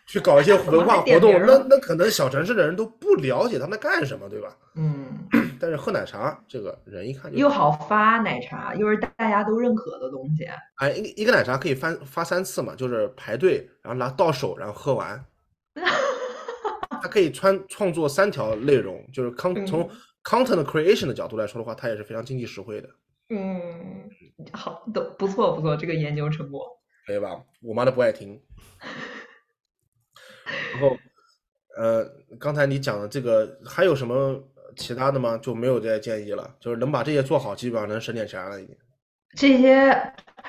Speaker 2: 去搞
Speaker 3: [LAUGHS]
Speaker 2: 一些文
Speaker 3: 还
Speaker 2: 化活
Speaker 3: 点
Speaker 2: 动
Speaker 3: 名，儿
Speaker 2: 那
Speaker 3: 了
Speaker 2: 那可能小城市的人都不了解他们在干什么，对吧？
Speaker 3: 嗯，
Speaker 2: 但是喝奶茶这个人一看就
Speaker 3: 又好发奶茶，又是大家都认可的东西。
Speaker 2: 哎，一个一个奶茶可以翻发三次嘛，就是排队，然后拿到手，然后喝完。
Speaker 3: [LAUGHS]
Speaker 2: 它可以穿创作三条内容，就是 con 从
Speaker 3: 嗯
Speaker 2: content creation 的角度来说的话，它也是非常经济实惠的，
Speaker 3: 嗯，好的，不错不错，这个研究成果。
Speaker 2: 可以吧？我妈都不爱听。然后，呃，刚才你讲的这个还有什么其他的吗？就没有这些建议了，就是能把这些做好，基本上能省点钱了已经。
Speaker 3: 这些，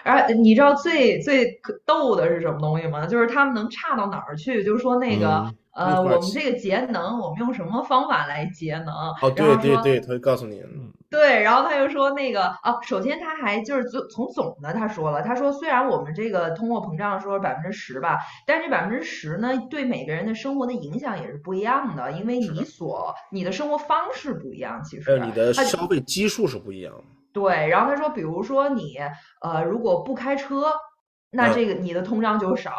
Speaker 3: 而你知道最最可逗的是什么东西吗？就是他们能差到哪儿去？就是说那个，
Speaker 2: 嗯用
Speaker 3: 呃，
Speaker 2: 土耳
Speaker 3: 我们
Speaker 2: 其
Speaker 3: 这个节能，我们用什么方法来节能？
Speaker 2: 哦，
Speaker 3: 然后嗯
Speaker 2: 对对
Speaker 3: 说
Speaker 2: 对，他会告诉你，
Speaker 3: 对，然后他又说那个啊，首先他还就是从从总的他说了，他说虽然我们这个通货膨胀说百分之十吧，但是这百分之十呢，对每个人的生活的影响也是不一样的，因为
Speaker 2: 是的
Speaker 3: 你所你的生活方式不一样，其
Speaker 2: 还
Speaker 3: 实
Speaker 2: 有你的
Speaker 3: 他
Speaker 2: 消费基数是不一样的。
Speaker 3: 对，然后他说，比如说你呃，如果不开车，那
Speaker 2: 嗯
Speaker 3: 这个你的通胀就少；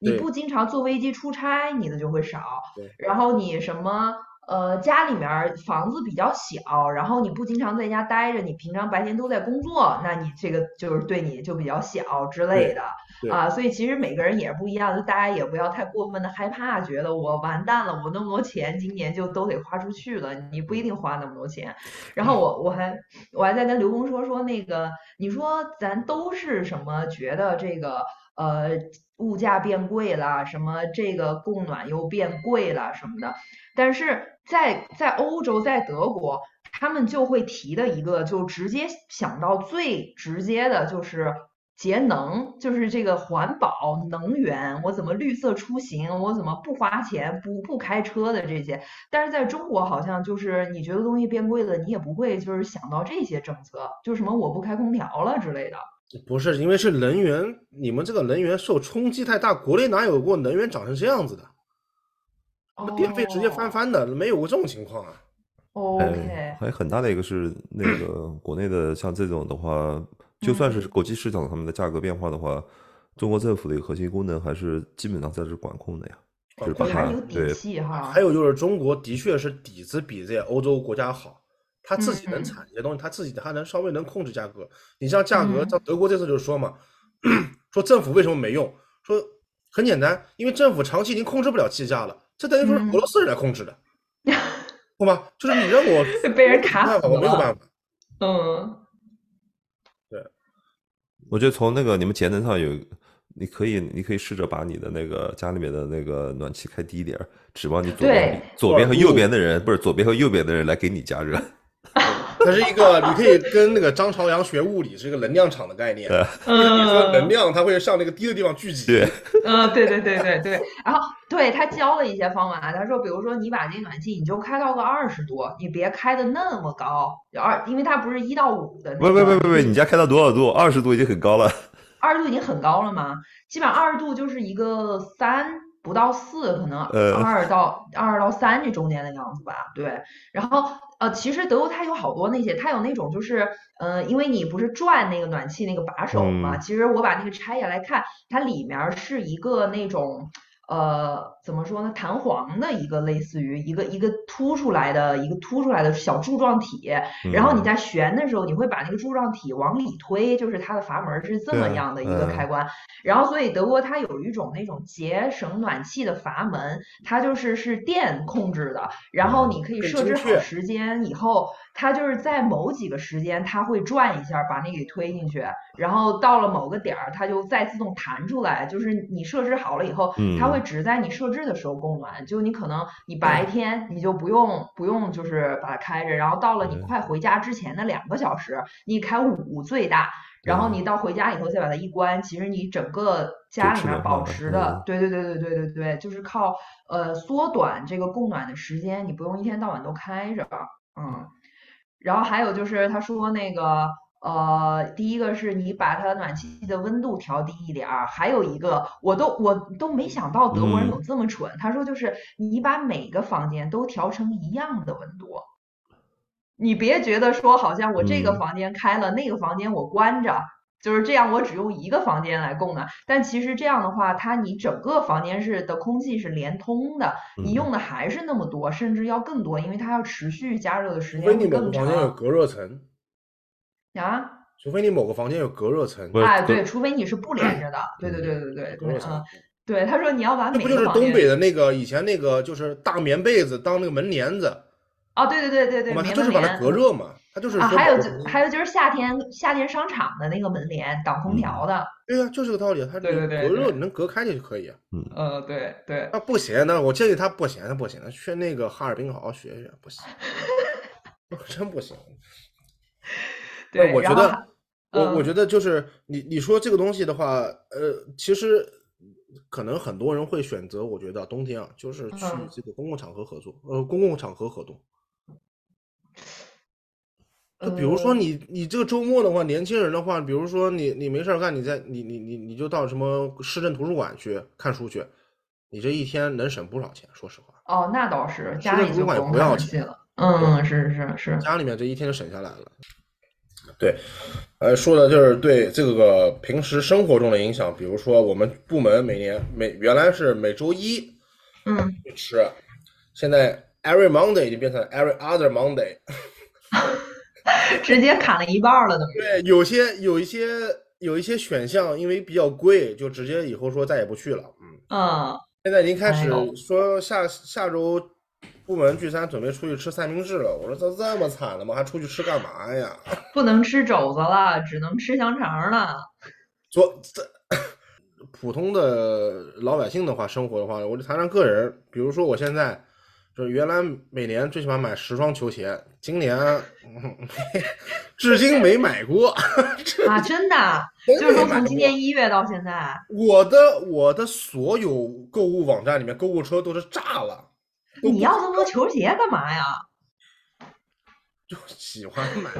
Speaker 3: 你
Speaker 2: 对
Speaker 3: 不经常坐飞机出差，你的就会少
Speaker 2: 对。
Speaker 3: 然后你什么呃，家里面儿房子比较小，然后你不经常在家待着，你平常白天都在工作，那你这个就是对你就比较小之类
Speaker 2: 对
Speaker 3: 的
Speaker 2: 对
Speaker 3: 啊。所以其实每个人也是不一样的，大家也不要太过分的害怕，觉得我完蛋了，我那么多钱今年就都得花出去了，你不一定花那么多钱。然后我我还我还在跟刘工说说那个，你说咱都是什么觉得这个呃物价变贵了，什么这个供暖又变贵了什么的，但是在在欧洲在德国，他们就会提的一个就直接想到最直接的就是。节能就是这个环保能源，我怎么绿色出行，我怎么不花钱不不开车的这些，但是在中国好像就是你觉得东西变贵了，你也不会就是想到这些政策，就是什么我不开空调了之类的。
Speaker 2: 不是，因为是能源，你们这个能源受冲击太大，国内哪有过能源涨成这样子的？那电费直接翻番的，没有过这种情况啊。
Speaker 3: 哦。
Speaker 4: 哎
Speaker 3: OK，，
Speaker 4: 还有很大的一个是那个国内的，像这种的话，就算是
Speaker 3: 嗯
Speaker 4: 国际市场他们的价格变化的话，中国政府的一个核心功能还是基本上在这管控的呀，就
Speaker 2: 管
Speaker 4: 是把
Speaker 2: 控
Speaker 3: 你还
Speaker 4: 它
Speaker 3: 是哦有
Speaker 4: 对
Speaker 3: 底气哈。
Speaker 2: 还有就是中国的确是底子比这些欧洲国家好，他自己能
Speaker 3: 嗯
Speaker 2: 产一些东西，他自己他能稍微能控制价格。你像价格，
Speaker 3: 嗯
Speaker 2: 像德国这次就说嘛， [CLEARS THROAT] 说政府为什么没用？说很简单，因为政府长期已经控制不了气价了，这等于说是
Speaker 3: 嗯
Speaker 2: 俄罗斯人来控制的，懂吗？就是你让我
Speaker 3: [LAUGHS] 被人
Speaker 2: 我没有
Speaker 3: 卡
Speaker 2: 办法，
Speaker 3: 死
Speaker 2: 我没有
Speaker 3: 了
Speaker 2: 办法。
Speaker 3: 嗯，
Speaker 4: 我觉得从那个你们节能上有，你可以你可以试着把你的那个家里面的那个暖气开低一点儿，指望你左边
Speaker 3: 对
Speaker 4: 左边和右边的人不是左边和右边的人来给你加热。 [LAUGHS]
Speaker 2: [LAUGHS] 它是一个，你可以跟那个张朝阳学物理，是一个能量场的概念。 [LAUGHS] 你说能
Speaker 3: 嗯
Speaker 2: 量它会向那个低的地方聚集。
Speaker 4: 对，
Speaker 3: [LAUGHS] 嗯，对对对对对。 [LAUGHS] 然后对他教了一些方法，他说，比如说你把这暖气你就开到个二十度，你别开的那么高，二，因为它不是一到五的那
Speaker 4: 喂喂
Speaker 3: 个
Speaker 4: 喂喂喂，你家开到多少度？二十度已经很高了。
Speaker 3: 二十度已经很高了嘛，基本上二十度就是一个三不到四，可能
Speaker 4: 呃
Speaker 3: 二到二到三这中间的样子吧。对，然后呃，其实德国它有好多那些，它有那种就是呃，因为你不是转那个暖气那个把手嘛，
Speaker 4: 嗯
Speaker 3: 其实我把那个拆下来看，它里面儿是一个那种。呃，怎么说呢？弹簧的一个类似于一个一个凸出来的一个凸出来的小柱状体，
Speaker 4: 嗯
Speaker 3: 然后你在旋的时候，你会把那个柱状体往里推，就是它的阀门是这么
Speaker 4: 对
Speaker 3: 样的一个
Speaker 4: 嗯
Speaker 3: 开关。然后，所以德国它有一种那种节省暖气的阀门，它就是是电控制的，然后
Speaker 4: 嗯
Speaker 3: 你可以
Speaker 2: 更
Speaker 3: 设
Speaker 2: 精
Speaker 3: 置好
Speaker 2: 确
Speaker 3: 时间以后，它就是在某几个时间它会转一下，把你给推进去，然后到了某个点儿，它就再自动弹出来。就是你设置好了以后，它
Speaker 4: 嗯
Speaker 3: 会只在你设置的时候供暖，就你可能你白天你就不用不用就是把它开着，然后到了你
Speaker 4: 对
Speaker 3: 快回家之前的两个小时，你开五最大，然后
Speaker 4: 对
Speaker 3: 你到回家以后再把它一关，其实你整个家
Speaker 4: 就
Speaker 3: 里
Speaker 4: 吃
Speaker 3: 面
Speaker 4: 得
Speaker 3: 保
Speaker 4: 化了
Speaker 3: 持的
Speaker 4: 嗯，
Speaker 3: 对对对对对对对，就是靠呃缩短这个供暖的时间，你不用一天到晚都开着，嗯。然后还有就是他说那个呃，第一个是你把它暖气的温度调低一点儿，还有一个我都我都没想到德国人
Speaker 4: 嗯
Speaker 3: 有这么蠢，他说就是你把每个房间都调成一样的温度。你别觉得说好像我这个
Speaker 4: 嗯
Speaker 3: 房间开了，那个房间我关着，就是这样，我只用一个房间来供暖。但其实这样的话，它你整个房间是的空气是连通的，
Speaker 2: 嗯
Speaker 3: 你用的还是那么多，甚至要更多，因为它要持续加热的时
Speaker 2: 除
Speaker 3: 间
Speaker 2: 非你
Speaker 3: 会
Speaker 2: 某个
Speaker 3: 更
Speaker 2: 房间有
Speaker 3: 长
Speaker 2: 隔热层，
Speaker 3: 啊。
Speaker 2: 除非你某个房间有隔热层，
Speaker 4: 不是
Speaker 3: 哎，
Speaker 4: 隔
Speaker 3: 对，除非你是不连着
Speaker 2: [CLEARS THROAT]
Speaker 3: 的。对对对对对
Speaker 2: 隔热
Speaker 3: 对，
Speaker 2: 层
Speaker 3: 嗯，，对。他说你要把
Speaker 2: 那
Speaker 3: 每
Speaker 2: 不就
Speaker 3: 个
Speaker 2: 是
Speaker 3: 房
Speaker 2: 东
Speaker 3: 间
Speaker 2: 北的那个以前那个就是大棉被子当那个门帘子，
Speaker 3: 哦，对对对对对，
Speaker 2: 嘛，
Speaker 3: 棉
Speaker 2: 它就是
Speaker 3: 门
Speaker 2: 把它
Speaker 3: 帘
Speaker 2: 隔热嘛，它就是
Speaker 3: 啊，
Speaker 2: 说
Speaker 3: 还
Speaker 2: 保
Speaker 3: 有
Speaker 2: 证
Speaker 3: 就还有就是夏天夏天商场的那个门帘挡空
Speaker 4: 嗯
Speaker 3: 调的，
Speaker 2: 对呀，就是这个道理，它
Speaker 3: 对
Speaker 2: 你
Speaker 3: 对对
Speaker 2: 隔热
Speaker 3: 对
Speaker 2: 你能隔开就可以啊。
Speaker 3: 呃，对对，
Speaker 2: 那不行，那我建议他不行，那不行，那去那个哈尔滨好好学学，
Speaker 3: [LAUGHS]
Speaker 2: 不行， [LAUGHS] 真不行。
Speaker 3: 对，
Speaker 2: 我
Speaker 3: 然
Speaker 2: 觉
Speaker 3: 后
Speaker 2: 得
Speaker 3: 还，
Speaker 2: 我我
Speaker 3: 嗯
Speaker 2: 觉得就是你你说这个东西的话，呃，其实可能很多人会选择，我觉得冬天啊，就是去
Speaker 3: 嗯
Speaker 2: 这个公共场合合作，呃，公共场合活动。就比如说
Speaker 3: 呃
Speaker 2: 你你这个周末的话，年轻人的话，比如说你你没事儿干，你在你你你你就到什么市政图书馆去看书去，你这一天能省不少钱，说实话。
Speaker 3: 哦，那倒是家
Speaker 2: 在
Speaker 3: 里
Speaker 2: 图
Speaker 3: 就
Speaker 2: 书馆也
Speaker 3: 用
Speaker 2: 不
Speaker 3: 看
Speaker 2: 要
Speaker 3: 门
Speaker 2: 钱
Speaker 3: 禁了，嗯，是是是，
Speaker 2: 家里面这一天就省下来了。对，呃，说的就是对这个平时生活中的影响，比如说我们部门每年每原来是每周一
Speaker 3: 嗯，
Speaker 2: 去吃，现在 every Monday 已经变成 every other Monday。
Speaker 3: 直接砍了一半儿了，等于
Speaker 2: 对，有些有一些有一些选项因为比较贵，就直接以后说再也不去了。嗯，
Speaker 3: 嗯，
Speaker 2: 现在已经开
Speaker 3: 哎
Speaker 2: 始
Speaker 3: 呦
Speaker 2: 说下下周。部门聚餐，准备出去吃三明治了。我说这这么惨了吗？还出去吃干嘛呀？
Speaker 3: 不能吃肘子了，只能吃香肠
Speaker 2: [LAUGHS]
Speaker 3: 儿了，
Speaker 2: 昨这普通的老百姓的话，生活的话，我就谈谈个人。比如说，我现在就是原来每年最起码买十双球鞋，今年、 [LAUGHS] 嗯至今没买
Speaker 3: [LAUGHS]
Speaker 2: 过。
Speaker 3: 啊，真的啊，
Speaker 2: 真
Speaker 3: 就是
Speaker 2: 没
Speaker 3: 说
Speaker 2: 买
Speaker 3: 从今
Speaker 2: 过
Speaker 3: 年一月到现在，
Speaker 2: 我的我的所有购物网站里面，购物车都是炸了，都不
Speaker 3: 你要这么多球鞋干嘛呀？
Speaker 2: 就喜欢买。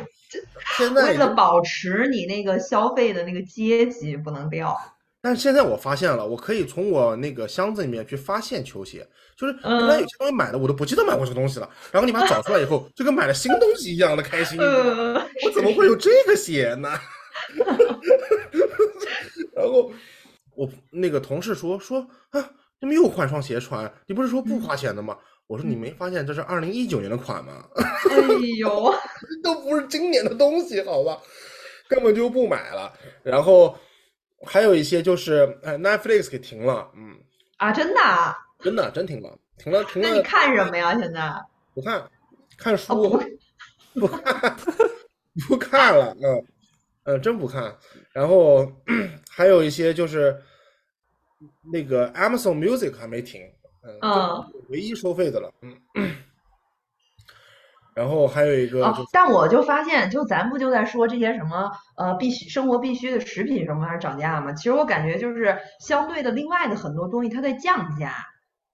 Speaker 2: 现在
Speaker 3: 为
Speaker 2: 已
Speaker 3: 了
Speaker 2: 经
Speaker 3: 保持你那个消费的那个阶级不能掉，
Speaker 2: 但是现在我发现了，我可以从我那个箱子里面去发现球鞋，就是原来有些东西买的我都不记得买过这个东西了，然后你把它找出来以后，就跟买了新东西一样的开心。
Speaker 3: 呃，
Speaker 2: 我怎么会 [LAUGHS] 有这个鞋呢？ [LAUGHS] 然后我那个同事说说啊，你们又换双鞋穿，你不是说不花钱的吗？我说你没发现这是二零一九年的款吗？
Speaker 3: [LAUGHS] 哎呦，
Speaker 2: 都不是经典的东西，好吧，根本就不买了。然后还有一些就是，哎，Netflix 给停了，嗯，
Speaker 3: 啊，真的啊？
Speaker 2: 真的真停了，停了停
Speaker 3: 那你
Speaker 2: 了，
Speaker 3: 看哦什么呀？现在啊，
Speaker 2: 不看，看
Speaker 3: 不
Speaker 2: 书
Speaker 3: 是，
Speaker 2: 不看不看了，嗯嗯，真不看。然后 [CLEARS THROAT] 还有一些就是那个 Amazon Music 还没停，嗯，
Speaker 3: 嗯，
Speaker 2: 唯一收费的了，嗯。 [COUGHS] 然后还有一个就
Speaker 3: 哦
Speaker 2: 是，
Speaker 3: 但我就发现，就咱不就在说这些什么呃必须生活必须的食品什么玩意儿涨价吗？其实我感觉就是相对的，另外的很多东西它在降价，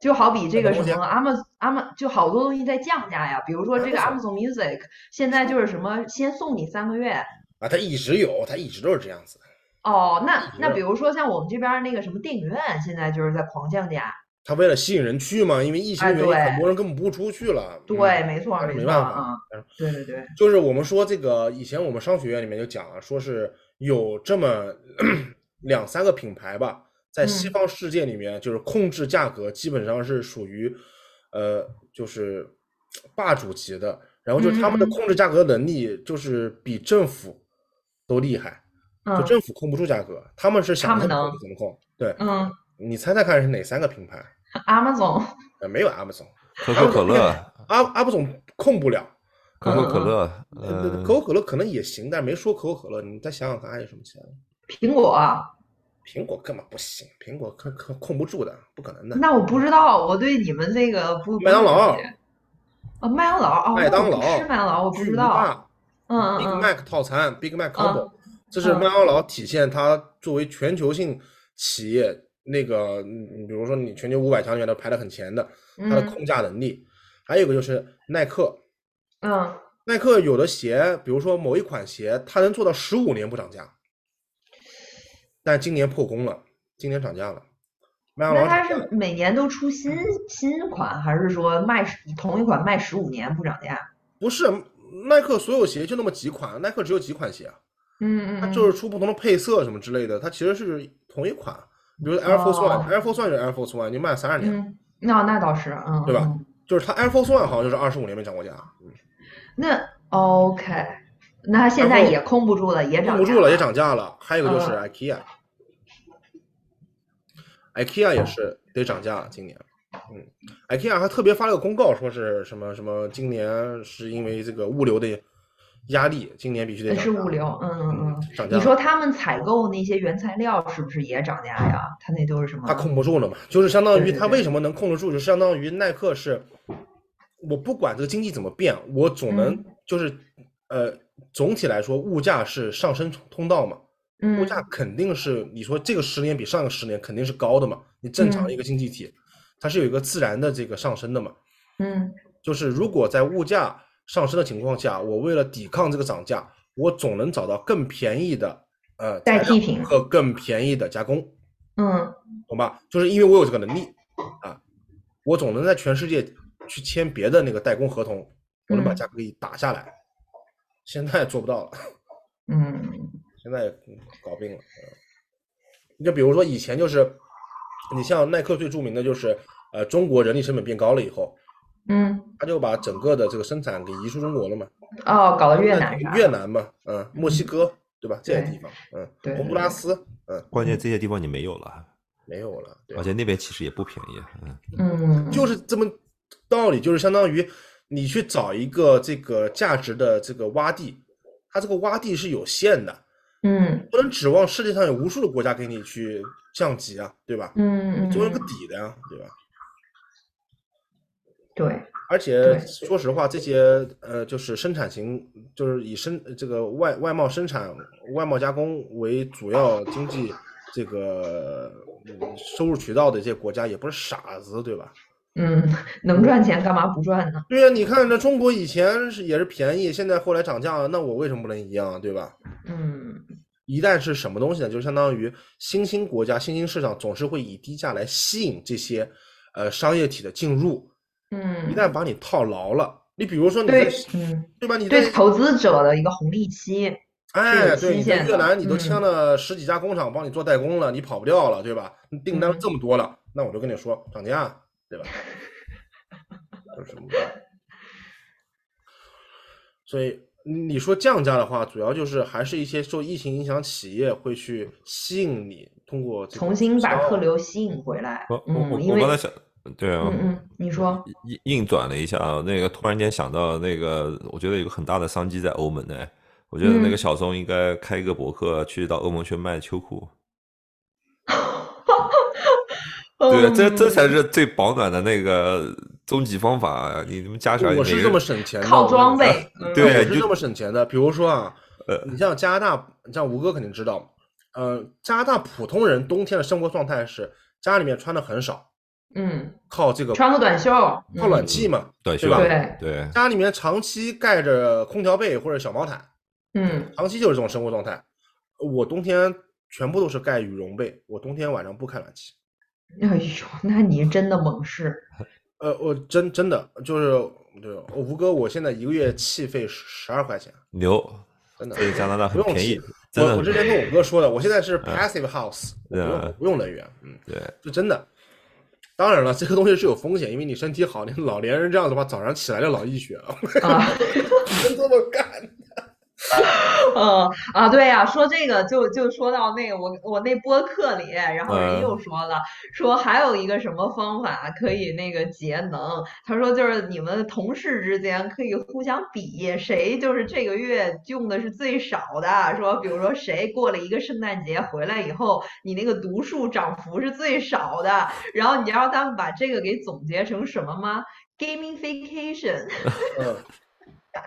Speaker 3: 就好比这
Speaker 2: 很多
Speaker 3: 个什
Speaker 2: 东西啊
Speaker 3: 么 Amazon Amazon 就好多东西在降价呀，比如说这个 Amazon Music 现在就是什么先送你三个月，
Speaker 2: 啊，它一直有，它一直都是这样子的。
Speaker 3: 哦，那那
Speaker 2: 是
Speaker 3: 比如说像我们这边儿那个什么电影院，现在就是在狂降价。
Speaker 2: 他为了吸引人去嘛，因为疫情
Speaker 3: 哎
Speaker 2: 原因，很
Speaker 3: 对
Speaker 2: 多人根本不出去了。嗯
Speaker 3: 对，没错儿，
Speaker 2: 但是
Speaker 3: 没
Speaker 2: 没
Speaker 3: 错
Speaker 2: 办
Speaker 3: 儿
Speaker 2: 法
Speaker 3: 啊。
Speaker 2: 但是
Speaker 3: 对对对，
Speaker 2: 就是我们说这个，以前我们商学院里面就讲了，说是有这么 [CLEARS THROAT] 两三个品牌吧，在西
Speaker 3: 嗯
Speaker 2: 方世界里面，就是控制价格基本上是属于，呃，就是霸主级的。然后就是他们的
Speaker 3: 嗯嗯嗯
Speaker 2: 控制价格能力，就是比政府都厉害，就
Speaker 3: 嗯
Speaker 2: 政府控不住价格，他们是想
Speaker 3: 他们
Speaker 2: 怎么控
Speaker 3: 能
Speaker 2: 就怎么控。对，
Speaker 3: 嗯
Speaker 2: 你猜猜看是哪三个品牌？
Speaker 3: ，Amazon
Speaker 2: 呃，没有 Amazon。
Speaker 4: 可口可乐，
Speaker 2: 阿阿布总控不了，
Speaker 4: 可口可
Speaker 3: 嗯
Speaker 4: 乐，
Speaker 2: 呃
Speaker 4: 嗯，
Speaker 2: 可口可乐可能也行，但是没说可口可乐。你再想想看，还有什么其他的？
Speaker 3: 苹果，
Speaker 2: 苹果根本不行，苹果可可控不住的，不可能的。
Speaker 3: 那我不知道，我对你们这个不
Speaker 2: 麦当劳
Speaker 3: 啊，麦当劳啊，哦
Speaker 2: 麦
Speaker 3: 那我
Speaker 2: 当
Speaker 3: 不
Speaker 2: 劳
Speaker 3: 吃麦当劳，我不
Speaker 2: 巨
Speaker 3: 知道。
Speaker 2: 大
Speaker 3: 嗯
Speaker 2: ，Big
Speaker 3: 嗯嗯，
Speaker 2: Mac 套餐，Big Mac combo，这是
Speaker 3: 嗯
Speaker 2: 麦当劳体现它作为全球性企业那个，嗯比如说你全球五百强里面都排得很前的，它的
Speaker 3: 嗯
Speaker 2: 控价能力。还有一个就是耐克，
Speaker 3: 嗯，
Speaker 2: 耐克有的鞋，比如说某一款鞋，它能做到十五年不涨价，但今年破功了，今年涨价了。麦当劳
Speaker 3: 那
Speaker 2: 涨
Speaker 3: 它
Speaker 2: 价了
Speaker 3: 是每年都出新新款，还是说卖十同一款卖十五年不涨价？
Speaker 2: 不是耐克所有鞋就那么几款，耐克只有几款鞋啊，
Speaker 3: 嗯嗯，
Speaker 2: 它
Speaker 3: 嗯
Speaker 2: 就是出不同的配色什么之类的，它其实是同一款。比如 Air Force
Speaker 3: 哦
Speaker 2: One，Air Force One 就是 Air Force One，你卖了三十年，
Speaker 3: 嗯，那那倒是，嗯，
Speaker 2: 对吧
Speaker 3: 嗯
Speaker 2: 就是它 Air Force One 好像就是二十五年没涨过价，
Speaker 3: 那 OK，那它现在
Speaker 2: 然后
Speaker 3: 也控不住了，也
Speaker 2: 控
Speaker 3: 涨
Speaker 2: 不
Speaker 3: 价
Speaker 2: 住了，
Speaker 3: 了嗯
Speaker 2: 也。涨价了。还有一个就是 IKEA，IKEA 也是得涨价，今年。嗯，IKEA 还特别发了个公告，说是什么什么，今年是因为这个物流的压力，今年必须得涨价。
Speaker 3: 是物流，嗯嗯嗯。
Speaker 2: 涨价。
Speaker 3: 你说他们采购那些原材料是不是也涨价呀？他那都是什么？
Speaker 2: 他控不住了嘛，就是相当于
Speaker 3: 对对
Speaker 2: 他
Speaker 3: 对
Speaker 2: 为什么能控得住，就相当于耐克是，我不管这个经济怎么变，我总能
Speaker 3: 嗯
Speaker 2: 就是呃，总体来说物价是上升通道嘛，
Speaker 3: 嗯
Speaker 2: 物价肯定是你说这个十年比上个十年肯定是高的嘛，你正常的一个经济体，它是有一个自然的这个上升的嘛，
Speaker 3: 嗯
Speaker 2: 就是如果在物价上升的情况下，我为了抵抗这个涨价，我总能找到更便宜的呃
Speaker 3: 代
Speaker 2: 材料
Speaker 3: 替品
Speaker 2: 和更便宜的加工。
Speaker 3: 嗯
Speaker 2: 懂吧？就是因为我有这个能力啊，我总能在全世界去签别的那个代工合同，我能把
Speaker 3: 嗯
Speaker 2: 价格给打下来。现在做不到了，
Speaker 3: 嗯
Speaker 2: 现在搞病了。嗯你就比如说以前就是，你像耐克最著名的就是，呃，中国人力成本变高了以后，
Speaker 3: 嗯，
Speaker 2: 他就把整个的这个生产给移出中国了嘛，
Speaker 3: 哦，搞到越南啥？
Speaker 2: 越南嘛，嗯，墨西哥对吧？这些
Speaker 3: 对
Speaker 2: 地方，
Speaker 3: 对
Speaker 2: 嗯，
Speaker 3: 对
Speaker 2: 洪都拉斯，嗯，
Speaker 4: 关键这些地方你没有了，
Speaker 2: 没有了，对
Speaker 4: 而且那边其实也不便宜，嗯，
Speaker 3: 嗯，
Speaker 2: 就是这么道理，就是相当于你去找一个这个价值的这个洼地，它这个洼地是有限的，
Speaker 3: 嗯
Speaker 2: 不能指望世界上有无数的国家给你去降级啊，对吧？
Speaker 3: 嗯嗯
Speaker 2: 总有个
Speaker 3: 嗯，
Speaker 2: 底的呀、对吧？
Speaker 3: 对，
Speaker 2: 而且
Speaker 3: 对
Speaker 2: 说实话，这些呃，就是生产型，就是以生这个外外贸生产、外贸加工为主要经济这个嗯收入渠道的这些国家，也不是傻子，对吧？
Speaker 3: 嗯，能赚钱干嘛不赚呢？
Speaker 2: 对呀、你看这中国以前是也是便宜，现在后来涨价了，那我为什么不能一样啊，对吧？
Speaker 3: 嗯
Speaker 2: 一旦是什么东西呢？就相当于新兴国家、新兴市场总是会以低价来吸引这些呃商业体的进入。一
Speaker 3: 嗯，
Speaker 2: 旦把你套牢了，你比如说你在
Speaker 3: 对，嗯，
Speaker 2: 对吧？你在
Speaker 3: 对投资者的一个红利期，是
Speaker 2: 哎，
Speaker 3: 有
Speaker 2: 对，
Speaker 3: 期
Speaker 2: 你在
Speaker 3: 限
Speaker 2: 越
Speaker 3: 的
Speaker 2: 南你都签
Speaker 3: 嗯
Speaker 2: 了十几家工厂帮你做代工了，你跑不掉了，对吧？你订单
Speaker 3: 嗯
Speaker 2: 这么多了，那我就跟你说涨价，对吧？有什么办法？所以你说降价的话，主要就是还是一些受疫情影响企业会去吸引你，通过这个
Speaker 3: 重新把
Speaker 2: 销
Speaker 3: 客流吸引回来
Speaker 4: 我。我我
Speaker 3: 嗯，因
Speaker 4: 我
Speaker 3: 为
Speaker 4: 刚才想，对啊，
Speaker 3: 嗯嗯，你说，
Speaker 4: 硬硬转了一下，啊那个突然间想到那个，我觉得有个很大的商机在欧盟呢。我觉得那
Speaker 3: 嗯
Speaker 4: 个小松应该开一个博客，去到欧盟去卖秋裤。
Speaker 2: 哦
Speaker 4: 对啊，这
Speaker 2: 嗯
Speaker 3: 嗯
Speaker 4: 这才是最保暖的那个终极方法啊。你们加起来，
Speaker 2: 我是
Speaker 4: 每
Speaker 2: 这么
Speaker 4: 人
Speaker 2: 省钱的，
Speaker 3: 靠
Speaker 2: 我跟
Speaker 3: 装
Speaker 2: 你讲
Speaker 3: 备嗯
Speaker 4: 对
Speaker 2: 我
Speaker 4: 你
Speaker 2: 是
Speaker 4: 就
Speaker 2: 这么省钱的。比如说啊
Speaker 4: 呃，
Speaker 2: 你像加拿大，你像吴哥肯定知道，呃，加拿大普通人冬天的生活状态是家里面穿的很少，
Speaker 3: 嗯，
Speaker 2: 靠这个
Speaker 3: 穿个短袖，嗯
Speaker 2: 靠暖气嘛，
Speaker 4: 短袖
Speaker 2: 对吧
Speaker 3: 对，
Speaker 4: 对，
Speaker 2: 家里面长期盖着空调被或者小毛毯，
Speaker 3: 嗯
Speaker 2: 长期就是这种生活状态。我冬天全部都是盖羽绒被，我冬天晚上不开暖气。
Speaker 3: 哎呦，那你真的猛士，
Speaker 2: [LAUGHS] 呃，我真真的就是对吴哥，我现在一个月气费十二块钱，
Speaker 4: 牛，
Speaker 2: 真的。
Speaker 4: 这个加拿大
Speaker 2: 不
Speaker 4: 很
Speaker 2: 用
Speaker 4: 便宜
Speaker 2: 气，
Speaker 4: 真的
Speaker 2: 我我
Speaker 4: 很
Speaker 2: 之前
Speaker 4: 便宜
Speaker 2: 跟我哥说的，我现在是 passive house，、我不用
Speaker 4: 嗯
Speaker 2: 我不用能源，嗯，
Speaker 4: 对。
Speaker 2: 就真的。当然了，这个东西是有风险，因为你身体好，你老年人这样的话，早上起来就老溢血了，
Speaker 3: 啊。
Speaker 2: 真这么干。
Speaker 3: 嗯啊，对呀、说这个就就说到那个我我那播客里，然后人
Speaker 4: 嗯
Speaker 3: 又说了，说还有一个什么方法可以那个节能，他说就是你们同事之间可以互相比，谁就是这个月用的是最少的，说比如说谁过了一个圣诞节回来以后，你那个读数涨幅是最少的，然后你知道他们把这个给总结成什么吗？Gamification。
Speaker 2: 嗯， [LAUGHS]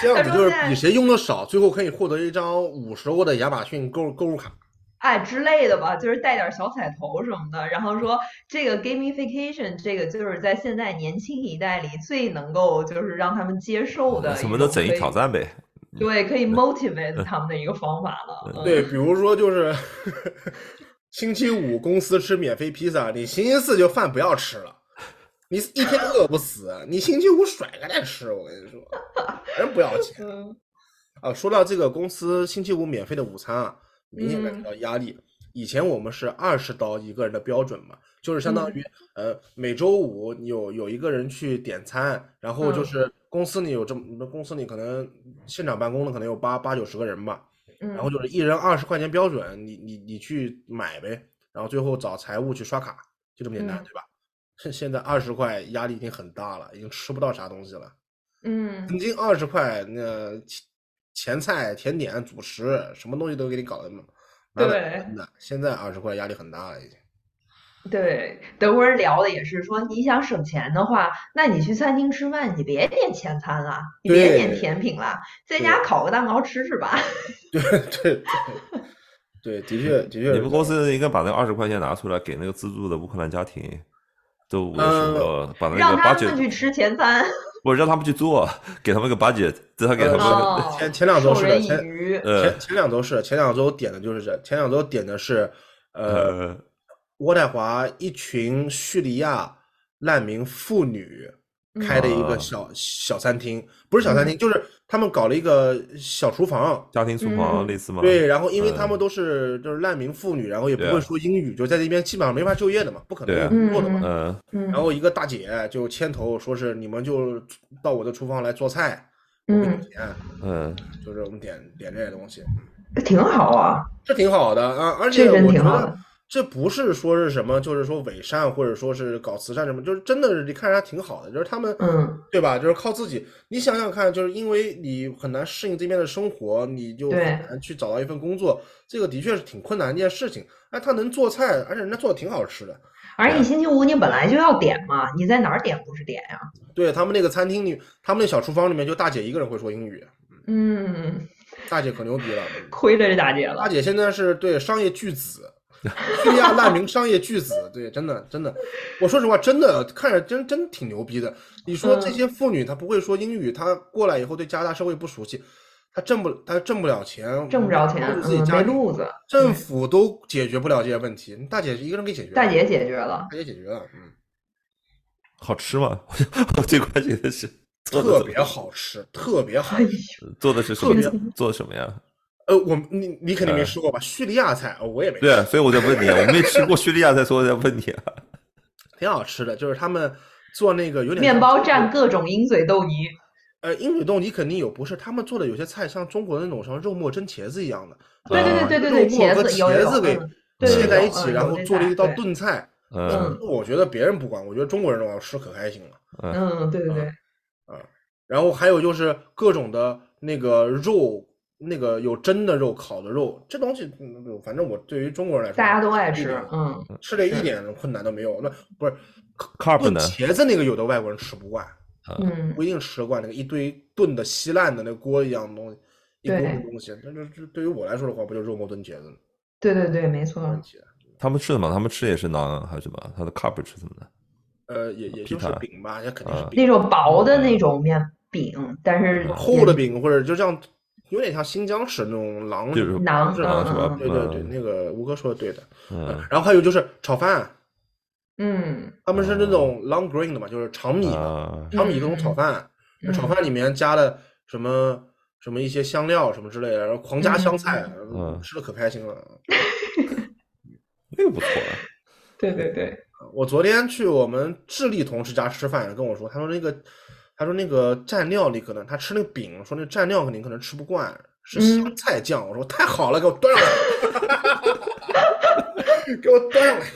Speaker 2: 这样子就是比谁用的少，最后可以获得一张五十欧的亚马逊购购物卡。
Speaker 3: 哎之类的吧，就是带点儿小彩头什么的。然后说这个 gamification，这个就是在现在年轻一代里最能够就是让他们接受的，
Speaker 4: 嗯什么都整一嗯
Speaker 3: 挑
Speaker 4: 挑
Speaker 3: 战，
Speaker 4: 战呗，
Speaker 3: 对，可以 motivate 他们的一个方法
Speaker 4: 嗯
Speaker 3: 了。嗯
Speaker 2: 对，比如说就是 [LAUGHS] 星期五公司吃免费披萨，你星期四就饭不要吃了，你一天饿不死，你星期五甩开来吃，我跟你说，反正不要钱。
Speaker 3: 嗯，
Speaker 2: 啊，说到这个公司星期五免费的午餐啊，明显
Speaker 3: 嗯
Speaker 2: 感觉到压力。以前我们是二十刀一个人的标准嘛，就是相当于
Speaker 3: 嗯
Speaker 2: 呃每周五有有一个人去点餐，然后就
Speaker 3: 嗯
Speaker 2: 是公司里有这么公司里可能现场办公的可能有八八九十个人吧，
Speaker 3: 嗯，
Speaker 2: 然后就是一人二十块钱标准，你你你去买呗，然后最后找财务去刷卡，就这么简单，
Speaker 3: 嗯
Speaker 2: 对吧？现现在二十块压力已经很大了，已经吃不到啥东西了。
Speaker 3: 嗯
Speaker 2: 曾经二十块，那前前菜、甜点、主食，什么东西都给你搞得满满满
Speaker 3: 对
Speaker 2: 当当的。现在二十块压力很大了，已经。 [LAUGHS]
Speaker 3: 对，等会儿聊的也是说，你想省钱的话，那你去餐厅吃饭，你别点前餐啦，你别点
Speaker 2: 对
Speaker 3: 甜品啦，在
Speaker 2: 对
Speaker 3: 家烤个蛋糕吃吃吧。
Speaker 2: 对对对，对，的确的确是这
Speaker 4: 你们
Speaker 2: 样
Speaker 4: 公司应该把那二十块钱拿出来给那个资助的乌克兰家庭，都五十
Speaker 2: 呃
Speaker 4: 刀，把那
Speaker 3: 让
Speaker 4: 个
Speaker 3: 他们
Speaker 4: budget，
Speaker 3: 去吃前餐，
Speaker 4: 不让他们去做，给他们个 budget，再给他们
Speaker 2: 呃
Speaker 4: 个，
Speaker 3: 哦，
Speaker 2: 前前两周
Speaker 3: 授
Speaker 2: 是的
Speaker 3: 人以
Speaker 2: 前
Speaker 3: 渔，
Speaker 4: 呃
Speaker 2: 前前两周是前两周点的就是这，前两周点的是呃
Speaker 4: 呃，
Speaker 2: 渥太华一群叙利亚难民妇女开的一
Speaker 4: 啊
Speaker 2: 个小小餐厅，不是小
Speaker 4: 嗯
Speaker 2: 餐厅，就是他们搞了一个小厨房。
Speaker 4: 家庭厨
Speaker 3: 嗯
Speaker 4: 房类似吗？
Speaker 2: 对，然后因为他
Speaker 4: 嗯
Speaker 2: 们都是就是难民妇女，然后也不
Speaker 4: 对
Speaker 2: 会
Speaker 4: 啊
Speaker 2: 说英语，就在那边基本上没法就业的嘛，不可能
Speaker 4: 对
Speaker 2: 有
Speaker 4: 啊
Speaker 2: 工作的嘛。
Speaker 3: 嗯
Speaker 4: 嗯，
Speaker 3: 嗯
Speaker 2: 然后一个大姐就牵头说是你们就到我的厨房来做菜，我给你
Speaker 3: 嗯，
Speaker 2: 们钱，
Speaker 4: 嗯
Speaker 2: 就是我们点点这些东西，
Speaker 3: 挺好啊，
Speaker 2: 这挺好的啊。而
Speaker 3: 这
Speaker 2: 且
Speaker 3: 真
Speaker 2: 我
Speaker 3: 挺
Speaker 2: 觉
Speaker 3: 好
Speaker 2: 得
Speaker 3: 的。
Speaker 2: 这不是说是什么，就是说伪善或者说是搞慈善什么，就是真的是你看着还挺好的，就是他们
Speaker 3: 嗯，
Speaker 2: 对吧？就是靠自己。你想想看，就是因为你很难适应这边的生活，你就很
Speaker 3: 对
Speaker 2: 难去找到一份工作，这个的确是挺困难的一件事情。哎，他能做菜，而且人家做的挺好吃的。
Speaker 3: 而且你星期五你本来就要点嘛，你在哪儿点不是点呀？
Speaker 2: 对他们那个餐厅里，他们那小厨房里面就大姐一个人会说英语，
Speaker 3: 嗯，
Speaker 2: 大姐可牛逼了。
Speaker 3: 亏了这大姐
Speaker 2: 大
Speaker 3: 了。
Speaker 2: 姐现在是对商业巨子，叙利亚难民商业巨子，对，真的真的，我说实话，真的看着真真挺牛逼的。你说这
Speaker 3: 嗯
Speaker 2: 些妇女她不会说英语，她过来以后对加拿大社会不熟悉，她挣不她挣不了钱，
Speaker 3: 挣不着钱，
Speaker 2: 帮助自己
Speaker 3: 嗯，
Speaker 2: 家
Speaker 3: 没
Speaker 2: 庭
Speaker 3: 路子。
Speaker 2: 政府都解决不了这些问题，大姐一个人给解决了，
Speaker 3: 大姐解决了，
Speaker 2: 大姐解决了，嗯，
Speaker 4: 好吃吗？ [LAUGHS] 我最关心的是 [LAUGHS] 做的
Speaker 2: 特
Speaker 4: 怎么
Speaker 2: 别好吃，特别好
Speaker 3: 哎呦，
Speaker 4: 做的是什
Speaker 2: 特
Speaker 4: 么
Speaker 2: 别？
Speaker 4: 做的什么呀？
Speaker 2: 呃，我们你你肯定没吃过吧？叙利亚菜，呃我也没吃
Speaker 4: 哎对，啊所以我在问你，我没吃过叙利亚菜，所以我在问你啊。
Speaker 2: 挺好吃的，就是他们做那个有点
Speaker 3: 面
Speaker 2: 像
Speaker 3: 包
Speaker 2: 中
Speaker 3: 蘸
Speaker 2: 国，
Speaker 3: 各种鹰嘴豆泥，
Speaker 2: 呃，鹰嘴豆你肯定有，不是他们做的有些菜像中国的那种什么肉末蒸茄子一样的，呃
Speaker 3: 对对
Speaker 4: 嗯
Speaker 3: 对对对对，
Speaker 2: 肉末
Speaker 3: 茄
Speaker 2: 和
Speaker 3: 子有有有
Speaker 2: 茄子给
Speaker 3: 嗯对对
Speaker 2: 切在
Speaker 3: 有
Speaker 2: 一起，
Speaker 3: 嗯
Speaker 2: 然
Speaker 3: 有
Speaker 2: 后
Speaker 3: 这
Speaker 2: 做了
Speaker 3: 菜
Speaker 2: 一道
Speaker 3: 对
Speaker 2: 炖菜。
Speaker 4: 嗯
Speaker 2: 我觉得别人不管，我觉得中国人往吃可开心了。
Speaker 4: 嗯，
Speaker 3: 嗯，对对
Speaker 2: 啊
Speaker 3: 对，
Speaker 2: 然后还有就是各种的那个肉，那个有蒸的肉、烤的肉，这东西，嗯反正我对于中国人来说，
Speaker 3: 大家都爱
Speaker 2: 一
Speaker 3: 吃
Speaker 2: 点，
Speaker 3: 嗯，
Speaker 2: 吃的一点困难都没有。那不是
Speaker 4: carb
Speaker 2: 炖
Speaker 4: 呢
Speaker 2: 茄子那个，有的外国人吃不惯，
Speaker 3: 嗯
Speaker 2: 不一定吃得惯那个一堆炖的稀烂的那锅一样的东西，一锅
Speaker 3: 对
Speaker 2: 的东西。那就就对于我来说的话，不就肉末炖茄子吗？
Speaker 3: 对对对，没
Speaker 2: 没问
Speaker 3: 错，
Speaker 2: 题。啊
Speaker 4: 他们吃什么？他们吃也是馕还是什么？他的 carb 吃什么呢？
Speaker 2: 呃，也也
Speaker 4: 披
Speaker 2: 就是
Speaker 4: 萨
Speaker 2: 饼吧，那肯定是
Speaker 4: 啊
Speaker 2: 饼
Speaker 3: 那，种薄
Speaker 2: 嗯
Speaker 3: 的那种面饼，但是
Speaker 2: 厚的饼或者就像有点像新疆吃那种馕，
Speaker 4: 就是
Speaker 3: 馕
Speaker 2: 是
Speaker 4: 馕
Speaker 2: 吧
Speaker 4: 是吧？
Speaker 2: 对对对，
Speaker 4: 嗯
Speaker 2: 那个吴哥说的对的。嗯
Speaker 4: 嗯
Speaker 2: 然后还有就是炒饭，
Speaker 3: 嗯
Speaker 2: 他们是那种 long green 的嘛，就是长米嘛，
Speaker 4: 哦啊，
Speaker 2: 长米各种炒饭，那炒饭里面加的什么什么一些香料什么之类的，然后狂加香菜，
Speaker 4: 嗯
Speaker 2: 吃的可开心了。
Speaker 4: 那个不错啊。 [LAUGHS]
Speaker 3: 对对对，
Speaker 2: 我昨天去我们智利同事家吃饭，跟我说，他说那个，他说那个蘸料你可能他吃那个饼，说那蘸料肯定可能吃不惯，是
Speaker 3: 嗯
Speaker 2: 香菜酱。我说太好了，给我端上来， [LAUGHS] 给我端上来。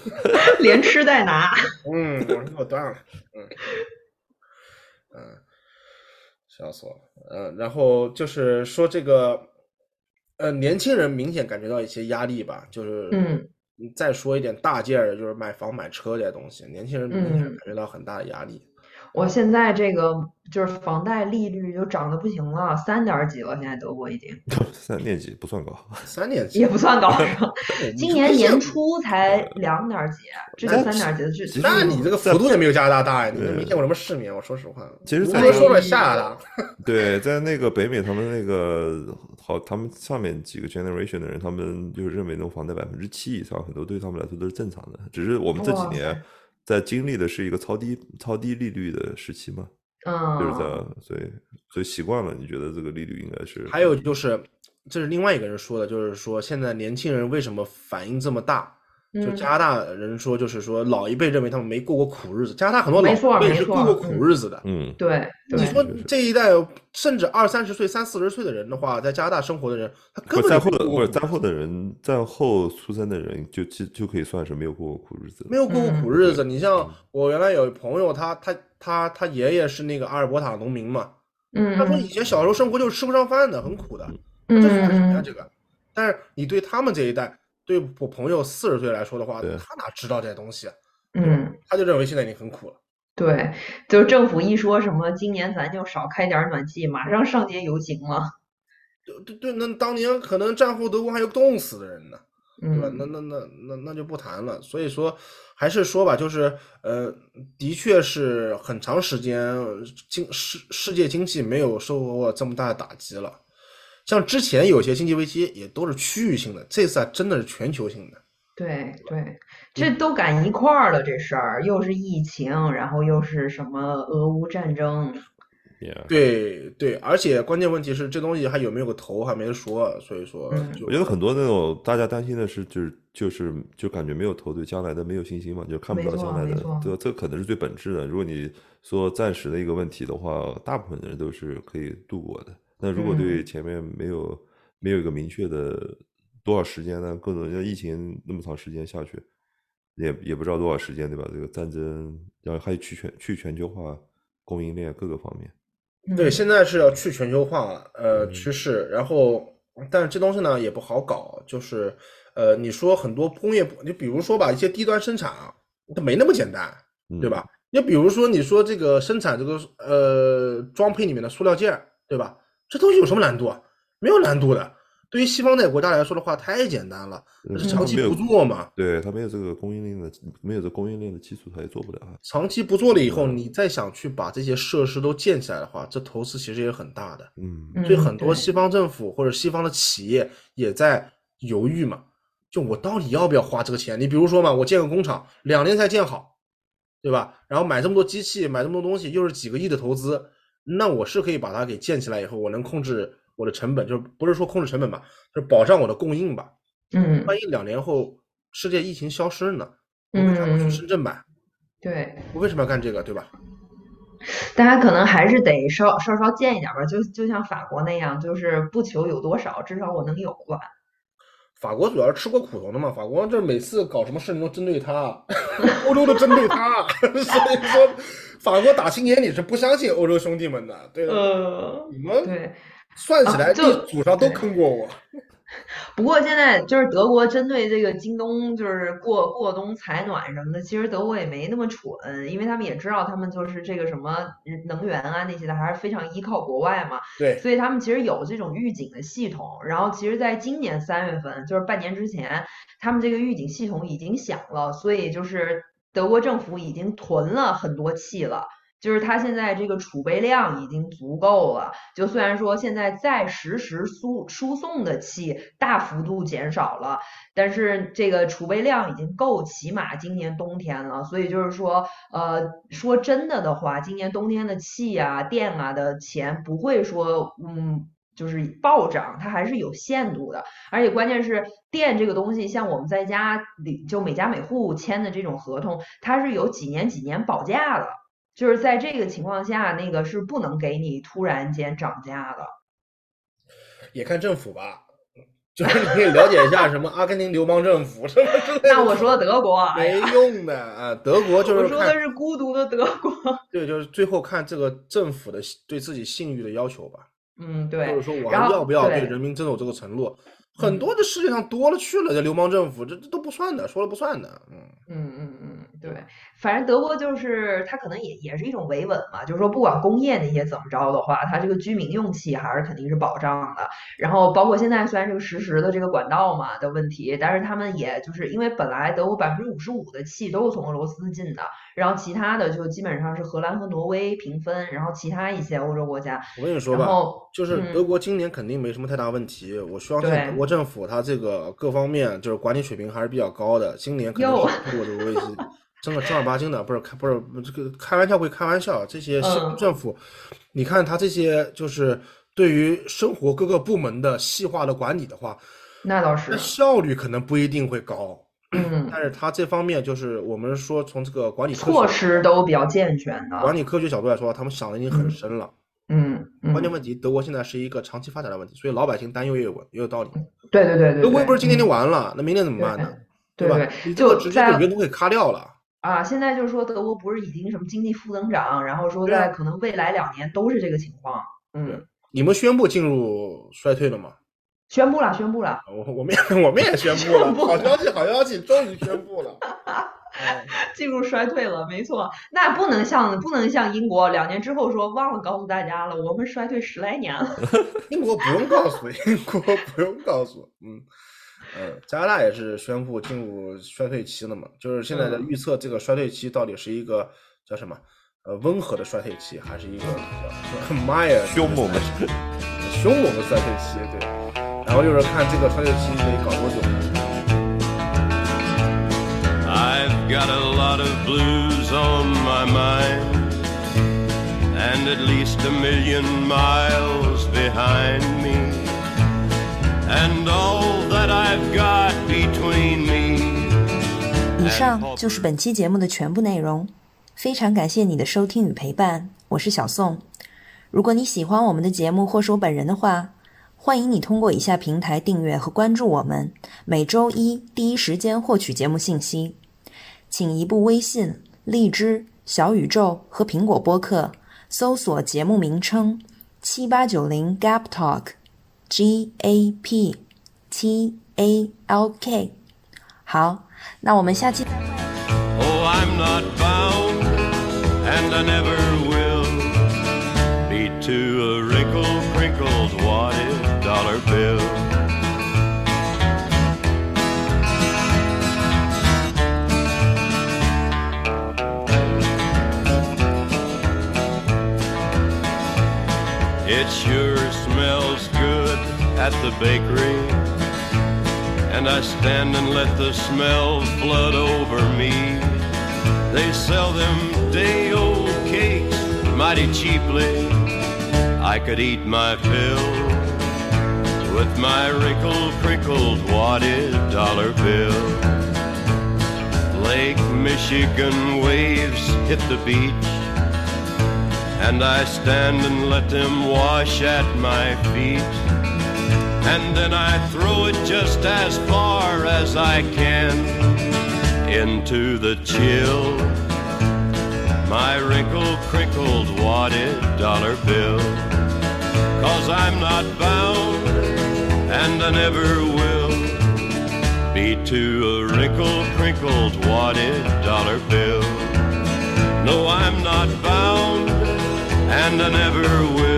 Speaker 3: 连吃带拿，
Speaker 2: 嗯，我说给我端上来。嗯，嗯，笑死我了。嗯，然后就是说这个，呃，年轻人明显感觉到一些压力吧，就是，
Speaker 3: 嗯，
Speaker 2: 再说一点大件儿的，就是买房买车这些东西，年轻人明显
Speaker 3: 嗯
Speaker 2: 感觉到很大的压力。
Speaker 3: 我现在这个就是房贷利率就涨得不行了，三点儿几了，现在德国已经
Speaker 4: 三年级不算高，
Speaker 2: 三年级
Speaker 3: 也不算高，是吧？
Speaker 2: 对你
Speaker 3: 今
Speaker 2: 这
Speaker 3: 年
Speaker 2: 个
Speaker 3: 年
Speaker 2: 线
Speaker 3: 初才两点儿几，之前三点儿几的就
Speaker 4: 其实
Speaker 2: 那你这个幅度也没有加拿大大呀，你这
Speaker 4: 对
Speaker 2: 没见过什么世面。我说实话，
Speaker 4: 其实
Speaker 2: 如
Speaker 4: 在
Speaker 2: 果
Speaker 3: 这
Speaker 2: 说
Speaker 3: 个
Speaker 2: 了吓大，
Speaker 4: 对，在那个北美，他们那个好，他们上面几个 generation 的人，他们就认为那种房贷百分之七以上，很多对他们来说都是正常的。只是我们这几
Speaker 3: 哇
Speaker 4: 年
Speaker 3: 塞
Speaker 4: 在经历的是一个超低超低利率的时期嘛，
Speaker 3: 嗯，
Speaker 4: 就是这样，所以所以习惯了，你觉得这个利率应该是
Speaker 2: 啊还有就是，这是另外一个人说的，就是说现在年轻人为什么反应这么大？就
Speaker 3: 嗯
Speaker 2: 加拿大人说，就是说老一辈认为他们没过过苦日子，加拿大很多
Speaker 3: 没
Speaker 2: 老
Speaker 3: 错
Speaker 2: 一辈
Speaker 3: 没
Speaker 2: 是
Speaker 3: 错
Speaker 2: 过过苦日子的。
Speaker 4: 嗯
Speaker 3: 对
Speaker 2: 你
Speaker 3: 对，
Speaker 2: 说这一代甚至二三十岁、三四十岁的人的话，在加拿大生活的人，他
Speaker 4: 不
Speaker 2: 根
Speaker 4: 是
Speaker 2: 本
Speaker 4: 战
Speaker 2: 就
Speaker 4: 后
Speaker 2: 没
Speaker 4: 的
Speaker 2: 过
Speaker 4: 不
Speaker 2: 过
Speaker 4: 是
Speaker 2: 苦
Speaker 4: 战后的人，战后出生的人就就就可以算是没有过过苦日子了。
Speaker 2: 没有过过
Speaker 3: 嗯
Speaker 2: 苦日子。你像我原来有朋友，他他他他爷爷是那个阿尔伯塔农民嘛，
Speaker 3: 嗯，
Speaker 2: 他说以前小时候生活就是吃不上饭的，很苦的。
Speaker 3: 嗯
Speaker 2: 这是
Speaker 3: 嗯
Speaker 2: 人家
Speaker 3: 嗯
Speaker 2: 这个。但是你对他们这一代，对我朋友四十岁来说的话，
Speaker 4: 对
Speaker 2: 他哪知道这些东西啊？
Speaker 3: 嗯。
Speaker 2: 他就认为现在已经很苦了。
Speaker 3: 对，就政府一说什么今年咱就少开点儿暖气，马上上街游行了。
Speaker 2: 对对对，那当年可能战后德国还有冻死的人呢，对吧？那
Speaker 3: 嗯
Speaker 2: 那那那那就不谈了。所以说，还是说吧，就是呃，的确是很长时间经世世界经济没有受过这么大的打击了。像之前有些经济危机也都是区域性的，这次啊真的是全球性的。
Speaker 3: 对
Speaker 2: 嗯
Speaker 3: 对，这都赶一块儿了，这事儿又是疫情，然后又是什么俄乌战争，
Speaker 4: Yeah
Speaker 2: 对对，而且关键问题是这东西还有没有个头还没说，所以说
Speaker 3: 嗯
Speaker 2: 就
Speaker 4: 我觉得很多那种大家担心的是，就是就是就感觉没有头对将来的没有信心嘛，就看不
Speaker 3: 没
Speaker 4: 到
Speaker 3: 错
Speaker 4: 将来
Speaker 3: 没
Speaker 4: 的
Speaker 3: 错，
Speaker 4: 这这可能是最本质的。如果你说暂时的一个问题的话，大部分人都是可以度过的。那如果对
Speaker 3: 嗯
Speaker 4: 前面没有没有一个明确的多少时间呢？各种像疫情那么长时间下去，也也不知道多少时间，对吧？这个战争，然后还有去全去全球化供应链各个方面，
Speaker 2: 对，
Speaker 3: 嗯
Speaker 2: 现在是要去全球化呃
Speaker 4: 嗯
Speaker 2: 趋势，然后但是这东西呢也不好搞，就是呃你说很多工业，你比如说吧一些低端生产啊，它没那么简单，对
Speaker 4: 嗯？
Speaker 2: 吧？你比如说你说这个生产这个呃装配里面的塑料件儿，对吧？这东西有什么难度啊？没有难度的，对于西方的国家来说的话太简单了，
Speaker 4: 嗯
Speaker 2: 这是
Speaker 4: 他
Speaker 2: 长
Speaker 4: 们
Speaker 2: 期
Speaker 4: 没有
Speaker 2: 不做嘛。
Speaker 4: 对他没有这个供应链的，没有这供应链的基础，他也做不了啊。
Speaker 2: 长期不做了以后，
Speaker 4: 嗯
Speaker 2: 你再想去把这些设施都建起来的话，这投资其实也很大的。
Speaker 4: 嗯，
Speaker 2: 所以
Speaker 3: 嗯
Speaker 2: 很多
Speaker 3: 对
Speaker 2: 西方政府或者西方的企业也在犹豫嘛，就我到底要不要花这个钱？你比如说嘛，我建个工厂，两年才建好，对吧？然后买这么多机器，买这么多东西，又是几个亿的投资，那我是可以把它给建起来以后，我能控制我的成本，就是不是说控制成本吧，就是保障我的供应吧。
Speaker 3: 嗯
Speaker 2: 万一两年后世界疫情消失呢？我为啥不去
Speaker 3: 嗯
Speaker 2: 深圳买？
Speaker 3: 对。
Speaker 2: 我为什么要干这个，对吧？
Speaker 3: 大家可能还是得稍稍稍见一点吧，就就像法国那样，就是不求有多少，至少我能有吧。
Speaker 2: 法国主要是吃过苦头的嘛，法国这每次搞什么事情都针对他， [LAUGHS] 欧洲都针对他， [LAUGHS] 所以说法国打心眼里是不相信欧洲兄弟们的，对的，
Speaker 3: 呃，
Speaker 2: 你们
Speaker 3: 对。
Speaker 2: 算起来
Speaker 3: 啊就
Speaker 2: 地主上都
Speaker 3: 对
Speaker 2: 坑过我，
Speaker 3: 不过现在就是德国针对这个京东，就是过过冬采暖什么的，其实德国也没那么蠢，因为他们也知道他们就是这个什么能源啊那些的，还是非常依靠国外嘛，
Speaker 2: 对，
Speaker 3: 所以他们其实有这种预警的系统。然后其实在今年三月份，就是半年之前，他们这个预警系统已经响了，所以就是德国政府已经囤了很多气了。就是它现在这个储备量已经足够了，就虽然说现在再实时输输送的气大幅度减少了，但是这个储备量已经够起码今年冬天了，所以就是说，呃，说真的的话，今年冬天的气啊、电啊的钱不会说，嗯，就是暴涨，它还是有限度的。而且关键是电这个东西，像我们在家里就每家每户签的这种合同，它是有几年几年保价的，就是在这个情况下，那个是不能给你突然间涨价的。
Speaker 2: 也看政府吧，就是你可以了解一下什么阿根廷流氓政府什么之类的，
Speaker 3: 那我说德国啊，
Speaker 2: 没用的啊，德国就
Speaker 3: 我
Speaker 2: 是
Speaker 3: 说的
Speaker 2: 看，
Speaker 3: 是孤独的德国。
Speaker 2: 对，就是最后看这个政府的对自己信誉的要求吧。
Speaker 3: 嗯，对，
Speaker 2: 就是说我
Speaker 3: 然
Speaker 2: 还
Speaker 3: 后
Speaker 2: 要不要对
Speaker 3: 对嗯
Speaker 2: 人民遵守这个承诺？很多这世界上多了去了，这流氓政府这这都不算的，说了不算的。嗯，
Speaker 3: 嗯嗯嗯，对，反正德国就是它可能也也是一种维稳嘛，就是说不管工业那些怎么着的话，它这个居民用气还是肯定是保障的。然后包括现在虽然这个实时的这个管道嘛的问题，但是他们也就是因为本来德国百分之五十五的气都是从俄罗斯进的，然后其他的就基本上是荷兰和挪威平分，然后其他一些欧洲国家，
Speaker 2: 我跟你说吧，
Speaker 3: 然后
Speaker 2: 就是
Speaker 3: 嗯
Speaker 2: 德国今年肯定没什么太大问题。我希望现在
Speaker 3: 对
Speaker 2: 德国政府它这个各方面就是管理水平还是比较高的，今年肯定
Speaker 3: 哟 [LAUGHS]
Speaker 2: 是度过这个危机。真的正儿八经的，不是开不是这个开玩笑归开玩笑，这些
Speaker 3: 嗯
Speaker 2: 政府，你看他这些就是对于生活各个部门的细化的管理的话，
Speaker 3: 那倒
Speaker 2: 那
Speaker 3: 是，
Speaker 2: 效率可能不一定会高，
Speaker 3: 嗯，
Speaker 2: 但是它这方面就是我们说从这个管理科
Speaker 3: 措
Speaker 2: 学
Speaker 3: 施都比较健全的，
Speaker 2: 管理科学角度来说，他们想的已经很深了。
Speaker 3: 嗯嗯，
Speaker 2: 关键问题，德国现在是一个长期发展的问题，所以老百姓担忧也有也有道理。
Speaker 3: 对对对对，
Speaker 2: 德国又不是今天
Speaker 3: 对嗯
Speaker 2: 就完了，那明天怎么办呢？
Speaker 3: 对
Speaker 2: 吧
Speaker 3: 对？
Speaker 2: 你这
Speaker 3: 就
Speaker 2: 个直接
Speaker 3: 在
Speaker 2: 给员工给咔掉了。
Speaker 3: 啊，现在就是说德国不是已经什么经济负增长，然后说
Speaker 2: 对啊
Speaker 3: 在可能未来两年都是这个情况，嗯，
Speaker 2: 你们宣布进入衰退了吗？
Speaker 3: 宣布了，宣布了，
Speaker 2: 我我们也 [LAUGHS] 我们也宣布了，
Speaker 3: 宣布
Speaker 2: 好
Speaker 3: 了
Speaker 2: 消息，好消息，终于宣布
Speaker 3: [LAUGHS]
Speaker 2: 了。哎
Speaker 3: [LAUGHS] 进入衰退了，没错，那不能像不能像英国两年之后说忘了告诉大家了，我们衰退十来年了，
Speaker 2: [LAUGHS] 英国不用告诉，英国不用告诉，嗯。嗯，加拿大也是宣布进入衰退期了嘛，就是现在的
Speaker 3: 嗯
Speaker 2: 预测，这个衰退期到底是一个叫什么？呃，温和的衰退期，还是一个
Speaker 4: [LAUGHS]
Speaker 2: 比较 mild 的
Speaker 4: 凶猛的
Speaker 2: 衰退期凶猛的衰退期？对。然后就是看这个衰退期得搞多久。
Speaker 5: I've got a lot of blues on my mind, and at least a million miles behind me. And all that I've got between me
Speaker 6: 以上就是本期节目的全部内容，非常感谢你的收听与陪伴，我是小宋。如果你喜欢我们的节目或是我本人的话，欢迎你通过以下平台订阅和关注我们，每周一第一时间获取节目信息。请移步微信、荔枝、小宇宙和苹果播客搜索节目名称“七八九零 Gap Talk”，G A P T A L K。好，那我们下期再见。
Speaker 5: Oh, I'm not bound, and I never will be to a wrinkle crinkled wadded dollar bill. It sure smells good at the bakery and I stand and let the smell flood over me. They sell them day old cakes mighty cheaply. I could eat my fill with my wrinkled, crinkled, wadded dollar bill. Lake Michigan waves hit the beach, and I stand and let them wash at my feet and then I throw it just as far as I can into the chill. My wrinkled, crinkled, wadded dollar bill. Cause I'm not bound, and I never will be to a wrinkled, crinkled, wadded dollar bill. No, I'm not bound, and I never will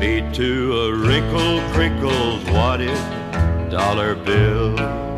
Speaker 5: be to a wrinkled, crinkled, wadded dollar bill.